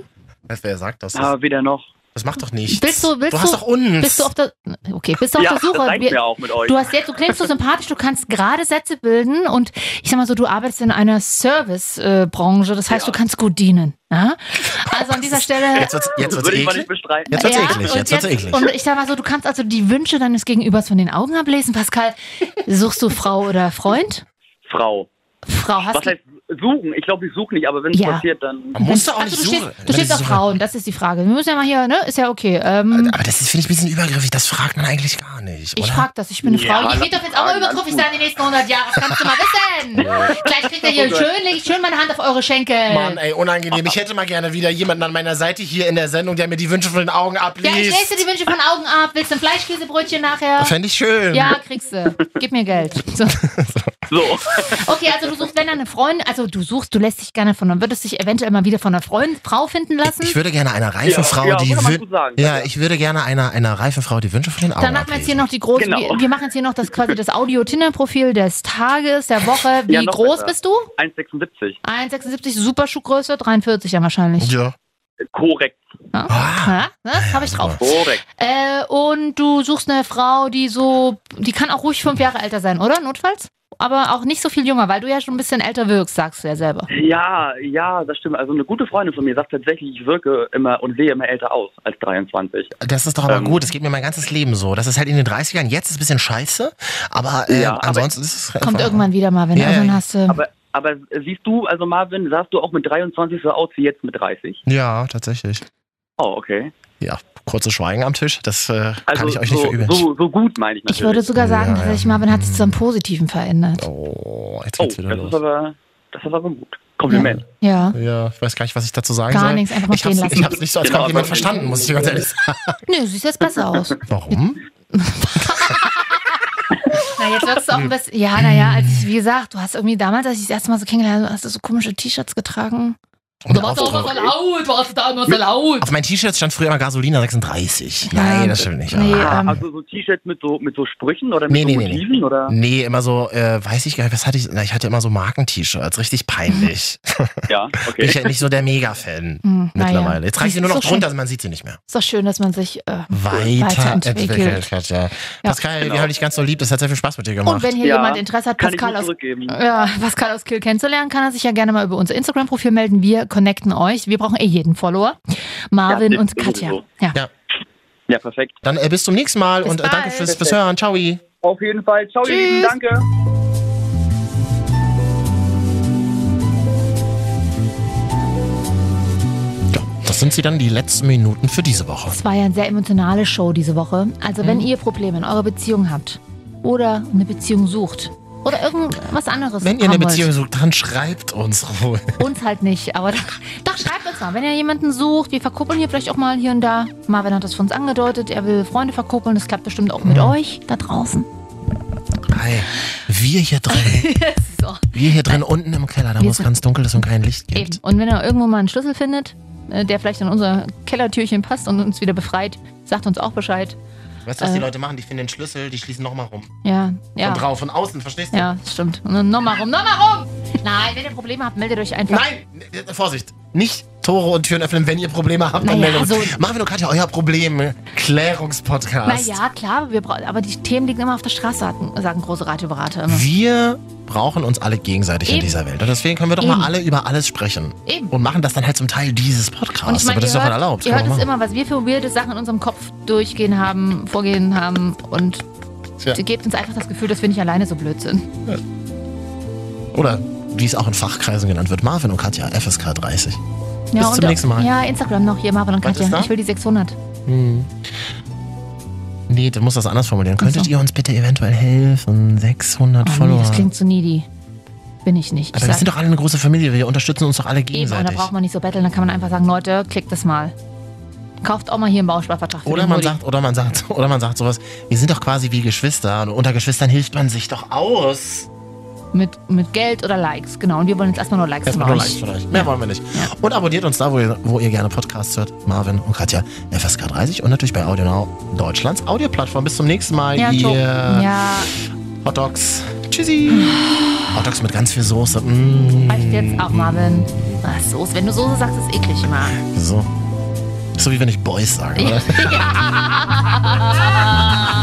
S1: Weißt du, wer sagt das? Das,
S7: ah, weder noch.
S1: das macht doch nichts.
S2: Bist du- willst
S1: hast
S2: du-
S1: doch uns.
S2: Bist du auf der Okay, bist du auf
S7: ja,
S2: der Suche?
S7: das reicht
S2: Wir-
S7: mir auch mit euch.
S2: Du hast jetzt, du klingst so sympathisch, du kannst gerade Sätze bilden und ich sag mal so, du arbeitest in einer Service-Branche, das heißt,
S7: Ja.
S2: du kannst gut dienen. Ja? Also an dieser Stelle.
S1: jetzt wird's, jetzt wird's
S7: Würde ich mal
S1: eklig.
S7: nicht bestreiten.
S1: Jetzt wird's
S2: Ja,
S1: eklig.
S2: und
S1: Jetzt wird's
S2: jetzt-
S1: eklig.
S2: Und ich sag mal so, du kannst also die Wünsche deines Gegenübers von den Augen ablesen. Pascal, suchst du Frau oder Freund?
S7: Frau.
S2: Frau, hast
S7: Was
S2: du.
S7: heißt suchen. Ich glaube, ich suche nicht, aber wenn es
S2: Ja.
S7: passiert, dann.
S1: Man muss da auch
S2: also
S1: nicht
S2: du
S1: suchen.
S2: stehst, du stehst auf Frauen, das ist die Frage. Wir müssen ja mal hier, ne? Ist ja okay. Ähm,
S1: Aber das ist, finde ich, ein bisschen übergriffig. Das fragt man eigentlich gar nicht,
S2: ich
S1: oder?
S2: frag das, ich bin eine
S1: Ja,
S2: Frau. Ich
S1: la-
S2: werde doch jetzt auch mal
S7: Fragen,
S2: übergriffig sein die nächsten 100 Jahre. Das kannst du mal wissen. Gleich kriegt ihr hier schön, leg ich schön meine Hand auf eure Schenkel.
S1: Mann, ey, unangenehm. Ich hätte mal gerne wieder jemanden an meiner Seite hier in der Sendung, der mir die Wünsche von den Augen
S2: ja, ich
S1: abliest.
S2: lese dir die Wünsche von Augen ab. Willst du ein Fleischkäsebrötchen nachher?
S1: Fände ich schön.
S2: Ja, kriegst du. Gib mir Geld. So.
S7: So.
S2: Okay, also du suchst, wenn dann eine Freundin, also du suchst, du lässt dich gerne von, würdest dich eventuell mal wieder von einer Freund, Frau finden lassen.
S1: Ich würde gerne einer reifen
S7: Ja,
S1: Frau,
S7: ja,
S1: die
S7: würde man
S1: Wün-
S7: gut sagen.
S1: Ja, ich würde gerne einer, einer reifen Frau die Wünsche von den Augen
S2: Dann machen wir jetzt
S1: abliest.
S2: hier noch die große,
S7: Genau.
S2: wir, wir machen jetzt hier noch das quasi das Audio-Tinder-Profil des Tages, der Woche. Wie
S7: Ja, noch
S2: groß
S7: besser.
S2: bist du?
S7: 1,76.
S2: 1,76, super Schuhgröße, 43 ja wahrscheinlich. Ja.
S1: Ja.
S7: Korrekt,
S2: Ja, ne? Habe ich drauf.
S7: korrekt.
S2: Äh, und du suchst eine Frau, die so, die kann auch ruhig fünf Jahre älter sein, oder? Notfalls? Aber auch nicht so viel jünger, weil du ja schon ein bisschen älter wirkst, sagst du ja selber.
S7: Ja, ja, das stimmt. Also eine gute Freundin von mir sagt tatsächlich, ich wirke immer und sehe immer älter aus als 23.
S1: Das ist doch aber
S7: Ähm.
S1: gut. Das geht mir mein ganzes Leben so. Das ist halt in den 30ern. Jetzt ist ein bisschen scheiße. Aber äh,
S7: Ja, aber-
S1: ansonsten ist es.
S2: Kommt irgendwann wieder mal, wenn
S1: Ja,
S2: du
S1: ja,
S2: irgendwann
S1: ja.
S2: hast. Äh,
S7: Aber, aber siehst du, also Marvin, sahst du auch mit 23 so aus wie jetzt mit 30?
S1: Ja, tatsächlich.
S7: Oh, okay.
S1: Ja, kurzes Schweigen am Tisch. Das äh,
S7: Also
S1: kann ich euch
S7: so,
S1: nicht verübeln.
S7: So, so gut meine ich
S2: ich
S7: natürlich.
S2: würde sogar sagen,
S1: Ja, ja.
S2: tatsächlich, Marvin hat sich zum Positiven verändert.
S1: Oh, jetzt
S7: oh,
S1: geht's
S7: das
S1: wieder
S7: ist,
S1: los.
S7: aber, das ist aber gut. Kompliment.
S2: Ja.
S1: Ja, ich weiß gar nicht, was ich dazu sagen
S2: Gar
S1: soll.
S2: nichts, einfach mal
S1: ich hab's,
S2: stehen lassen.
S1: Ich hab's nicht so als
S7: Genau,
S1: Kompliment
S7: aber-
S1: verstanden, muss ich dir ganz ehrlich sagen. Hm?
S2: Nö, du siehst jetzt besser aus.
S1: Warum?
S2: Na, jetzt wirkst du auch ein bisschen. Ja, naja, als ich, wie gesagt, du hast irgendwie damals, als ich das erste Mal so kennengelernt habe, hast du so komische T-Shirts getragen.
S1: Und
S2: immer
S1: Aufdruck.
S2: laut, du warst da immer so laut.
S1: Auf meinen T-Shirts stand früher immer Gasolina 36.
S2: Ja.
S1: Nein, das stimmt nicht.
S2: Nee,
S1: aber-
S7: Ah,
S2: ähm,
S7: also so T-Shirts mit so, mit so Sprüchen oder mit
S1: Nee,
S7: so
S1: nee, nee, nee.
S7: Motiven oder?
S1: Nee, immer so, äh, weiß ich gar nicht, was hatte ich? Na, ich hatte immer so Marken-T-Shirts, richtig peinlich.
S7: Ja,
S1: Bin
S7: okay.
S1: ich halt nicht so der Mega-Fan
S2: Hm,
S1: mittlerweile. Jetzt reicht sie nur noch
S2: so
S1: drunter, also man sieht sie nicht mehr.
S2: Schön, ist doch schön, dass man sich. Äh,
S1: Weiterentwickelt,
S2: Weiterentwickelt.
S1: Katja. Pascal, wir
S7: Genau.
S1: haben dich ganz so lieb, das hat sehr viel Spaß mit dir
S2: und
S1: gemacht.
S2: wenn hier
S7: Ja,
S2: jemand Interesse hat,
S7: Kann ich
S2: Pascal
S7: nur
S2: aus,
S7: zurückgeben.
S2: ja, Pascal aus Kiel kennenzulernen, kann er sich ja gerne mal über unser Instagram-Profil melden. Wir connecten euch. Wir brauchen eh jeden Follower. Marvin
S7: Ja,
S2: und
S7: stimmt,
S2: Katja.
S7: sowieso.
S2: Ja.
S1: Ja.
S7: Ja, perfekt.
S1: Dann äh, bis zum nächsten Mal
S2: Bis
S1: und äh, danke
S2: bald.
S1: fürs, fürs Hören. Ciao.
S7: Auf jeden Fall. Ciao, ihr
S2: Tschüss.
S7: Lieben. Danke.
S1: Das sind sie dann die letzten Minuten für diese Woche.
S2: Es war ja eine sehr emotionale Show diese Woche. Also
S1: Mhm.
S2: wenn ihr Probleme in eurer Beziehung habt oder eine Beziehung sucht oder irgendwas anderes,
S1: Wenn ihr eine
S2: haben wollt,
S1: Beziehung sucht, dann schreibt uns ruhig.
S2: Uns halt nicht, aber doch, doch schreibt uns mal, wenn ihr jemanden sucht. Wir verkuppeln hier vielleicht auch mal hier und da. Marvin hat das für uns angedeutet. Er will Freunde verkuppeln. Das klappt bestimmt auch mit
S1: Mhm.
S2: euch da draußen.
S1: Hi. Wir hier drin.
S2: So,
S1: Wir hier drin unten im Keller, da wo es ganz dunkel ist und kein Licht gibt.
S2: eben. Und wenn ihr irgendwo mal einen Schlüssel findet, äh, der vielleicht an unser Kellertürchen passt und uns wieder befreit, sagt uns auch Bescheid.
S1: Weißt du, was die Leute machen? Die finden den Schlüssel, die schließen nochmal rum.
S2: Ja, Äh. ja.
S1: Von drauf, von außen, verstehst du?
S2: Ja, stimmt. Und dann nochmal rum, nochmal rum! Nein, wenn ihr Probleme habt, meldet euch einfach.
S1: Nein, n- äh, Vorsicht. Nicht Tore und Türen öffnen, wenn ihr Probleme habt. Dann
S2: Naja,
S1: meldet uns.
S2: so-
S1: Marvin und Katja, euer Problem. Klärungspodcast.
S2: Naja, klar, wir brauchen, aber die Themen liegen immer auf der Straße, sagen- sagen große Radioberater immer.
S1: Wir brauchen uns alle gegenseitig in
S2: Eben.
S1: dieser Welt. Und deswegen können wir doch
S2: Eben.
S1: mal alle über alles sprechen.
S2: Eben.
S1: Und machen das dann halt zum Teil dieses
S2: Und
S1: Podcasts.
S2: ich meine,
S1: Aber das ist
S2: ihr
S1: doch
S2: hört,
S1: erlaubt.
S2: ihr
S1: Kann
S2: hört
S1: man
S2: es
S1: machen.
S2: immer, was wir für weirde Sachen in unserem Kopf durchgehen haben, vorgehen haben und
S1: Tja.
S2: ihr gebt uns einfach das Gefühl, dass wir nicht alleine so blöd sind.
S1: Oder wie es auch in Fachkreisen genannt wird. Marvin und Katja, FSK 30.
S2: Ja,
S1: Bis zum
S2: und, äh,
S1: nächsten Mal.
S2: Ja, Instagram noch hier, Marvin und
S1: Was
S2: Katja.
S1: ist da?
S2: Ich will die 600.
S1: Nee, du musst das anders formulieren. Könntet ihr uns bitte eventuell helfen? 600
S2: Oh, nee,
S1: Follower.
S2: das klingt zu needy. Bin ich nicht.
S1: Aber wir
S2: ich
S1: sind doch alle eine große Familie. Wir unterstützen uns doch alle
S2: eben, und da
S1: gegenseitig.
S2: braucht man nicht so betteln. Da kann man einfach sagen, Leute, klickt das mal. Kauft auch mal hier einen Bausparvertrag. für
S1: Oder
S2: den
S1: man
S2: Hoodie.
S1: sagt, oder man sagt, oder man sagt sowas, wir sind doch quasi wie Geschwister und unter Geschwistern hilft man sich doch aus.
S2: Mit, mit Geld oder Likes, genau. Und wir wollen jetzt erstmal nur Likes
S1: Erstmal
S2: von
S1: nur
S2: euch.
S1: Likes von euch. Mehr wollen wir nicht. Und abonniert uns da, wo ihr, wo ihr gerne Podcasts hört. Marvin und Katja, FSK 30 und natürlich bei AudioNow, Deutschlands Audioplattform. Bis zum nächsten Mal,
S2: Ja,
S1: ihr
S2: Joe. ja,
S1: Hot Dogs. Tschüssi. Hot Dogs mit ganz viel Soße. Mm,
S2: reicht jetzt auch, Marvin. Ach, Soße. Wenn du Soße sagst, ist eklig immer.
S1: so. So wie wenn ich Boys sage, oder?
S2: Ah.